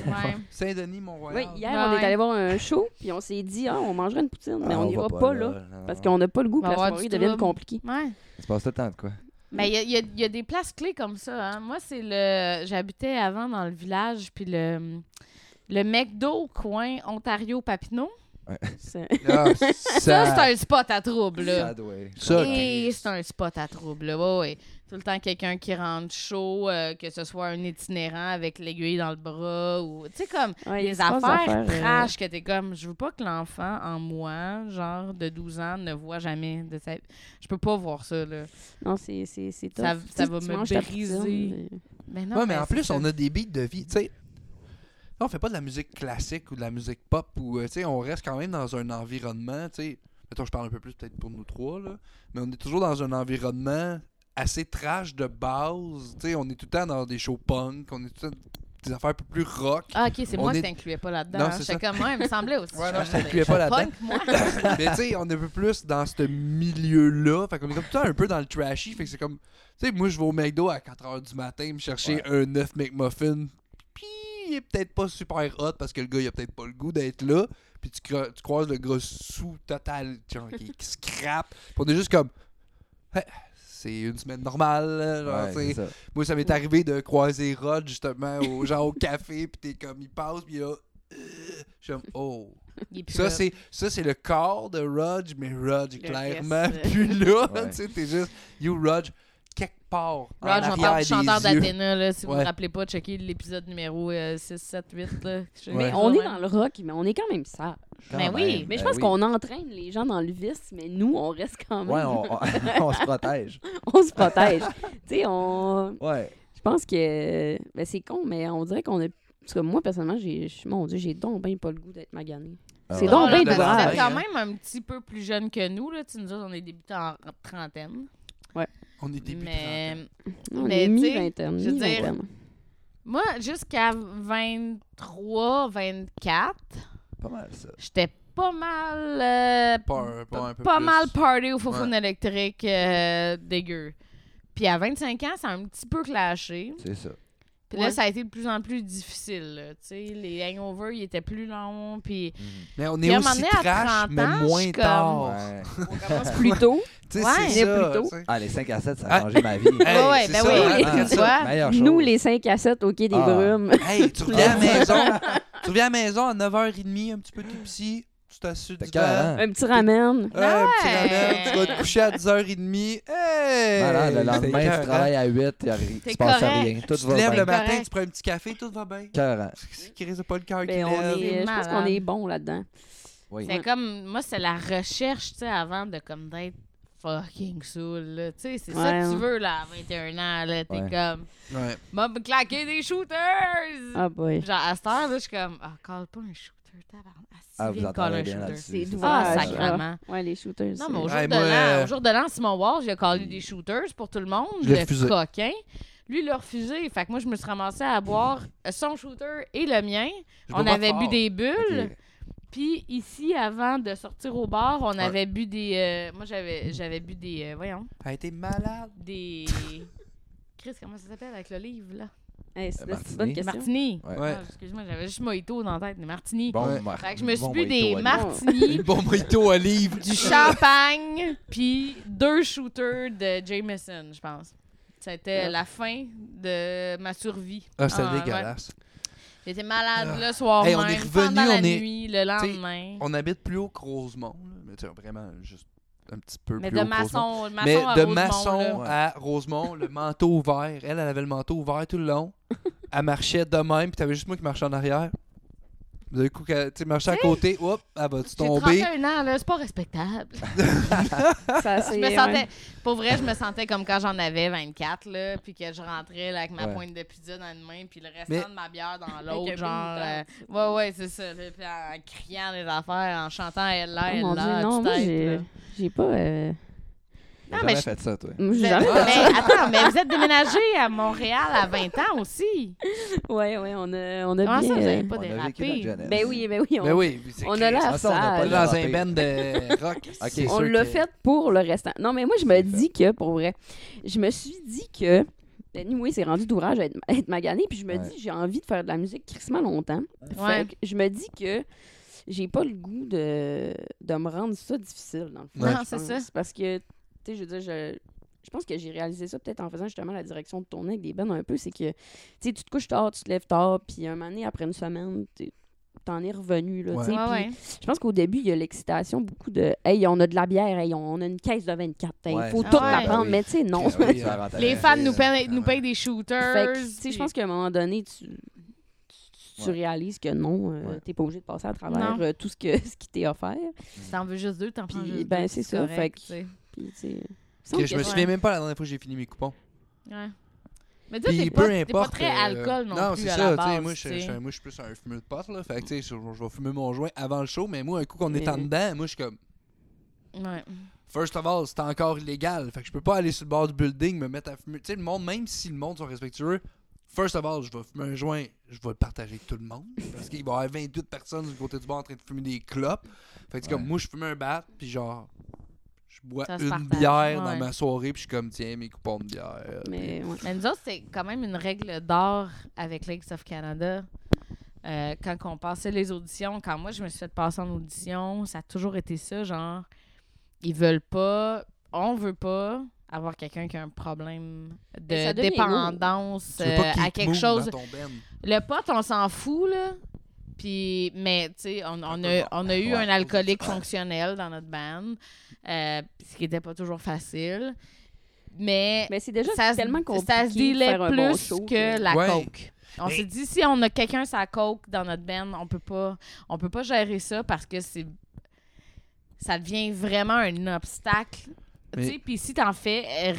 [SPEAKER 3] Saint-Denis, Mont-Royal.
[SPEAKER 1] Oui, hier,
[SPEAKER 4] Ouais,
[SPEAKER 1] on
[SPEAKER 4] ouais.
[SPEAKER 1] est allé voir un show, puis on s'est dit, ah, on mangerait une poutine, mais
[SPEAKER 2] Ah,
[SPEAKER 1] on n'ira pas, là.
[SPEAKER 2] non,
[SPEAKER 1] Parce
[SPEAKER 2] non.
[SPEAKER 1] qu'on n'a pas le goût
[SPEAKER 4] On
[SPEAKER 1] que
[SPEAKER 4] va
[SPEAKER 1] la
[SPEAKER 4] avoir
[SPEAKER 1] soirée
[SPEAKER 4] du
[SPEAKER 1] devienne
[SPEAKER 4] trouble.
[SPEAKER 1] compliquée.
[SPEAKER 4] Ouais.
[SPEAKER 2] Il se passe tout le temps de quoi.
[SPEAKER 4] Mais il y a- il y, a- il y a des places clés comme ça. hein. Moi, c'est le. J'habitais avant dans le village, puis le. Le McDo coin Ontario-Papineau.
[SPEAKER 1] C'est-
[SPEAKER 3] Ah, ça,
[SPEAKER 4] Ça, c'est un spot à trouble, là.
[SPEAKER 2] Ça doit être-
[SPEAKER 3] Ça,
[SPEAKER 4] Et
[SPEAKER 3] Chris.
[SPEAKER 4] c'est un spot à trouble, là. Ouais, ouais. Tout le temps, quelqu'un qui rentre chaud, euh, que ce soit un itinérant avec l'aiguille dans le bras ou. Tu sais, comme.
[SPEAKER 1] Ouais, il
[SPEAKER 4] Les
[SPEAKER 1] se passe des
[SPEAKER 4] affaires
[SPEAKER 1] euh,
[SPEAKER 4] trash que t'es comme, je veux pas que l'enfant en moi, genre de 12 ans, ne voit jamais de sa Je peux pas voir ça, là.
[SPEAKER 1] Non, c'est c'est- c'est tough.
[SPEAKER 4] Ça-
[SPEAKER 1] Tu sais,
[SPEAKER 4] ça
[SPEAKER 1] tu
[SPEAKER 4] va me
[SPEAKER 1] manges ta
[SPEAKER 4] briser.
[SPEAKER 1] poutine, euh, mais-
[SPEAKER 4] Mais non. ben,
[SPEAKER 3] ouais, mais en
[SPEAKER 4] c'est
[SPEAKER 3] plus,
[SPEAKER 4] ça.
[SPEAKER 3] on a des beats de vie. Tu sais, là, on fait pas de la musique classique ou de la musique pop. Ou, euh, tu sais, on reste quand même dans un environnement. Tu sais, mettons, je parle un peu plus peut-être pour nous trois, là. Mais on est toujours dans un environnement assez trash de base. Tu sais, on est tout le temps dans des shows punk. On est tout le temps des affaires un peu plus rock.
[SPEAKER 4] Ah, ok, c'est
[SPEAKER 3] On
[SPEAKER 4] moi qui
[SPEAKER 3] est-
[SPEAKER 4] t'incluais pas là-dedans.
[SPEAKER 3] Non,
[SPEAKER 4] hein.
[SPEAKER 3] c'est
[SPEAKER 4] J'étais comme, ouais, il me semblait aussi.
[SPEAKER 3] Ouais, non,
[SPEAKER 4] Je
[SPEAKER 3] je t'incluais pas
[SPEAKER 4] suis
[SPEAKER 3] là-dedans.
[SPEAKER 4] punk, moi.
[SPEAKER 3] Mais tu sais, on est un peu plus dans ce milieu-là. Fait qu'on est comme tout le temps un peu dans le trashy. Fait que c'est comme. Tu sais, moi, je vais au McDo à 4h du matin me chercher
[SPEAKER 2] Ouais.
[SPEAKER 3] un œuf McMuffin. Puis, il est peut-être pas super hot parce que le gars, il a peut-être pas le goût d'être là. puis tu, cro- tu croises le gros sous total genre, qui, qui scrape. Puis on est juste comme, Hey, c'est une semaine normale. là, genre,
[SPEAKER 2] Ouais,
[SPEAKER 3] tu sais.
[SPEAKER 2] c'est ça.
[SPEAKER 3] Moi, ça m'est arrivé de croiser Rod justement au, genre, au café, puis t'es comme, il passe, puis là, euh, je suis comme, oh.
[SPEAKER 4] Il est plus
[SPEAKER 3] Ça,
[SPEAKER 4] là.
[SPEAKER 3] c'est, ça, c'est le corps de Rudge, mais Rudge est
[SPEAKER 4] Le euh,
[SPEAKER 3] clairement
[SPEAKER 4] reste.
[SPEAKER 3] plus là.
[SPEAKER 2] Ouais.
[SPEAKER 3] tu sais, t'es juste, you Rudge, quelque part. en
[SPEAKER 4] Rod, on
[SPEAKER 3] arrière
[SPEAKER 4] parle du
[SPEAKER 3] des
[SPEAKER 4] chanteur
[SPEAKER 3] yeux.
[SPEAKER 4] d'Athéna, là, si vous ne
[SPEAKER 3] Ouais.
[SPEAKER 4] vous rappelez pas, checkez l'épisode numéro euh, 6, 7, 8. Là, Je-
[SPEAKER 2] Ouais.
[SPEAKER 1] Mais on est dans le rock, mais on est quand même sage.
[SPEAKER 2] Quand
[SPEAKER 4] Ben oui,
[SPEAKER 2] même,
[SPEAKER 1] Mais je
[SPEAKER 2] ben
[SPEAKER 1] pense
[SPEAKER 2] oui.
[SPEAKER 1] qu'on entraîne les gens dans le vice, mais nous, on reste quand même.
[SPEAKER 2] Ouais, on, on- on se protège.
[SPEAKER 1] on se protège. tu sais, on.
[SPEAKER 2] Ouais.
[SPEAKER 1] Je pense que. Ben, c'est con, mais on dirait qu'on a. Parce que moi, personnellement, j'ai. je- Mon Dieu, j'ai donc bien pas le goût d'être magané. C'est
[SPEAKER 2] Ah,
[SPEAKER 4] Non,
[SPEAKER 1] donc
[SPEAKER 4] là,
[SPEAKER 1] bien
[SPEAKER 4] parce que Ah, vous
[SPEAKER 1] dommage.
[SPEAKER 4] êtes quand même un petit peu plus jeune que nous. Là. Tu sais, Nous autres, on est débutants en trentaine.
[SPEAKER 3] On est début
[SPEAKER 4] mais
[SPEAKER 1] On
[SPEAKER 4] Mais
[SPEAKER 1] est
[SPEAKER 4] tu sais,
[SPEAKER 1] mi-vingtaine.
[SPEAKER 4] je veux dire-
[SPEAKER 1] mi-vingtaine.
[SPEAKER 4] moi, jusqu'à 23, 24,
[SPEAKER 2] Pas mal ça.
[SPEAKER 4] j'étais pas mal... euh,
[SPEAKER 3] Pas, un- pas un peu
[SPEAKER 4] pas
[SPEAKER 3] plus.
[SPEAKER 4] mal party au faux
[SPEAKER 3] Ouais.
[SPEAKER 4] électrique euh, dégueu. Puis à 25 ans, ça a un petit peu clashé.
[SPEAKER 2] C'est ça.
[SPEAKER 4] Puis
[SPEAKER 1] Ouais.
[SPEAKER 4] là, ça a été de plus en plus difficile. là. Tu sais, les hangovers, ils étaient plus longs. Puis
[SPEAKER 3] Mais on
[SPEAKER 4] Puis à
[SPEAKER 3] est
[SPEAKER 4] un moment
[SPEAKER 3] aussi
[SPEAKER 4] donné, à
[SPEAKER 3] trash,
[SPEAKER 4] 30
[SPEAKER 3] mais
[SPEAKER 4] ans, je
[SPEAKER 3] moins
[SPEAKER 4] suis comme-
[SPEAKER 3] tard.
[SPEAKER 2] Ouais.
[SPEAKER 1] On commence plus tôt.
[SPEAKER 3] Tu sais,
[SPEAKER 4] Ouais.
[SPEAKER 3] c'est
[SPEAKER 1] Mais
[SPEAKER 3] ça.
[SPEAKER 1] plutôt.
[SPEAKER 3] tu sais.
[SPEAKER 2] Ah, les 5 à 7, ça
[SPEAKER 3] Ah.
[SPEAKER 2] a changé ma vie.
[SPEAKER 3] Hey,
[SPEAKER 4] Ouais,
[SPEAKER 3] c'est
[SPEAKER 4] ben
[SPEAKER 3] ça,
[SPEAKER 4] oui,
[SPEAKER 3] hein,
[SPEAKER 4] tu
[SPEAKER 3] regarde ça.
[SPEAKER 4] vois.
[SPEAKER 2] Meilleure chose.
[SPEAKER 1] Nous, les 5 à 7, OK, des
[SPEAKER 2] Ah.
[SPEAKER 1] brumes.
[SPEAKER 3] Hey, tu reviens à la maison. tu reviens à la maison à 9h30, un petit peu tout petit. Tu t'assures du
[SPEAKER 2] T'as
[SPEAKER 3] vent.
[SPEAKER 2] 40 ans.
[SPEAKER 1] Un petit ramen.
[SPEAKER 3] Ouais, un petit
[SPEAKER 4] Ouais.
[SPEAKER 3] ramen, tu vas te coucher à 10h30. Hey!
[SPEAKER 2] Malade, le
[SPEAKER 3] Euh, C'est
[SPEAKER 2] lendemain,
[SPEAKER 3] écœurant.
[SPEAKER 2] tu travailles à 8, il ne
[SPEAKER 4] T'es
[SPEAKER 2] se passe
[SPEAKER 4] correct.
[SPEAKER 2] rien. Tout
[SPEAKER 3] Tu te lèves
[SPEAKER 2] va
[SPEAKER 3] le
[SPEAKER 2] bien.
[SPEAKER 4] correct.
[SPEAKER 3] matin, tu prends un petit café, tout va bien.
[SPEAKER 2] Écœurant.
[SPEAKER 3] C'est qui risque pas le cœur qui
[SPEAKER 1] Ben, on
[SPEAKER 3] lève.
[SPEAKER 1] est, je pense
[SPEAKER 4] malade.
[SPEAKER 1] qu'on est bon là-dedans.
[SPEAKER 2] Oui.
[SPEAKER 4] C'est comme, moi, c'est la recherche, tu sais, avant de comme d'être fucking saoul, là. Tu sais, c'est ça
[SPEAKER 1] Ouais,
[SPEAKER 4] que tu
[SPEAKER 1] ouais.
[SPEAKER 4] veux, là, à 21 ans, là. T'es
[SPEAKER 2] Ouais.
[SPEAKER 4] comme,
[SPEAKER 3] Ouais.
[SPEAKER 4] m'a me claquer des shooters!
[SPEAKER 1] Ah, boy.
[SPEAKER 4] Genre, à cette heure, là, je suis comme, ah, call pas un shooter, tabarnak.
[SPEAKER 2] Ah,
[SPEAKER 4] Ah,
[SPEAKER 2] vous
[SPEAKER 4] vous call un
[SPEAKER 2] entendez bien
[SPEAKER 4] shooter.
[SPEAKER 2] là-dessus.
[SPEAKER 1] C'est
[SPEAKER 2] ça.
[SPEAKER 1] doux.
[SPEAKER 4] Ah,
[SPEAKER 1] Ouais,
[SPEAKER 4] sacrément.
[SPEAKER 1] Ouais, les shooters.
[SPEAKER 4] Non,
[SPEAKER 1] c'est-
[SPEAKER 4] mais au jour,
[SPEAKER 3] Hey,
[SPEAKER 4] de
[SPEAKER 3] moi,
[SPEAKER 4] l'an,
[SPEAKER 3] euh,
[SPEAKER 4] au jour de l'an, Simon Walsh, il a callé des shooters pour tout le monde,
[SPEAKER 3] Je l'ai
[SPEAKER 4] le
[SPEAKER 3] refusé.
[SPEAKER 4] coquin. Lui, il l'a refusé. Fait que moi, je me suis ramassée à boire son shooter et le mien.
[SPEAKER 3] Je bois
[SPEAKER 4] On
[SPEAKER 3] pas
[SPEAKER 4] avait
[SPEAKER 3] fort.
[SPEAKER 4] bu des bulles.
[SPEAKER 2] Ok.
[SPEAKER 4] Puis ici, avant de sortir au bar, on
[SPEAKER 3] Ouais.
[SPEAKER 4] avait bu des. euh, moi, j'avais, j'avais bu des. euh, voyons.
[SPEAKER 3] Elle était malade.
[SPEAKER 4] Des. Chris, comment ça s'appelle avec l'olive, là
[SPEAKER 1] Hey, c'est
[SPEAKER 2] Euh,
[SPEAKER 1] c'est une
[SPEAKER 2] Martini.
[SPEAKER 1] bonne question.
[SPEAKER 4] Martini.
[SPEAKER 2] Ouais.
[SPEAKER 3] Ouais.
[SPEAKER 4] Ah, excuse-moi, j'avais juste Mojito dans la tête, des martinis.
[SPEAKER 2] Bon,
[SPEAKER 3] Ouais.
[SPEAKER 2] Marc-
[SPEAKER 4] Fait que je me suis
[SPEAKER 2] bon
[SPEAKER 4] bu
[SPEAKER 2] mojito,
[SPEAKER 4] des
[SPEAKER 2] Olivier.
[SPEAKER 4] martinis,
[SPEAKER 3] Une bon mojito olive.
[SPEAKER 4] du champagne, puis deux shooters de Jameson, je pense. C'était
[SPEAKER 1] Ah.
[SPEAKER 4] la fin de ma survie.
[SPEAKER 3] Ah, c'était
[SPEAKER 4] Ah, ouais.
[SPEAKER 3] dégueulasse.
[SPEAKER 4] J'étais malade
[SPEAKER 3] Ah.
[SPEAKER 4] le soir
[SPEAKER 3] Hey, on
[SPEAKER 4] même,
[SPEAKER 3] est revenu,
[SPEAKER 4] pendant la
[SPEAKER 3] on est-
[SPEAKER 4] nuit, le lendemain.
[SPEAKER 3] On habite plus haut que Rosemont. là. Mais tu sais, vraiment, juste un petit peu
[SPEAKER 4] Mais
[SPEAKER 3] plus
[SPEAKER 4] de
[SPEAKER 3] haut que Rosemont.
[SPEAKER 4] maçon, maçon
[SPEAKER 3] Mais
[SPEAKER 4] à
[SPEAKER 3] de
[SPEAKER 4] Rosemont, là.
[SPEAKER 3] maçon euh,
[SPEAKER 2] là.
[SPEAKER 3] à Rosemont, le manteau ouvert. Elle, elle avait le manteau ouvert tout le long. Elle marchait de même, puis t'avais juste moi qui marchais en arrière. D'un coup, qu'elle- tu sais, marchais à côté, hop, elle va-tu
[SPEAKER 4] J'ai
[SPEAKER 3] tomber?
[SPEAKER 4] 31 ans, là, c'est pas respectable.
[SPEAKER 1] Ça,
[SPEAKER 4] Je
[SPEAKER 1] c'est-
[SPEAKER 4] me
[SPEAKER 1] ouais.
[SPEAKER 4] sentais, pour vrai, je me sentais comme quand j'en avais 24, là, puis que je rentrais là, avec ma
[SPEAKER 2] Ouais.
[SPEAKER 4] pointe de pizza dans une main, puis le restant
[SPEAKER 3] Mais-
[SPEAKER 4] de ma bière dans
[SPEAKER 1] Avec un
[SPEAKER 4] l'autre, genre. euh,
[SPEAKER 1] pénitent.
[SPEAKER 4] ouais, ouais, c'est ça. là, puis en criant les affaires, en chantant elle là,
[SPEAKER 1] Oh,
[SPEAKER 4] elle
[SPEAKER 1] mon Dieu,
[SPEAKER 4] là,
[SPEAKER 1] non,
[SPEAKER 4] tu
[SPEAKER 1] moi,
[SPEAKER 4] t'aides,
[SPEAKER 1] j'ai-
[SPEAKER 4] là.
[SPEAKER 1] j'ai pas. euh,
[SPEAKER 4] Non,
[SPEAKER 2] J'ai
[SPEAKER 4] mais
[SPEAKER 2] jamais
[SPEAKER 4] je-
[SPEAKER 2] fait ça, toi.
[SPEAKER 1] J'ai
[SPEAKER 4] Mais,
[SPEAKER 1] jamais
[SPEAKER 4] mais attends, mais vous êtes déménagé à Montréal à 20 ans aussi.
[SPEAKER 1] Ouais, ouais, on a, on a
[SPEAKER 4] Comment ça,
[SPEAKER 1] bien.
[SPEAKER 4] vous
[SPEAKER 1] euh,
[SPEAKER 4] n'avez pas
[SPEAKER 2] On a vécu notre
[SPEAKER 4] dérapé?
[SPEAKER 2] jeunesse. Ah,
[SPEAKER 1] Ben oui, ben oui. On,
[SPEAKER 3] Mais oui, c'est
[SPEAKER 1] on a
[SPEAKER 3] clair.
[SPEAKER 1] l'air
[SPEAKER 2] Ça, on a pas
[SPEAKER 1] sale.
[SPEAKER 2] l'air.
[SPEAKER 3] dans un band de rock. c'est
[SPEAKER 1] On
[SPEAKER 3] sûr
[SPEAKER 1] l'a
[SPEAKER 3] que-
[SPEAKER 1] fait pour le restant. Non, mais moi, je me
[SPEAKER 2] C'est
[SPEAKER 1] dis que, pour vrai, je me suis dit que. Ben, oui, c'est rendu d'ouvrage à être, à être magané, puis je me
[SPEAKER 2] Ouais.
[SPEAKER 1] dis, j'ai envie de faire de la musique crissement longtemps.
[SPEAKER 4] Ouais.
[SPEAKER 1] Fait que je me dis que j'ai pas le goût de, de me rendre ça difficile, dans le fond.
[SPEAKER 3] Ouais.
[SPEAKER 4] Non,
[SPEAKER 1] je
[SPEAKER 4] c'est
[SPEAKER 1] pense.
[SPEAKER 4] ça.
[SPEAKER 1] Parce que, tu sais, je veux dire, je, je pense que j'ai réalisé ça peut-être en faisant justement la direction de tournée avec des bennes un peu. C'est que, tu sais, tu te couches tard, tu te lèves tard, puis un moment donné, après une semaine, t'es- t'en es revenu, là,
[SPEAKER 3] Ouais.
[SPEAKER 1] tu sais,
[SPEAKER 4] Ouais,
[SPEAKER 1] puis
[SPEAKER 4] ouais.
[SPEAKER 1] je pense qu'au début, il y a l'excitation beaucoup de Hey, on a de la bière, hey, on a une caisse de 24. Il
[SPEAKER 2] Ouais,
[SPEAKER 1] faut
[SPEAKER 4] c'est
[SPEAKER 1] tout
[SPEAKER 4] ça.
[SPEAKER 1] la prendre.
[SPEAKER 2] Ouais.
[SPEAKER 1] Mais tu sais, non.
[SPEAKER 2] Ouais,
[SPEAKER 1] fait
[SPEAKER 2] oui,
[SPEAKER 3] Les
[SPEAKER 2] ça rentabilise.
[SPEAKER 4] Les femmes nous
[SPEAKER 3] paient-
[SPEAKER 4] payent, nous payent des shooters.
[SPEAKER 1] que, tu sais, je
[SPEAKER 4] puis-
[SPEAKER 1] pense qu'à un moment donné, tu, tu, tu
[SPEAKER 2] Ouais.
[SPEAKER 1] réalises que non, euh,
[SPEAKER 2] Ouais.
[SPEAKER 1] t'es pas obligé de passer à travers
[SPEAKER 4] Non.
[SPEAKER 1] euh, tout ce, que, ce qui t'est offert.
[SPEAKER 4] Si t'en veux juste deux, t'en prends
[SPEAKER 1] Puis,
[SPEAKER 4] juste
[SPEAKER 1] ben,
[SPEAKER 4] deux.
[SPEAKER 1] c'est ça,
[SPEAKER 4] correct,
[SPEAKER 1] fait que-
[SPEAKER 4] tu sais.
[SPEAKER 1] Puis, tu sais, il me
[SPEAKER 3] Que
[SPEAKER 1] semble
[SPEAKER 3] je
[SPEAKER 1] que-
[SPEAKER 3] me
[SPEAKER 4] Ouais.
[SPEAKER 3] souviens même pas la dernière fois que j'ai fini mes coupons.
[SPEAKER 4] Ouais. Mais toi,
[SPEAKER 3] Puis
[SPEAKER 4] t'es
[SPEAKER 3] peu
[SPEAKER 4] pas, t'es pas
[SPEAKER 3] importe.
[SPEAKER 4] très
[SPEAKER 3] euh,
[SPEAKER 4] alcool non, plus
[SPEAKER 3] c'est
[SPEAKER 4] à
[SPEAKER 3] ça.
[SPEAKER 4] la
[SPEAKER 3] tu sais,
[SPEAKER 4] base.
[SPEAKER 3] moi, je, suis-
[SPEAKER 4] tu
[SPEAKER 3] je
[SPEAKER 4] sais.
[SPEAKER 3] suis un- moi, je suis plus un fumeur de pot. Là, fait que, tu sais, je, je vais fumer mon joint avant le show, mais moi, un coup qu'on est
[SPEAKER 1] Mais-
[SPEAKER 3] en dedans, moi, je suis comme.
[SPEAKER 4] Ouais.
[SPEAKER 3] First of all, c'est encore illégal. Fait que je peux pas aller sur le bord du building, me mettre à fumer. Tu sais, le monde, même si le monde sont respectueux, first of all, je vais fumer un joint, je vais le partager avec tout le monde. Parce qu'il va y avoir 28 personnes du côté du bord en train de fumer des clopes. Fait que c'est
[SPEAKER 2] Ouais.
[SPEAKER 3] comme moi, je fume un bat, puis genre, je bois
[SPEAKER 4] Ça se
[SPEAKER 3] une
[SPEAKER 4] partage,
[SPEAKER 3] bière
[SPEAKER 4] ouais.
[SPEAKER 3] dans ma soirée, puis je suis comme, tiens, mes coupons de bière.
[SPEAKER 1] Mais, ouais.
[SPEAKER 4] Mais nous autres, c'est quand même une règle d'or avec Lakes of Canada. euh, quand on passait les auditions, quand moi je me suis fait passer en audition, ça a toujours été ça, genre, ils veulent pas, on veut pas avoir quelqu'un qui a un problème
[SPEAKER 1] Mais
[SPEAKER 4] de
[SPEAKER 1] ça devient
[SPEAKER 4] dépendance
[SPEAKER 3] Tu veux pas
[SPEAKER 4] euh,
[SPEAKER 3] qu'il
[SPEAKER 4] à
[SPEAKER 3] te
[SPEAKER 4] quelque
[SPEAKER 3] move
[SPEAKER 4] chose.
[SPEAKER 3] dans ton ben.
[SPEAKER 4] Le pote, on s'en fout, là. Puis, mais, tu sais, on, on a, on a eu
[SPEAKER 2] Ouais.
[SPEAKER 4] un alcoolique fonctionnel dans notre band, euh, ce qui n'était pas toujours facile. Mais,
[SPEAKER 1] Mais c'est déjà
[SPEAKER 4] ça, se-
[SPEAKER 1] tellement compliqué
[SPEAKER 4] ça se
[SPEAKER 1] de
[SPEAKER 4] dealait
[SPEAKER 1] faire un
[SPEAKER 4] plus
[SPEAKER 1] bon show
[SPEAKER 4] que la
[SPEAKER 3] Ouais.
[SPEAKER 4] coke. On
[SPEAKER 3] Mais-
[SPEAKER 4] s'est dit, si on a quelqu'un sa coke dans notre band, on peut pas, on peut pas gérer ça parce que c'est ça devient vraiment un obstacle. Tu
[SPEAKER 2] Mais-
[SPEAKER 4] sais, Puis si t'en fais euh,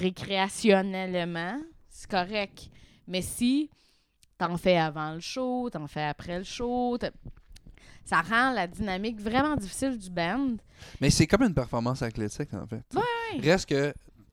[SPEAKER 4] récréationnellement, c'est correct. Mais si t'en fais avant le show, t'en fais après le show, t'as- ça rend la dynamique vraiment difficile du band.
[SPEAKER 3] Mais c'est comme une performance athlétique, en fait.
[SPEAKER 4] Ouais.
[SPEAKER 3] Reste que,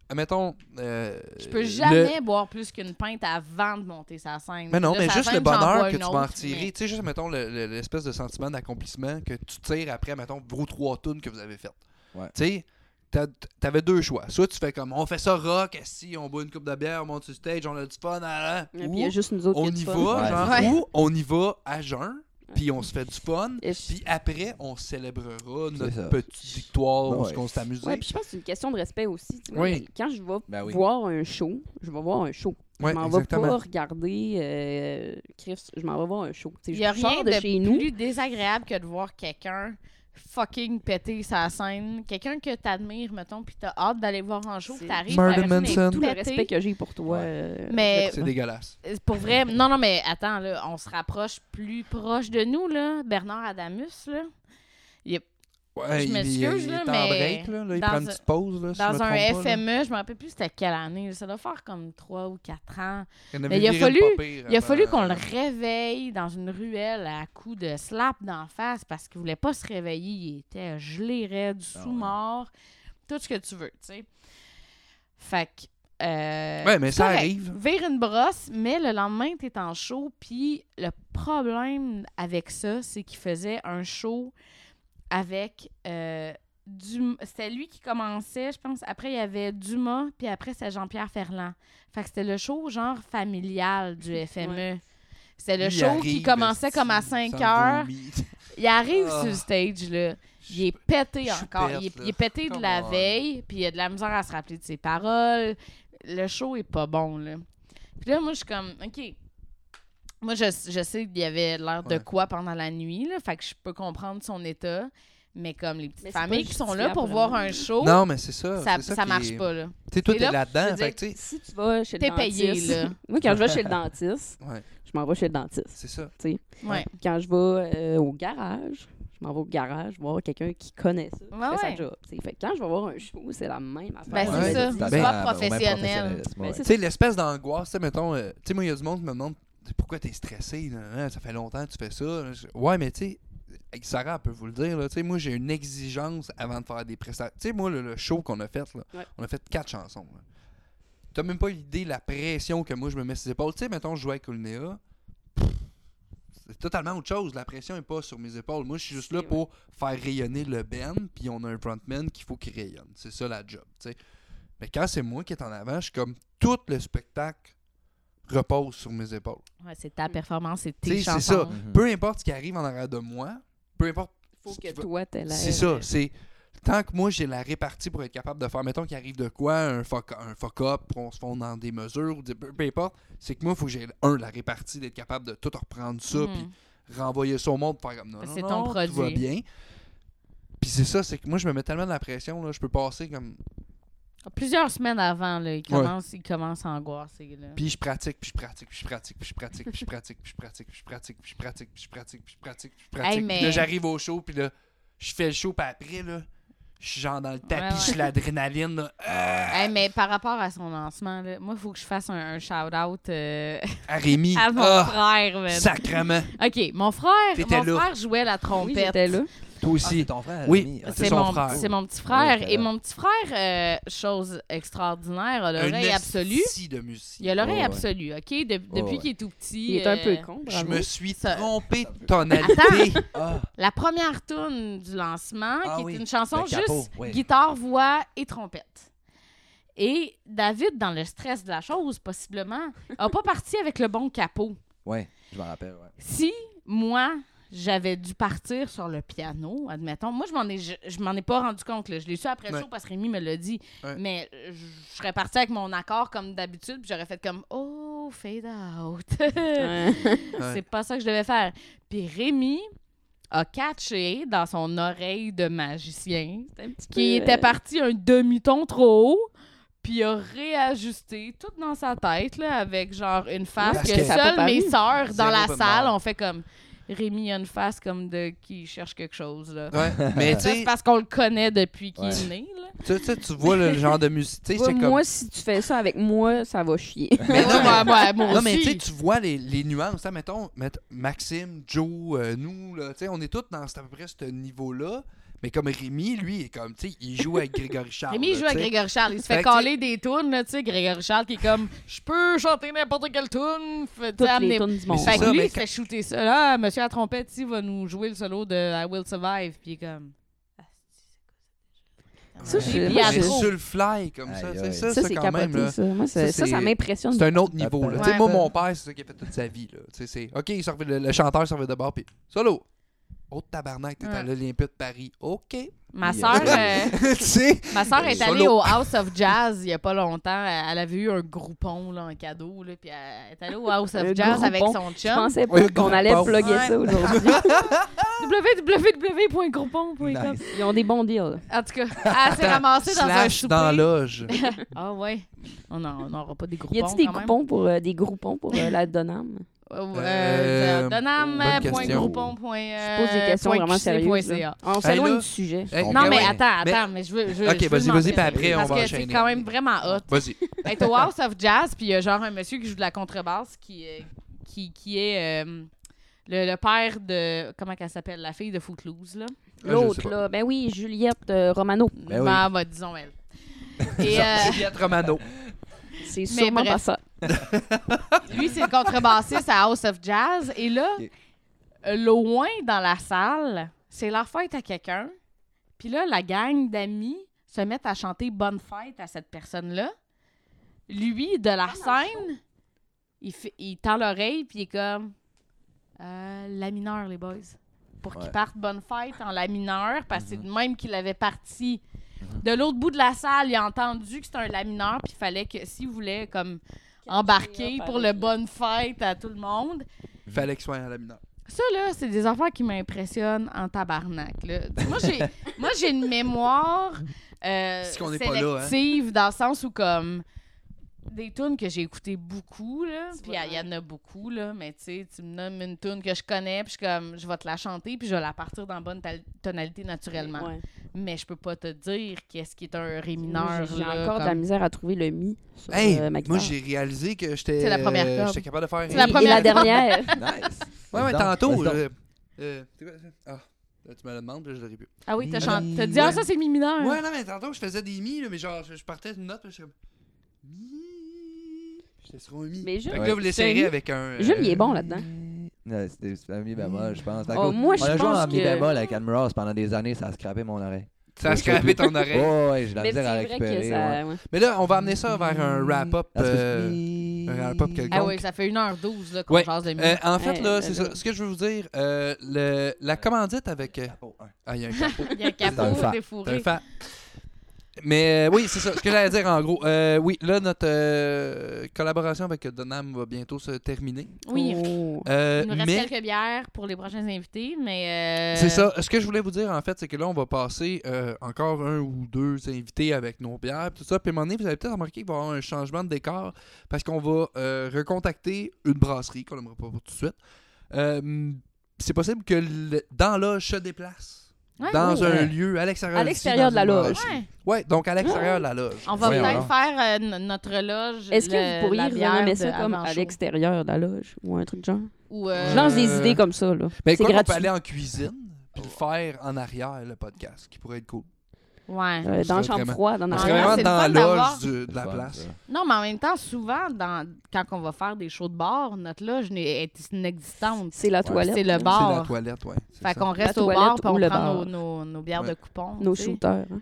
[SPEAKER 3] admettons. euh,
[SPEAKER 4] Je peux
[SPEAKER 3] le-
[SPEAKER 4] jamais boire plus qu'une pinte avant de monter sa scène.
[SPEAKER 3] Mais non,
[SPEAKER 4] Là,
[SPEAKER 3] mais
[SPEAKER 4] sa
[SPEAKER 3] juste
[SPEAKER 4] scène,
[SPEAKER 3] le
[SPEAKER 4] j'en
[SPEAKER 3] bonheur
[SPEAKER 4] bois
[SPEAKER 3] que
[SPEAKER 4] une
[SPEAKER 3] tu vas en
[SPEAKER 4] autre,
[SPEAKER 3] retirer.
[SPEAKER 4] mais-
[SPEAKER 3] Tu sais, juste, mettons, le- le- l'espèce de sentiment d'accomplissement que tu tires après, mettons, vos trois tunes que vous avez faites.
[SPEAKER 2] Ouais.
[SPEAKER 3] Tu sais, t'a- t'avais deux choix. Soit tu fais comme, on fait ça rock, si on boit une coupe de bière, on monte sur stage, on a du fun, ah, ah,
[SPEAKER 1] Et puis il y
[SPEAKER 3] ou
[SPEAKER 1] a juste nous autres
[SPEAKER 3] on
[SPEAKER 1] qui a du
[SPEAKER 3] y va,
[SPEAKER 1] fun.
[SPEAKER 2] Ouais.
[SPEAKER 3] genre,
[SPEAKER 4] Ouais.
[SPEAKER 3] ou on y va à jeun, puis on se fait du fun,
[SPEAKER 1] Et je-
[SPEAKER 3] puis après, on célébrera
[SPEAKER 2] C'est
[SPEAKER 3] notre
[SPEAKER 2] ça.
[SPEAKER 3] petite victoire,
[SPEAKER 2] Ouais.
[SPEAKER 3] où qu'on s'est amusé.
[SPEAKER 1] Ouais, puis je pense que c'est une question de respect aussi. tu vois.
[SPEAKER 3] Oui.
[SPEAKER 1] Quand je vais
[SPEAKER 2] Ben oui.
[SPEAKER 1] voir un show, je vais voir un show.
[SPEAKER 3] Ouais,
[SPEAKER 1] je m'en vais pas
[SPEAKER 3] exactement.
[SPEAKER 1] regarder euh, Chris, je m'en vais voir un show. Tu sais,
[SPEAKER 4] Il
[SPEAKER 1] je
[SPEAKER 4] n'y a rien
[SPEAKER 1] sors
[SPEAKER 4] de,
[SPEAKER 1] de chez nous.
[SPEAKER 4] plus désagréable que de voir quelqu'un fucking péter sa scène. Quelqu'un que t'admires, mettons, pis t'as hâte d'aller voir en show,
[SPEAKER 1] C'est-
[SPEAKER 4] pis t'arrives
[SPEAKER 3] Marilyn
[SPEAKER 4] la personne est
[SPEAKER 3] Manson.
[SPEAKER 1] Tout le
[SPEAKER 4] pétée.
[SPEAKER 1] respect que j'ai pour toi.
[SPEAKER 2] Ouais.
[SPEAKER 1] euh,
[SPEAKER 4] Mais
[SPEAKER 3] C'est dégueulasse.
[SPEAKER 4] euh, pour vrai, non, non, mais attends, là, on se rapproche plus proche de nous, là. Bernard Adamus, là.
[SPEAKER 3] Ouais,
[SPEAKER 4] Je
[SPEAKER 3] il, il-
[SPEAKER 4] m'excuse,
[SPEAKER 3] il
[SPEAKER 4] là,
[SPEAKER 3] est en
[SPEAKER 4] mais
[SPEAKER 3] break, là, là, il
[SPEAKER 4] dans
[SPEAKER 3] prend une
[SPEAKER 4] un-
[SPEAKER 3] petite pause. Là, si je me
[SPEAKER 4] Dans un
[SPEAKER 3] trompe pas, là.
[SPEAKER 4] FME, je me rappelle plus c'était quelle année. Ça doit faire comme 3 ou 4 ans.
[SPEAKER 3] Il y en avait
[SPEAKER 4] Mais il a
[SPEAKER 3] viré
[SPEAKER 4] fallu-
[SPEAKER 3] une pas pire
[SPEAKER 4] Il a
[SPEAKER 3] avant-
[SPEAKER 4] fallu qu'on le réveille dans une ruelle à coups de slap d'en face parce qu'il voulait pas se réveiller. Il était gelé, raide,
[SPEAKER 2] Ah ouais.
[SPEAKER 4] sous-mort, tout ce que tu veux, tu sais. Fait que. euh,
[SPEAKER 3] Ouais, mais
[SPEAKER 4] c'est
[SPEAKER 3] ça
[SPEAKER 4] correct.
[SPEAKER 3] arrive.
[SPEAKER 4] Vire une brosse, mais le lendemain, t'es en show. Puis le problème avec ça, c'est qu'il faisait un show avec. euh, Dum- C'était lui qui commençait, je pense. Après, il y avait Dumas, puis après, c'était Jean-Pierre Ferland. Fait que c'était le show genre familial du FME. C'était le
[SPEAKER 3] Lui, il
[SPEAKER 4] show qui
[SPEAKER 3] arrive,
[SPEAKER 4] commençait comme à
[SPEAKER 3] esti,
[SPEAKER 4] 5
[SPEAKER 3] sans
[SPEAKER 4] heures.
[SPEAKER 3] vomi.
[SPEAKER 4] Il arrive
[SPEAKER 3] Ah.
[SPEAKER 4] sur le stage, là. Il est pété
[SPEAKER 3] je suis
[SPEAKER 4] encore.
[SPEAKER 3] perte,
[SPEAKER 4] il, est,
[SPEAKER 3] là.
[SPEAKER 4] il est pété de la
[SPEAKER 3] Come on.
[SPEAKER 4] veille, puis il a de la misère à se rappeler de ses paroles. Le show est pas bon, là. Puis là, moi, je suis comme, OK. Moi, je, je sais qu'il y avait l'air de
[SPEAKER 3] Ouais.
[SPEAKER 4] quoi pendant la nuit, là. Fait que je peux comprendre son état. Mais comme les petites
[SPEAKER 1] Mais c'est pas
[SPEAKER 4] familles qui sont là
[SPEAKER 1] justifiable,
[SPEAKER 4] pour voir
[SPEAKER 1] vraiment.
[SPEAKER 4] un show,
[SPEAKER 3] Non, mais c'est ça.
[SPEAKER 4] ça,
[SPEAKER 3] c'est ça,
[SPEAKER 4] ça
[SPEAKER 3] qui
[SPEAKER 4] marche
[SPEAKER 3] est-
[SPEAKER 4] pas, là.
[SPEAKER 3] Tu sais, toi,
[SPEAKER 4] Et
[SPEAKER 3] t'es
[SPEAKER 4] là,
[SPEAKER 3] là-dedans.
[SPEAKER 4] je veux
[SPEAKER 3] Fait que, tu sais,
[SPEAKER 1] si tu vas chez le
[SPEAKER 4] T'es payé,
[SPEAKER 1] dentiste.
[SPEAKER 4] là.
[SPEAKER 1] Moi, quand je vais chez le dentiste,
[SPEAKER 3] ouais,
[SPEAKER 1] je m'en vais chez le dentiste.
[SPEAKER 3] c'est ça.
[SPEAKER 4] Ouais.
[SPEAKER 1] Quand je vais euh, au garage, je m'en vais au garage voir quelqu'un qui connaît ça. qui
[SPEAKER 4] Ouais,
[SPEAKER 1] fait sa
[SPEAKER 4] ouais.
[SPEAKER 1] job, tu sais. Fait que quand je vais voir un show, c'est la même affaire.
[SPEAKER 4] Ben, c'est
[SPEAKER 1] Ouais.
[SPEAKER 4] ça.
[SPEAKER 1] Ouais.
[SPEAKER 4] T'as
[SPEAKER 2] Ben,
[SPEAKER 4] pas
[SPEAKER 2] au même
[SPEAKER 4] professionnel.
[SPEAKER 2] professionnalisme,
[SPEAKER 1] Ben,
[SPEAKER 2] ouais.
[SPEAKER 1] c'est
[SPEAKER 3] Tu sais, l'espèce d'angoisse, tu sais, mettons, euh, tu sais, moi, il y a du monde qui me demande pourquoi t'es stressé, là, hein, ça fait longtemps que tu fais ça. Je- Ouais, mais tu sais, avec Sarah, elle peut vous le dire, là, tu sais, moi, j'ai une exigence avant de faire des prestations. Tu sais, moi, le, le show qu'on a fait, là,
[SPEAKER 1] Ouais.
[SPEAKER 3] on a fait quatre chansons. là. T'as même pas l'idée de la pression que moi, je me mets sur les épaules. Tu sais, mettons, je jouais avec Olnea. C'est totalement autre chose. La pression est pas sur mes épaules. Moi, je suis juste là
[SPEAKER 1] C'est vrai.
[SPEAKER 3] pour faire rayonner le band, puis on a un frontman qu'il faut qu'il rayonne. C'est ça la job, tu sais. Mais quand c'est moi qui est en avant, je suis comme tout le spectacle repose sur mes épaules.
[SPEAKER 4] Ouais, c'est
[SPEAKER 1] Mm.
[SPEAKER 4] ta performance, c'est
[SPEAKER 3] Tu
[SPEAKER 4] tes
[SPEAKER 3] sais, c'est
[SPEAKER 4] chansons.
[SPEAKER 3] ça.
[SPEAKER 2] Mhm.
[SPEAKER 3] Peu importe ce qui arrive en arrière de moi, peu importe.
[SPEAKER 1] Faut
[SPEAKER 3] ce
[SPEAKER 1] que
[SPEAKER 3] qui va-
[SPEAKER 1] toi, t'aies l'air.
[SPEAKER 3] C'est ça. C'est tant que moi j'ai la répartie pour être capable de faire, mettons qu'il arrive de quoi, un fuck, un fuck up, on se fond dans des mesures, ou des- peu, peu importe. C'est que moi, il faut que j'ai un la répartie d'être capable de tout reprendre ça,
[SPEAKER 4] Mhm.
[SPEAKER 3] puis renvoyer ça au monde, faire comme non,
[SPEAKER 4] Parce
[SPEAKER 3] non,
[SPEAKER 4] que c'est
[SPEAKER 3] non,
[SPEAKER 4] ton
[SPEAKER 3] tout
[SPEAKER 4] produit.
[SPEAKER 3] va bien. Puis c'est ça, c'est que moi je me mets tellement de la pression là, je peux passer comme
[SPEAKER 4] Plusieurs semaines avant, là, il commence, il commence à angoisser. Là.
[SPEAKER 3] Puis je pratique, puis je pratique, puis je pratique, puis je pratique, puis je pratique, puis je pratique, puis je pratique, puis je pratique, puis je pratique, puis je pratique, puis je pratique. Puis
[SPEAKER 4] mais-
[SPEAKER 3] là, j'arrive au show, puis là, je fais le show, puis après, là, je suis genre dans le
[SPEAKER 4] Ouais,
[SPEAKER 3] tapis,
[SPEAKER 4] ouais.
[SPEAKER 3] je suis l'adrénaline, là. Ah!
[SPEAKER 4] Hey, mais par rapport à son lancement, là, moi, il faut que je fasse un, un shout-out euh,
[SPEAKER 3] À Rémi,
[SPEAKER 4] à mon
[SPEAKER 3] ah,
[SPEAKER 4] frère. man.
[SPEAKER 3] sacrement,
[SPEAKER 4] OK, mon frère,
[SPEAKER 3] T'étais
[SPEAKER 4] mon
[SPEAKER 3] là.
[SPEAKER 4] frère jouait la
[SPEAKER 1] Oui,
[SPEAKER 4] trompette.
[SPEAKER 1] j'étais là.
[SPEAKER 3] toi
[SPEAKER 2] Ah, c'est
[SPEAKER 3] aussi.
[SPEAKER 2] ton frère.
[SPEAKER 3] Oui,
[SPEAKER 2] Rémi. Ah,
[SPEAKER 3] c'est
[SPEAKER 4] C'est
[SPEAKER 3] son
[SPEAKER 4] mon,
[SPEAKER 3] frère.
[SPEAKER 4] c'est mon petit
[SPEAKER 2] Ouais,
[SPEAKER 4] frère.
[SPEAKER 2] j'étais
[SPEAKER 4] Et
[SPEAKER 2] là.
[SPEAKER 4] mon petit frère, euh, chose extraordinaire, a l'oreille absolue.
[SPEAKER 3] esti de musique.
[SPEAKER 4] Il a l'oreille
[SPEAKER 2] Ouais, ouais.
[SPEAKER 4] absolue, OK? De- depuis
[SPEAKER 2] ouais.
[SPEAKER 4] qu'il est tout petit.
[SPEAKER 1] Il est un peu
[SPEAKER 4] euh,
[SPEAKER 1] con,
[SPEAKER 3] Je
[SPEAKER 1] bravo.
[SPEAKER 3] me suis
[SPEAKER 4] Ça-
[SPEAKER 3] trompé de tonalité.
[SPEAKER 2] Ah,
[SPEAKER 4] La première tune du lancement,
[SPEAKER 2] Ah
[SPEAKER 4] qui
[SPEAKER 2] oui,
[SPEAKER 4] est une chanson
[SPEAKER 2] le capot,
[SPEAKER 4] juste
[SPEAKER 2] ouais.
[SPEAKER 4] guitare, voix et trompette. Et David, dans le stress de la chose, possiblement, a pas parti avec le bon capot.
[SPEAKER 2] ouais, je m'en rappelle, ouais.
[SPEAKER 4] Si moi, j'avais dû partir sur le piano, admettons. Moi, je m'en ai, je, je m'en ai pas rendu compte. là. Je l'ai su après le
[SPEAKER 3] Ouais.
[SPEAKER 4] show parce que Rémi me l'a dit.
[SPEAKER 3] Ouais.
[SPEAKER 4] Mais euh, je je serais partie avec mon accord comme d'habitude, puis j'aurais fait comme Oh, fade out. C'est pas ça que je devais faire. Puis Rémi a catché dans son oreille de magicien qui
[SPEAKER 1] euh,
[SPEAKER 4] était parti un demi-ton trop haut, puis a réajusté tout dans sa tête, là, avec genre une face
[SPEAKER 3] Parce
[SPEAKER 4] que,
[SPEAKER 3] que
[SPEAKER 1] ça a pas
[SPEAKER 4] seules
[SPEAKER 1] paru.
[SPEAKER 4] mes sœurs dans
[SPEAKER 3] Zéro
[SPEAKER 4] la
[SPEAKER 3] bonne
[SPEAKER 4] salle
[SPEAKER 3] mère.
[SPEAKER 4] ont fait comme Rémi a une face comme de qui cherche quelque chose. Là.
[SPEAKER 3] Ouais, mais tu
[SPEAKER 4] Ça, c'est
[SPEAKER 3] sais,
[SPEAKER 4] parce qu'on le connaît depuis qu'il
[SPEAKER 2] Ouais.
[SPEAKER 4] est né. Là.
[SPEAKER 3] tu- tu- tu vois le genre de musique, tu sais, c'est comme
[SPEAKER 1] Moi, si tu fais ça avec moi, ça va chier.
[SPEAKER 3] Mais non, mais-
[SPEAKER 4] ouais, moi
[SPEAKER 3] Non, mais tu sais,
[SPEAKER 4] aussi.
[SPEAKER 3] tu vois les, les nuances. là, mettons, mett- Maxime, Joe, euh, nous, là, tu sais, on est tous dans cet- à peu près ce niveau-là. Mais comme Rémi, lui, est comme, tu sais, il joue avec Grégory Charles.
[SPEAKER 4] Rémi il
[SPEAKER 3] là,
[SPEAKER 4] joue à
[SPEAKER 3] tu sais.
[SPEAKER 4] Grégory Charles. Il se fait
[SPEAKER 3] Fait que, tu sais-
[SPEAKER 4] caler des tunes, là, tu sais. Grégory Charles qui est comme Je peux chanter n'importe quelle tune. Fait- tu sais,
[SPEAKER 1] Toutes les
[SPEAKER 4] amenez-
[SPEAKER 1] tunes du monde.
[SPEAKER 3] c'est
[SPEAKER 4] Fait que
[SPEAKER 3] ça,
[SPEAKER 4] lui,
[SPEAKER 3] mais
[SPEAKER 4] il se fait shooter ça. Là, monsieur la trompette, il va nous jouer le solo de I Will Survive. Puis il est comme.
[SPEAKER 1] Ah, Ça, je-
[SPEAKER 4] Puis
[SPEAKER 1] moi,
[SPEAKER 4] à
[SPEAKER 3] Mais
[SPEAKER 1] je-
[SPEAKER 4] trop.
[SPEAKER 3] sur le fly, comme ça.
[SPEAKER 2] Aïe,
[SPEAKER 3] tu
[SPEAKER 2] aïe.
[SPEAKER 3] sais, Ça,
[SPEAKER 1] Ça,
[SPEAKER 3] ça,
[SPEAKER 1] c'est
[SPEAKER 3] quand même,
[SPEAKER 1] capoté,
[SPEAKER 3] là,
[SPEAKER 1] ça. Moi, ça,
[SPEAKER 3] ça,
[SPEAKER 1] ça, ça
[SPEAKER 3] c'est-
[SPEAKER 1] m'impressionne.
[SPEAKER 3] c'est un autre niveau. là. Tu sais,
[SPEAKER 4] Ouais,
[SPEAKER 3] moi,
[SPEAKER 4] ben-
[SPEAKER 3] mon père, c'est ça qu'il a fait toute sa vie. Là. Tu sais, c'est, OK, il servait- le, le chanteur servait de bord, puis solo. Autre tabarnak, t'es
[SPEAKER 4] Ouais.
[SPEAKER 3] à l'Olympia de Paris. OK.
[SPEAKER 4] Ma
[SPEAKER 2] Yes.
[SPEAKER 4] soeur,
[SPEAKER 3] tu sais,
[SPEAKER 4] ma sœur est allée
[SPEAKER 3] Solo.
[SPEAKER 4] au House of Jazz il y a pas longtemps. Elle elle avait eu un groupon, là, en cadeau. Là, puis elle est allée au House of
[SPEAKER 1] Un
[SPEAKER 4] Jazz avec
[SPEAKER 1] groupon.
[SPEAKER 4] son
[SPEAKER 1] Je
[SPEAKER 4] chum.
[SPEAKER 1] pensais
[SPEAKER 3] Ouais,
[SPEAKER 1] pas qu'on allait
[SPEAKER 3] bon.
[SPEAKER 1] plugger
[SPEAKER 4] Ouais.
[SPEAKER 1] ça aujourd'hui.
[SPEAKER 4] www.groupon.com.
[SPEAKER 2] Nice.
[SPEAKER 1] Ils ont des bons deals.
[SPEAKER 4] En tout cas, elle s'est ramassée dans un
[SPEAKER 3] slash
[SPEAKER 4] souper.
[SPEAKER 3] dans l'loge.
[SPEAKER 4] Ah ouais. On en- on n'aura pas des groupons.
[SPEAKER 1] Y a-tu des
[SPEAKER 4] quand même?
[SPEAKER 1] coupons pour euh, des groupons pour euh, la Donham?
[SPEAKER 4] Euh,
[SPEAKER 3] Euh,
[SPEAKER 4] Donham.groupon.ca.
[SPEAKER 3] bonne question.
[SPEAKER 1] Je pose
[SPEAKER 4] Euh,
[SPEAKER 1] des questions vraiment sérieuses. là. On s'éloigne
[SPEAKER 3] là,
[SPEAKER 1] du sujet.
[SPEAKER 3] Hey,
[SPEAKER 2] Non,
[SPEAKER 4] Non,
[SPEAKER 3] gars,
[SPEAKER 4] mais
[SPEAKER 3] ouais.
[SPEAKER 4] attends,
[SPEAKER 3] Mais-
[SPEAKER 4] attends, mais je veux. je-
[SPEAKER 3] Ok,
[SPEAKER 4] je veux
[SPEAKER 3] vas-y,
[SPEAKER 4] m'en
[SPEAKER 3] vas-y, puis
[SPEAKER 4] parler.
[SPEAKER 3] après, on
[SPEAKER 4] Parce
[SPEAKER 3] va
[SPEAKER 4] que c'est
[SPEAKER 3] enchaîner.
[SPEAKER 4] quand même vraiment hot.
[SPEAKER 3] Vas-y.
[SPEAKER 4] Être au House of Jazz, puis il y a genre un monsieur qui joue de la contrebasse qui, euh, qui, qui est euh, le, le père de. Comment qu'elle s'appelle La fille de Footloose, là.
[SPEAKER 3] ah, je sais
[SPEAKER 1] L'autre,
[SPEAKER 3] pas.
[SPEAKER 1] là, ben oui, Juliette euh, Romano.
[SPEAKER 2] Ben oui.
[SPEAKER 4] Bah, bah, disons elle. Et euh,
[SPEAKER 3] Juliette Romano.
[SPEAKER 1] C'est sûrement
[SPEAKER 4] bref.
[SPEAKER 1] pas ça.
[SPEAKER 4] lui, c'est le contrebassiste à House of Jazz. Et là,
[SPEAKER 2] Ok.
[SPEAKER 4] euh, loin dans la salle, c'est la fête à quelqu'un. Puis là, la gang d'amis se mettent à chanter Bonne fête à cette personne-là. Lui, de la scène, il, fait- il tend l'oreille, puis il est comme Euh, La mineure, les boys. Pour qu'ils
[SPEAKER 2] Ouais.
[SPEAKER 4] partent Bonne fête en la mineure, parce que c'est de même qu'il avait parti. De l'autre bout de la salle, il a entendu que c'était un lamineur, puis il fallait que, s'il voulait, comme, embarquer pour le bonne fête à tout le monde.
[SPEAKER 3] Fallait que soit à la mineure.
[SPEAKER 4] Ça, là, c'est des affaires qui m'impressionnent en tabarnak. là. Moi, j'ai, moi, j'ai une mémoire euh,
[SPEAKER 3] C'est qu'on n'est pas là, hein?
[SPEAKER 4] sélective dans le sens où, comme, des tunes que j'ai écoutées beaucoup, là,
[SPEAKER 1] Tu
[SPEAKER 4] puis
[SPEAKER 1] vois,
[SPEAKER 4] il y en a beaucoup, là, mais tu sais, tu me nommes une tune que je connais, puis je, suis comme, je vais te la chanter, puis je vais la partir dans bonne tal- tonalité naturellement.
[SPEAKER 1] Ouais.
[SPEAKER 4] Mais je peux pas te dire qu'est-ce qui est un ré
[SPEAKER 1] Moi,
[SPEAKER 4] mineur.
[SPEAKER 1] J'ai j'ai
[SPEAKER 4] là,
[SPEAKER 1] encore de
[SPEAKER 4] comme-
[SPEAKER 1] la misère à trouver le mi sur
[SPEAKER 3] Hey,
[SPEAKER 1] euh, ma
[SPEAKER 3] moi
[SPEAKER 1] guitare.
[SPEAKER 3] j'ai réalisé que j'étais
[SPEAKER 4] C'est la première
[SPEAKER 3] euh,
[SPEAKER 4] corde.
[SPEAKER 3] j'étais capable de faire
[SPEAKER 4] C'est la
[SPEAKER 1] Et-
[SPEAKER 4] première
[SPEAKER 1] Et la
[SPEAKER 4] fois.
[SPEAKER 1] dernière.
[SPEAKER 2] Nice.
[SPEAKER 3] Ouais, ouais,
[SPEAKER 2] Vas-y donc,
[SPEAKER 3] tantôt.
[SPEAKER 2] vas-y donc.
[SPEAKER 3] euh, euh, c'est quoi ça? ah, là, tu me le demandes, puis là, je l'aurais pu.
[SPEAKER 4] Ah oui, t'as
[SPEAKER 2] Mi-
[SPEAKER 4] chanté. T'as dit, ah, ça, c'est mi mineur.
[SPEAKER 3] Ouais, non, mais tantôt, je faisais des mi, là, mais genre, je, je partais d'une note, puis je suis comme. Mi. J'étais sur un mi.
[SPEAKER 1] Mais Jules-
[SPEAKER 3] Fait que là, vous l'essayerez
[SPEAKER 1] Ouais.
[SPEAKER 3] avec un. euh,
[SPEAKER 1] Jules, il est bon là-dedans.
[SPEAKER 2] Non, C'était c'était un mi bémol, je pense. À
[SPEAKER 1] Oh,
[SPEAKER 2] cause-
[SPEAKER 1] moi, je
[SPEAKER 2] On a joué en
[SPEAKER 1] pense
[SPEAKER 2] mi
[SPEAKER 1] que-
[SPEAKER 2] bémol avec Anne Ross pendant des années, ça a scrapé mon oreille.
[SPEAKER 3] Ça a scrapé ton oreille.
[SPEAKER 2] Oh, ouais, j'ai de la
[SPEAKER 1] Mais c'est
[SPEAKER 2] misère à
[SPEAKER 1] vrai que
[SPEAKER 2] récupérer. ouais. Ah,
[SPEAKER 1] ça. Mm. ouais.
[SPEAKER 3] Mais là, on va amener ça vers un wrap-up.
[SPEAKER 2] Parce que-
[SPEAKER 3] euh, un wrap-up quelconque.
[SPEAKER 4] Ah oui, ça fait 1h12 là, qu'on
[SPEAKER 3] Ouais.
[SPEAKER 4] jase de mi.
[SPEAKER 3] Euh, en fait,
[SPEAKER 1] Hey,
[SPEAKER 3] là,
[SPEAKER 1] ben
[SPEAKER 3] c'est
[SPEAKER 1] là.
[SPEAKER 3] ça. Ce que je veux vous dire, euh, le, la commandite avec. euh,
[SPEAKER 2] Oh, un.
[SPEAKER 3] Ah, il y a un capot.
[SPEAKER 4] Il y a un
[SPEAKER 2] un
[SPEAKER 4] capot
[SPEAKER 2] fa-
[SPEAKER 3] C'est un
[SPEAKER 4] défourré.
[SPEAKER 3] fa- Mais euh, oui, c'est ça. Ce que j'allais dire en gros. Euh, oui, là, notre euh, collaboration avec Donham va bientôt se terminer.
[SPEAKER 4] Oui.
[SPEAKER 1] Oh.
[SPEAKER 3] Euh,
[SPEAKER 4] Il nous reste
[SPEAKER 3] mais
[SPEAKER 4] quelques bières pour les prochains invités, mais. euh,
[SPEAKER 3] c'est ça. Ce que je voulais vous dire, en fait, c'est que là, on va passer euh, encore un ou deux invités avec nos bières, tout ça. Puis à un moment donné, vous avez peut-être remarqué qu'il va y avoir un changement de décor parce qu'on va euh, recontacter une brasserie qu'on n'aimera pas pour tout de suite. Euh, c'est possible que le- dans l'âge se déplace.
[SPEAKER 4] Ouais,
[SPEAKER 3] dans
[SPEAKER 4] Ah oui.
[SPEAKER 3] un
[SPEAKER 2] ouais.
[SPEAKER 3] lieu, à l'extérieur
[SPEAKER 1] À
[SPEAKER 3] aussi,
[SPEAKER 1] l'extérieur
[SPEAKER 3] dans
[SPEAKER 1] de la
[SPEAKER 3] une
[SPEAKER 1] loge.
[SPEAKER 3] brasserie.
[SPEAKER 4] Ouais.
[SPEAKER 3] Ouais, donc à l'extérieur de la loge.
[SPEAKER 4] On va
[SPEAKER 2] Voyons
[SPEAKER 4] peut-être
[SPEAKER 2] donc.
[SPEAKER 4] faire euh, n- notre loge.
[SPEAKER 1] Est-ce
[SPEAKER 4] le-
[SPEAKER 1] que vous
[SPEAKER 4] la
[SPEAKER 1] pourriez
[SPEAKER 4] bière
[SPEAKER 1] renommer
[SPEAKER 4] de
[SPEAKER 1] ça comme
[SPEAKER 4] avant
[SPEAKER 1] à
[SPEAKER 4] chaud.
[SPEAKER 1] l'extérieur de la loge ou un truc de genre?
[SPEAKER 4] Ou, euh,
[SPEAKER 1] Je lance des
[SPEAKER 3] Euh,
[SPEAKER 1] idées comme ça, là.
[SPEAKER 3] Mais
[SPEAKER 1] C'est
[SPEAKER 3] quoi, on peut
[SPEAKER 1] gratuit.
[SPEAKER 3] aller en cuisine puis le faire en arrière, le podcast, ce qui pourrait être cool.
[SPEAKER 4] Ouais.
[SPEAKER 1] Euh, dans
[SPEAKER 3] serait
[SPEAKER 1] le chambre
[SPEAKER 3] vraiment-
[SPEAKER 1] froide, en
[SPEAKER 4] On
[SPEAKER 3] On
[SPEAKER 4] serait
[SPEAKER 3] serait
[SPEAKER 4] ouais,
[SPEAKER 1] arrière.
[SPEAKER 4] c'est
[SPEAKER 3] vraiment
[SPEAKER 4] le fun
[SPEAKER 3] dans
[SPEAKER 4] d'avoir-
[SPEAKER 3] l'âge du- de la
[SPEAKER 2] Fun,
[SPEAKER 3] place.
[SPEAKER 2] ça.
[SPEAKER 4] Non, mais en même temps, souvent, dans... quand on va faire des shows de bar, notre loge n'est- est inexistante.
[SPEAKER 1] C'est la
[SPEAKER 2] Ouais,
[SPEAKER 1] toilette.
[SPEAKER 4] c'est le
[SPEAKER 1] là.
[SPEAKER 4] bar.
[SPEAKER 3] C'est la toilette, ouais. c'est
[SPEAKER 4] Fait
[SPEAKER 3] ça.
[SPEAKER 4] qu'on reste
[SPEAKER 1] La
[SPEAKER 4] au bar,
[SPEAKER 1] toilette
[SPEAKER 4] puis
[SPEAKER 1] ou
[SPEAKER 4] on
[SPEAKER 1] le
[SPEAKER 4] prend nos,
[SPEAKER 1] bar.
[SPEAKER 4] nos, nos bières
[SPEAKER 3] Ouais.
[SPEAKER 4] de coupons.
[SPEAKER 1] Nos
[SPEAKER 4] tu sais.
[SPEAKER 1] shooters. hein.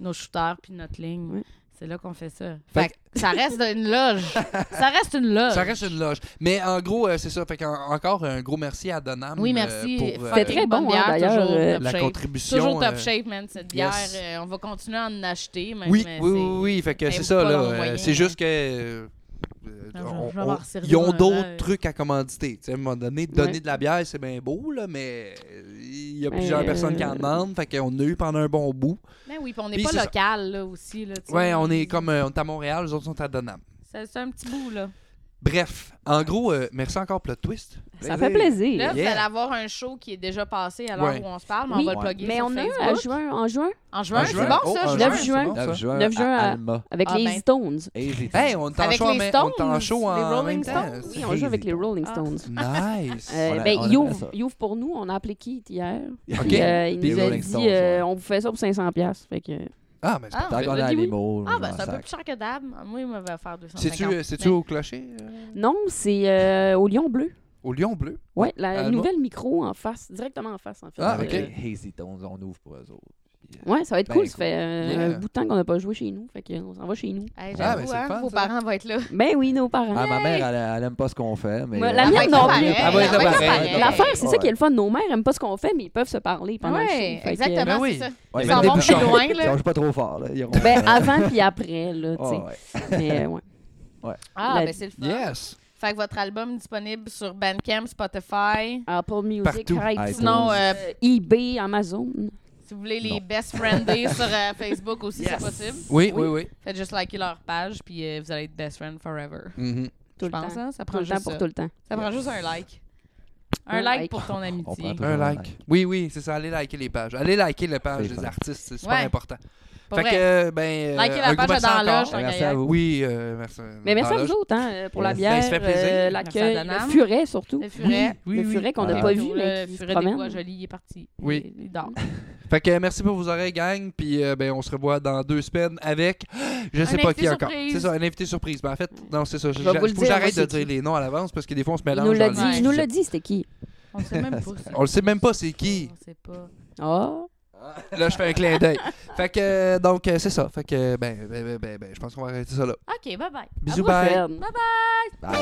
[SPEAKER 4] nos shooters puis notre ligne.
[SPEAKER 1] Oui.
[SPEAKER 4] C'est C'est là qu'on fait ça.
[SPEAKER 3] Fait
[SPEAKER 4] Fait que ça reste une loge. ça reste une loge.
[SPEAKER 3] Ça reste une loge. Mais en gros, euh, c'est ça. Fait qu'en- encore un gros merci à Donham.
[SPEAKER 4] Oui,
[SPEAKER 3] euh,
[SPEAKER 4] merci.
[SPEAKER 3] pour, euh,
[SPEAKER 1] C'est très bon, hein, d'ailleurs, euh,
[SPEAKER 3] la contribution.
[SPEAKER 4] Toujours top
[SPEAKER 3] euh,
[SPEAKER 4] shape, man, cette bière.
[SPEAKER 3] yes.
[SPEAKER 4] euh, on va continuer à en acheter. Même,
[SPEAKER 3] Oui,
[SPEAKER 4] mais
[SPEAKER 3] oui,
[SPEAKER 4] c'est-
[SPEAKER 3] oui, oui, fait que
[SPEAKER 4] Ben,
[SPEAKER 3] c'est
[SPEAKER 4] vous
[SPEAKER 3] ça,
[SPEAKER 4] pouvez
[SPEAKER 3] là.
[SPEAKER 4] l'envoyer,
[SPEAKER 3] euh, c'est
[SPEAKER 4] hein.
[SPEAKER 3] juste que. euh, euh,
[SPEAKER 4] Non, je-
[SPEAKER 3] on-
[SPEAKER 4] je vais
[SPEAKER 3] on-
[SPEAKER 4] m'en resservir
[SPEAKER 3] ils ont
[SPEAKER 4] un
[SPEAKER 3] d'autres
[SPEAKER 4] verre.
[SPEAKER 3] trucs à commanditer. Tu sais, à un moment donné, donner de la bière, c'est bien beau, là, mais il y a
[SPEAKER 1] Ben,
[SPEAKER 3] plusieurs personnes qui en
[SPEAKER 1] euh,
[SPEAKER 3] demandent. Fait qu'on a eu pendant un bon bout.
[SPEAKER 4] Ben oui, puis on n'est
[SPEAKER 3] Puis
[SPEAKER 4] pas
[SPEAKER 3] c'est ça.
[SPEAKER 4] local, là, aussi. Là, tu sais.
[SPEAKER 3] Ouais, on est comme. euh, on est à Montréal, les autres sont à Donham.
[SPEAKER 4] C'est c'est un petit bout, là.
[SPEAKER 3] Bref, en gros, euh, merci encore pour le twist.
[SPEAKER 1] Ça fait plaisir.
[SPEAKER 4] Là, vous
[SPEAKER 3] Yeah.
[SPEAKER 4] allez avoir un show qui est déjà passé à l'heure
[SPEAKER 3] Ouais.
[SPEAKER 4] où on se parle, mais
[SPEAKER 1] Oui,
[SPEAKER 4] on va le
[SPEAKER 2] Ouais.
[SPEAKER 4] plugger
[SPEAKER 1] Mais
[SPEAKER 4] sur
[SPEAKER 1] on a eu
[SPEAKER 4] Facebook.
[SPEAKER 1] en juin, en juin
[SPEAKER 4] En juin,
[SPEAKER 2] En
[SPEAKER 4] c'est
[SPEAKER 2] juin.
[SPEAKER 4] bon,
[SPEAKER 3] Oh,
[SPEAKER 4] ça?
[SPEAKER 3] en
[SPEAKER 4] juin?
[SPEAKER 1] neuf juin.
[SPEAKER 3] c'est bon, ça.
[SPEAKER 2] 9 juin,
[SPEAKER 1] 9 juin
[SPEAKER 2] à
[SPEAKER 1] à-
[SPEAKER 2] Alma.
[SPEAKER 1] avec
[SPEAKER 4] Ah,
[SPEAKER 1] les
[SPEAKER 4] ben.
[SPEAKER 1] Stones.
[SPEAKER 2] Easy.
[SPEAKER 3] Hey, on est en
[SPEAKER 4] Avec
[SPEAKER 3] show en
[SPEAKER 4] les
[SPEAKER 3] même-
[SPEAKER 4] Stones,
[SPEAKER 3] on est en show
[SPEAKER 4] les
[SPEAKER 3] en même
[SPEAKER 4] Rolling
[SPEAKER 3] temps.
[SPEAKER 4] Stones,
[SPEAKER 1] Oui, on joue avec les Rolling
[SPEAKER 4] Ah.
[SPEAKER 1] Stones.
[SPEAKER 3] Nice.
[SPEAKER 1] Euh,
[SPEAKER 2] On a-
[SPEAKER 1] ben,
[SPEAKER 2] on a
[SPEAKER 1] il,
[SPEAKER 2] fait
[SPEAKER 1] ouvre,
[SPEAKER 2] ça.
[SPEAKER 1] il ouvre pour nous. On a appelé Keith hier.
[SPEAKER 3] OK.
[SPEAKER 1] Puis, euh, il
[SPEAKER 2] Des
[SPEAKER 1] nous a
[SPEAKER 2] Rolling
[SPEAKER 1] dit
[SPEAKER 2] Stones,
[SPEAKER 1] euh,
[SPEAKER 2] ouais.
[SPEAKER 1] on vous fait ça pour 500$. piastres. Fait que,
[SPEAKER 3] Ah, mais c'est
[SPEAKER 4] Ah,
[SPEAKER 3] pas-
[SPEAKER 2] Tant qu'on
[SPEAKER 4] on
[SPEAKER 2] a
[SPEAKER 4] dit oui.
[SPEAKER 2] animaux.
[SPEAKER 4] Ah,
[SPEAKER 2] genre,
[SPEAKER 4] ben, c'est un peu
[SPEAKER 2] sac.
[SPEAKER 4] plus cher que d'hab. Moi, il m'avait faire 250.
[SPEAKER 3] C'est-tu euh, c'est-tu
[SPEAKER 4] Mais-
[SPEAKER 3] au clocher euh,
[SPEAKER 1] Non, c'est euh, au Lion Bleu.
[SPEAKER 3] Au Lion Bleu
[SPEAKER 1] Ouais, la
[SPEAKER 3] Alma?
[SPEAKER 1] nouvelle micro en face, directement en face, en fait.
[SPEAKER 3] Ah,
[SPEAKER 1] Euh,
[SPEAKER 2] Avec
[SPEAKER 3] ok.
[SPEAKER 2] les Hazy Tones, on ouvre pour eux autres.
[SPEAKER 1] Ouais, ça va être
[SPEAKER 2] Ben,
[SPEAKER 1] cool. Ça
[SPEAKER 2] cool.
[SPEAKER 1] fait euh,
[SPEAKER 3] Yeah.
[SPEAKER 1] un bout de temps qu'on n'a pas joué chez nous. Fait qu'on s'en va chez nous.
[SPEAKER 3] Ah,
[SPEAKER 4] Hey,
[SPEAKER 3] ben,
[SPEAKER 4] J'avoue,
[SPEAKER 3] c'est
[SPEAKER 4] hein,
[SPEAKER 3] fun,
[SPEAKER 4] vos
[SPEAKER 3] ça.
[SPEAKER 4] parents vont être là.
[SPEAKER 1] Ben oui, nos parents.
[SPEAKER 2] Ah, ma mère, elle, elle aime pas ce qu'on fait, mais. euh,
[SPEAKER 1] Moi, la
[SPEAKER 2] Elle
[SPEAKER 1] mienne
[SPEAKER 2] va être
[SPEAKER 1] non
[SPEAKER 2] là
[SPEAKER 1] plus.
[SPEAKER 2] pareil.
[SPEAKER 3] Elle Ah, va être là
[SPEAKER 2] Elle va
[SPEAKER 3] pareil.
[SPEAKER 2] là
[SPEAKER 1] L'affaire,
[SPEAKER 3] ah
[SPEAKER 1] c'est ça
[SPEAKER 2] Ouais.
[SPEAKER 1] qui est le fun. Nos mères aiment pas ce qu'on fait, mais ils peuvent se parler pendant le show.
[SPEAKER 4] Ouais,
[SPEAKER 1] Fait que,
[SPEAKER 4] exactement,
[SPEAKER 3] Ben oui.
[SPEAKER 4] c'est ça.
[SPEAKER 2] Ouais,
[SPEAKER 4] Ils
[SPEAKER 2] mais
[SPEAKER 4] s'en
[SPEAKER 2] des
[SPEAKER 4] vont plus
[SPEAKER 2] bouchons.
[SPEAKER 4] loin,
[SPEAKER 2] Ils
[SPEAKER 4] là.
[SPEAKER 2] sont pas trop fort, là. Ils
[SPEAKER 1] euh,
[SPEAKER 2] rompent.
[SPEAKER 1] Ben, avant puis après, là, tu sais.
[SPEAKER 2] Ah, ouais.
[SPEAKER 1] Mais, euh, ouais.
[SPEAKER 4] Ah,
[SPEAKER 1] La-
[SPEAKER 4] ben, c'est le fun.
[SPEAKER 3] Yes.
[SPEAKER 4] Fait que votre album est disponible sur Bandcamp, Spotify.
[SPEAKER 1] Apple Music,
[SPEAKER 3] Partout.
[SPEAKER 1] iTunes,
[SPEAKER 4] Sinon, euh,
[SPEAKER 1] euh, eBay, Amazon.
[SPEAKER 4] si vous voulez les
[SPEAKER 2] Non.
[SPEAKER 4] best friendés sur euh, Facebook aussi, c'est possible.
[SPEAKER 3] Oui, oui, oui.
[SPEAKER 4] Faites juste liker leur page, puis euh, vous allez être best friend forever.
[SPEAKER 3] Mhm.
[SPEAKER 1] Tout
[SPEAKER 4] Je
[SPEAKER 1] le temps.
[SPEAKER 4] pense, hein? Ça
[SPEAKER 1] Tout
[SPEAKER 4] prend
[SPEAKER 1] le temps
[SPEAKER 4] juste
[SPEAKER 1] pour
[SPEAKER 4] ça.
[SPEAKER 1] tout le temps.
[SPEAKER 4] Ça prend juste un like. Un
[SPEAKER 1] Un
[SPEAKER 4] like
[SPEAKER 1] like.
[SPEAKER 4] pour ton
[SPEAKER 2] On
[SPEAKER 4] amitié.
[SPEAKER 2] prend tout.
[SPEAKER 3] Un
[SPEAKER 2] Toujours un
[SPEAKER 3] like.
[SPEAKER 2] like.
[SPEAKER 3] Oui, oui, c'est ça. Allez liker les pages. Allez liker les pages
[SPEAKER 2] C'est
[SPEAKER 3] des
[SPEAKER 2] fun.
[SPEAKER 3] artistes. C'est super
[SPEAKER 4] Ouais.
[SPEAKER 3] important.
[SPEAKER 4] Pour
[SPEAKER 3] fait
[SPEAKER 4] vrai.
[SPEAKER 3] que, euh, ben. euh,
[SPEAKER 4] Likez la
[SPEAKER 3] un gros
[SPEAKER 4] page
[SPEAKER 3] merci
[SPEAKER 4] dans
[SPEAKER 3] encore.
[SPEAKER 4] Loge,
[SPEAKER 2] Merci
[SPEAKER 4] Gaillac.
[SPEAKER 2] à vous.
[SPEAKER 3] Oui, euh, merci.
[SPEAKER 1] Mais merci
[SPEAKER 3] dans
[SPEAKER 1] à vous
[SPEAKER 3] Loge.
[SPEAKER 1] autres hein, euh, pour la
[SPEAKER 2] Yes.
[SPEAKER 1] bière,
[SPEAKER 3] Ben, ça fait plaisir.
[SPEAKER 1] euh,
[SPEAKER 4] Merci
[SPEAKER 1] l'accueil,
[SPEAKER 4] à Danam.
[SPEAKER 1] le furet surtout.
[SPEAKER 4] Le furet.
[SPEAKER 3] Oui,
[SPEAKER 1] le
[SPEAKER 3] oui.
[SPEAKER 1] furet qu'on n'a
[SPEAKER 2] Ah.
[SPEAKER 1] pas
[SPEAKER 4] Le
[SPEAKER 1] vu, mais
[SPEAKER 4] furet
[SPEAKER 1] qui se
[SPEAKER 4] des bois
[SPEAKER 1] promène.
[SPEAKER 4] joli il est parti.
[SPEAKER 3] Oui.
[SPEAKER 4] Il, il dort.
[SPEAKER 3] Fait que euh, merci pour vos oreilles, gang. Puis euh, ben, on se revoit dans deux semaines avec. Je sais
[SPEAKER 4] Un
[SPEAKER 3] pas
[SPEAKER 4] invité
[SPEAKER 3] qui encore.
[SPEAKER 4] surprise.
[SPEAKER 3] C'est ça, un invité surprise. Ben, en fait, non, c'est ça. Je-
[SPEAKER 1] Je vais
[SPEAKER 3] j'a-
[SPEAKER 1] vous le
[SPEAKER 3] faut que
[SPEAKER 1] dire,
[SPEAKER 3] j'arrête
[SPEAKER 1] moi,
[SPEAKER 3] de
[SPEAKER 1] c'est
[SPEAKER 3] dire
[SPEAKER 1] qui.
[SPEAKER 3] les noms à l'avance parce que des fois, on se
[SPEAKER 1] Il
[SPEAKER 3] mélange.
[SPEAKER 1] nous l'a
[SPEAKER 3] dans
[SPEAKER 1] dit,
[SPEAKER 3] les-
[SPEAKER 4] Ouais.
[SPEAKER 1] il nous l'a dit, c'était qui?
[SPEAKER 4] On sait même pas. c'est
[SPEAKER 3] On le sait même pas c'est qui.
[SPEAKER 4] On sait pas.
[SPEAKER 1] Ah,
[SPEAKER 3] Là, je fais un clin d'œil. Fait que, euh, donc, euh, c'est ça. Fait que, ben, ben, ben, ben, ben, je pense qu'on va arrêter ça là.
[SPEAKER 4] OK, bye bye.
[SPEAKER 3] Bisous,
[SPEAKER 1] pas
[SPEAKER 3] bye.
[SPEAKER 1] Fred.
[SPEAKER 4] Bye bye.
[SPEAKER 2] Bye.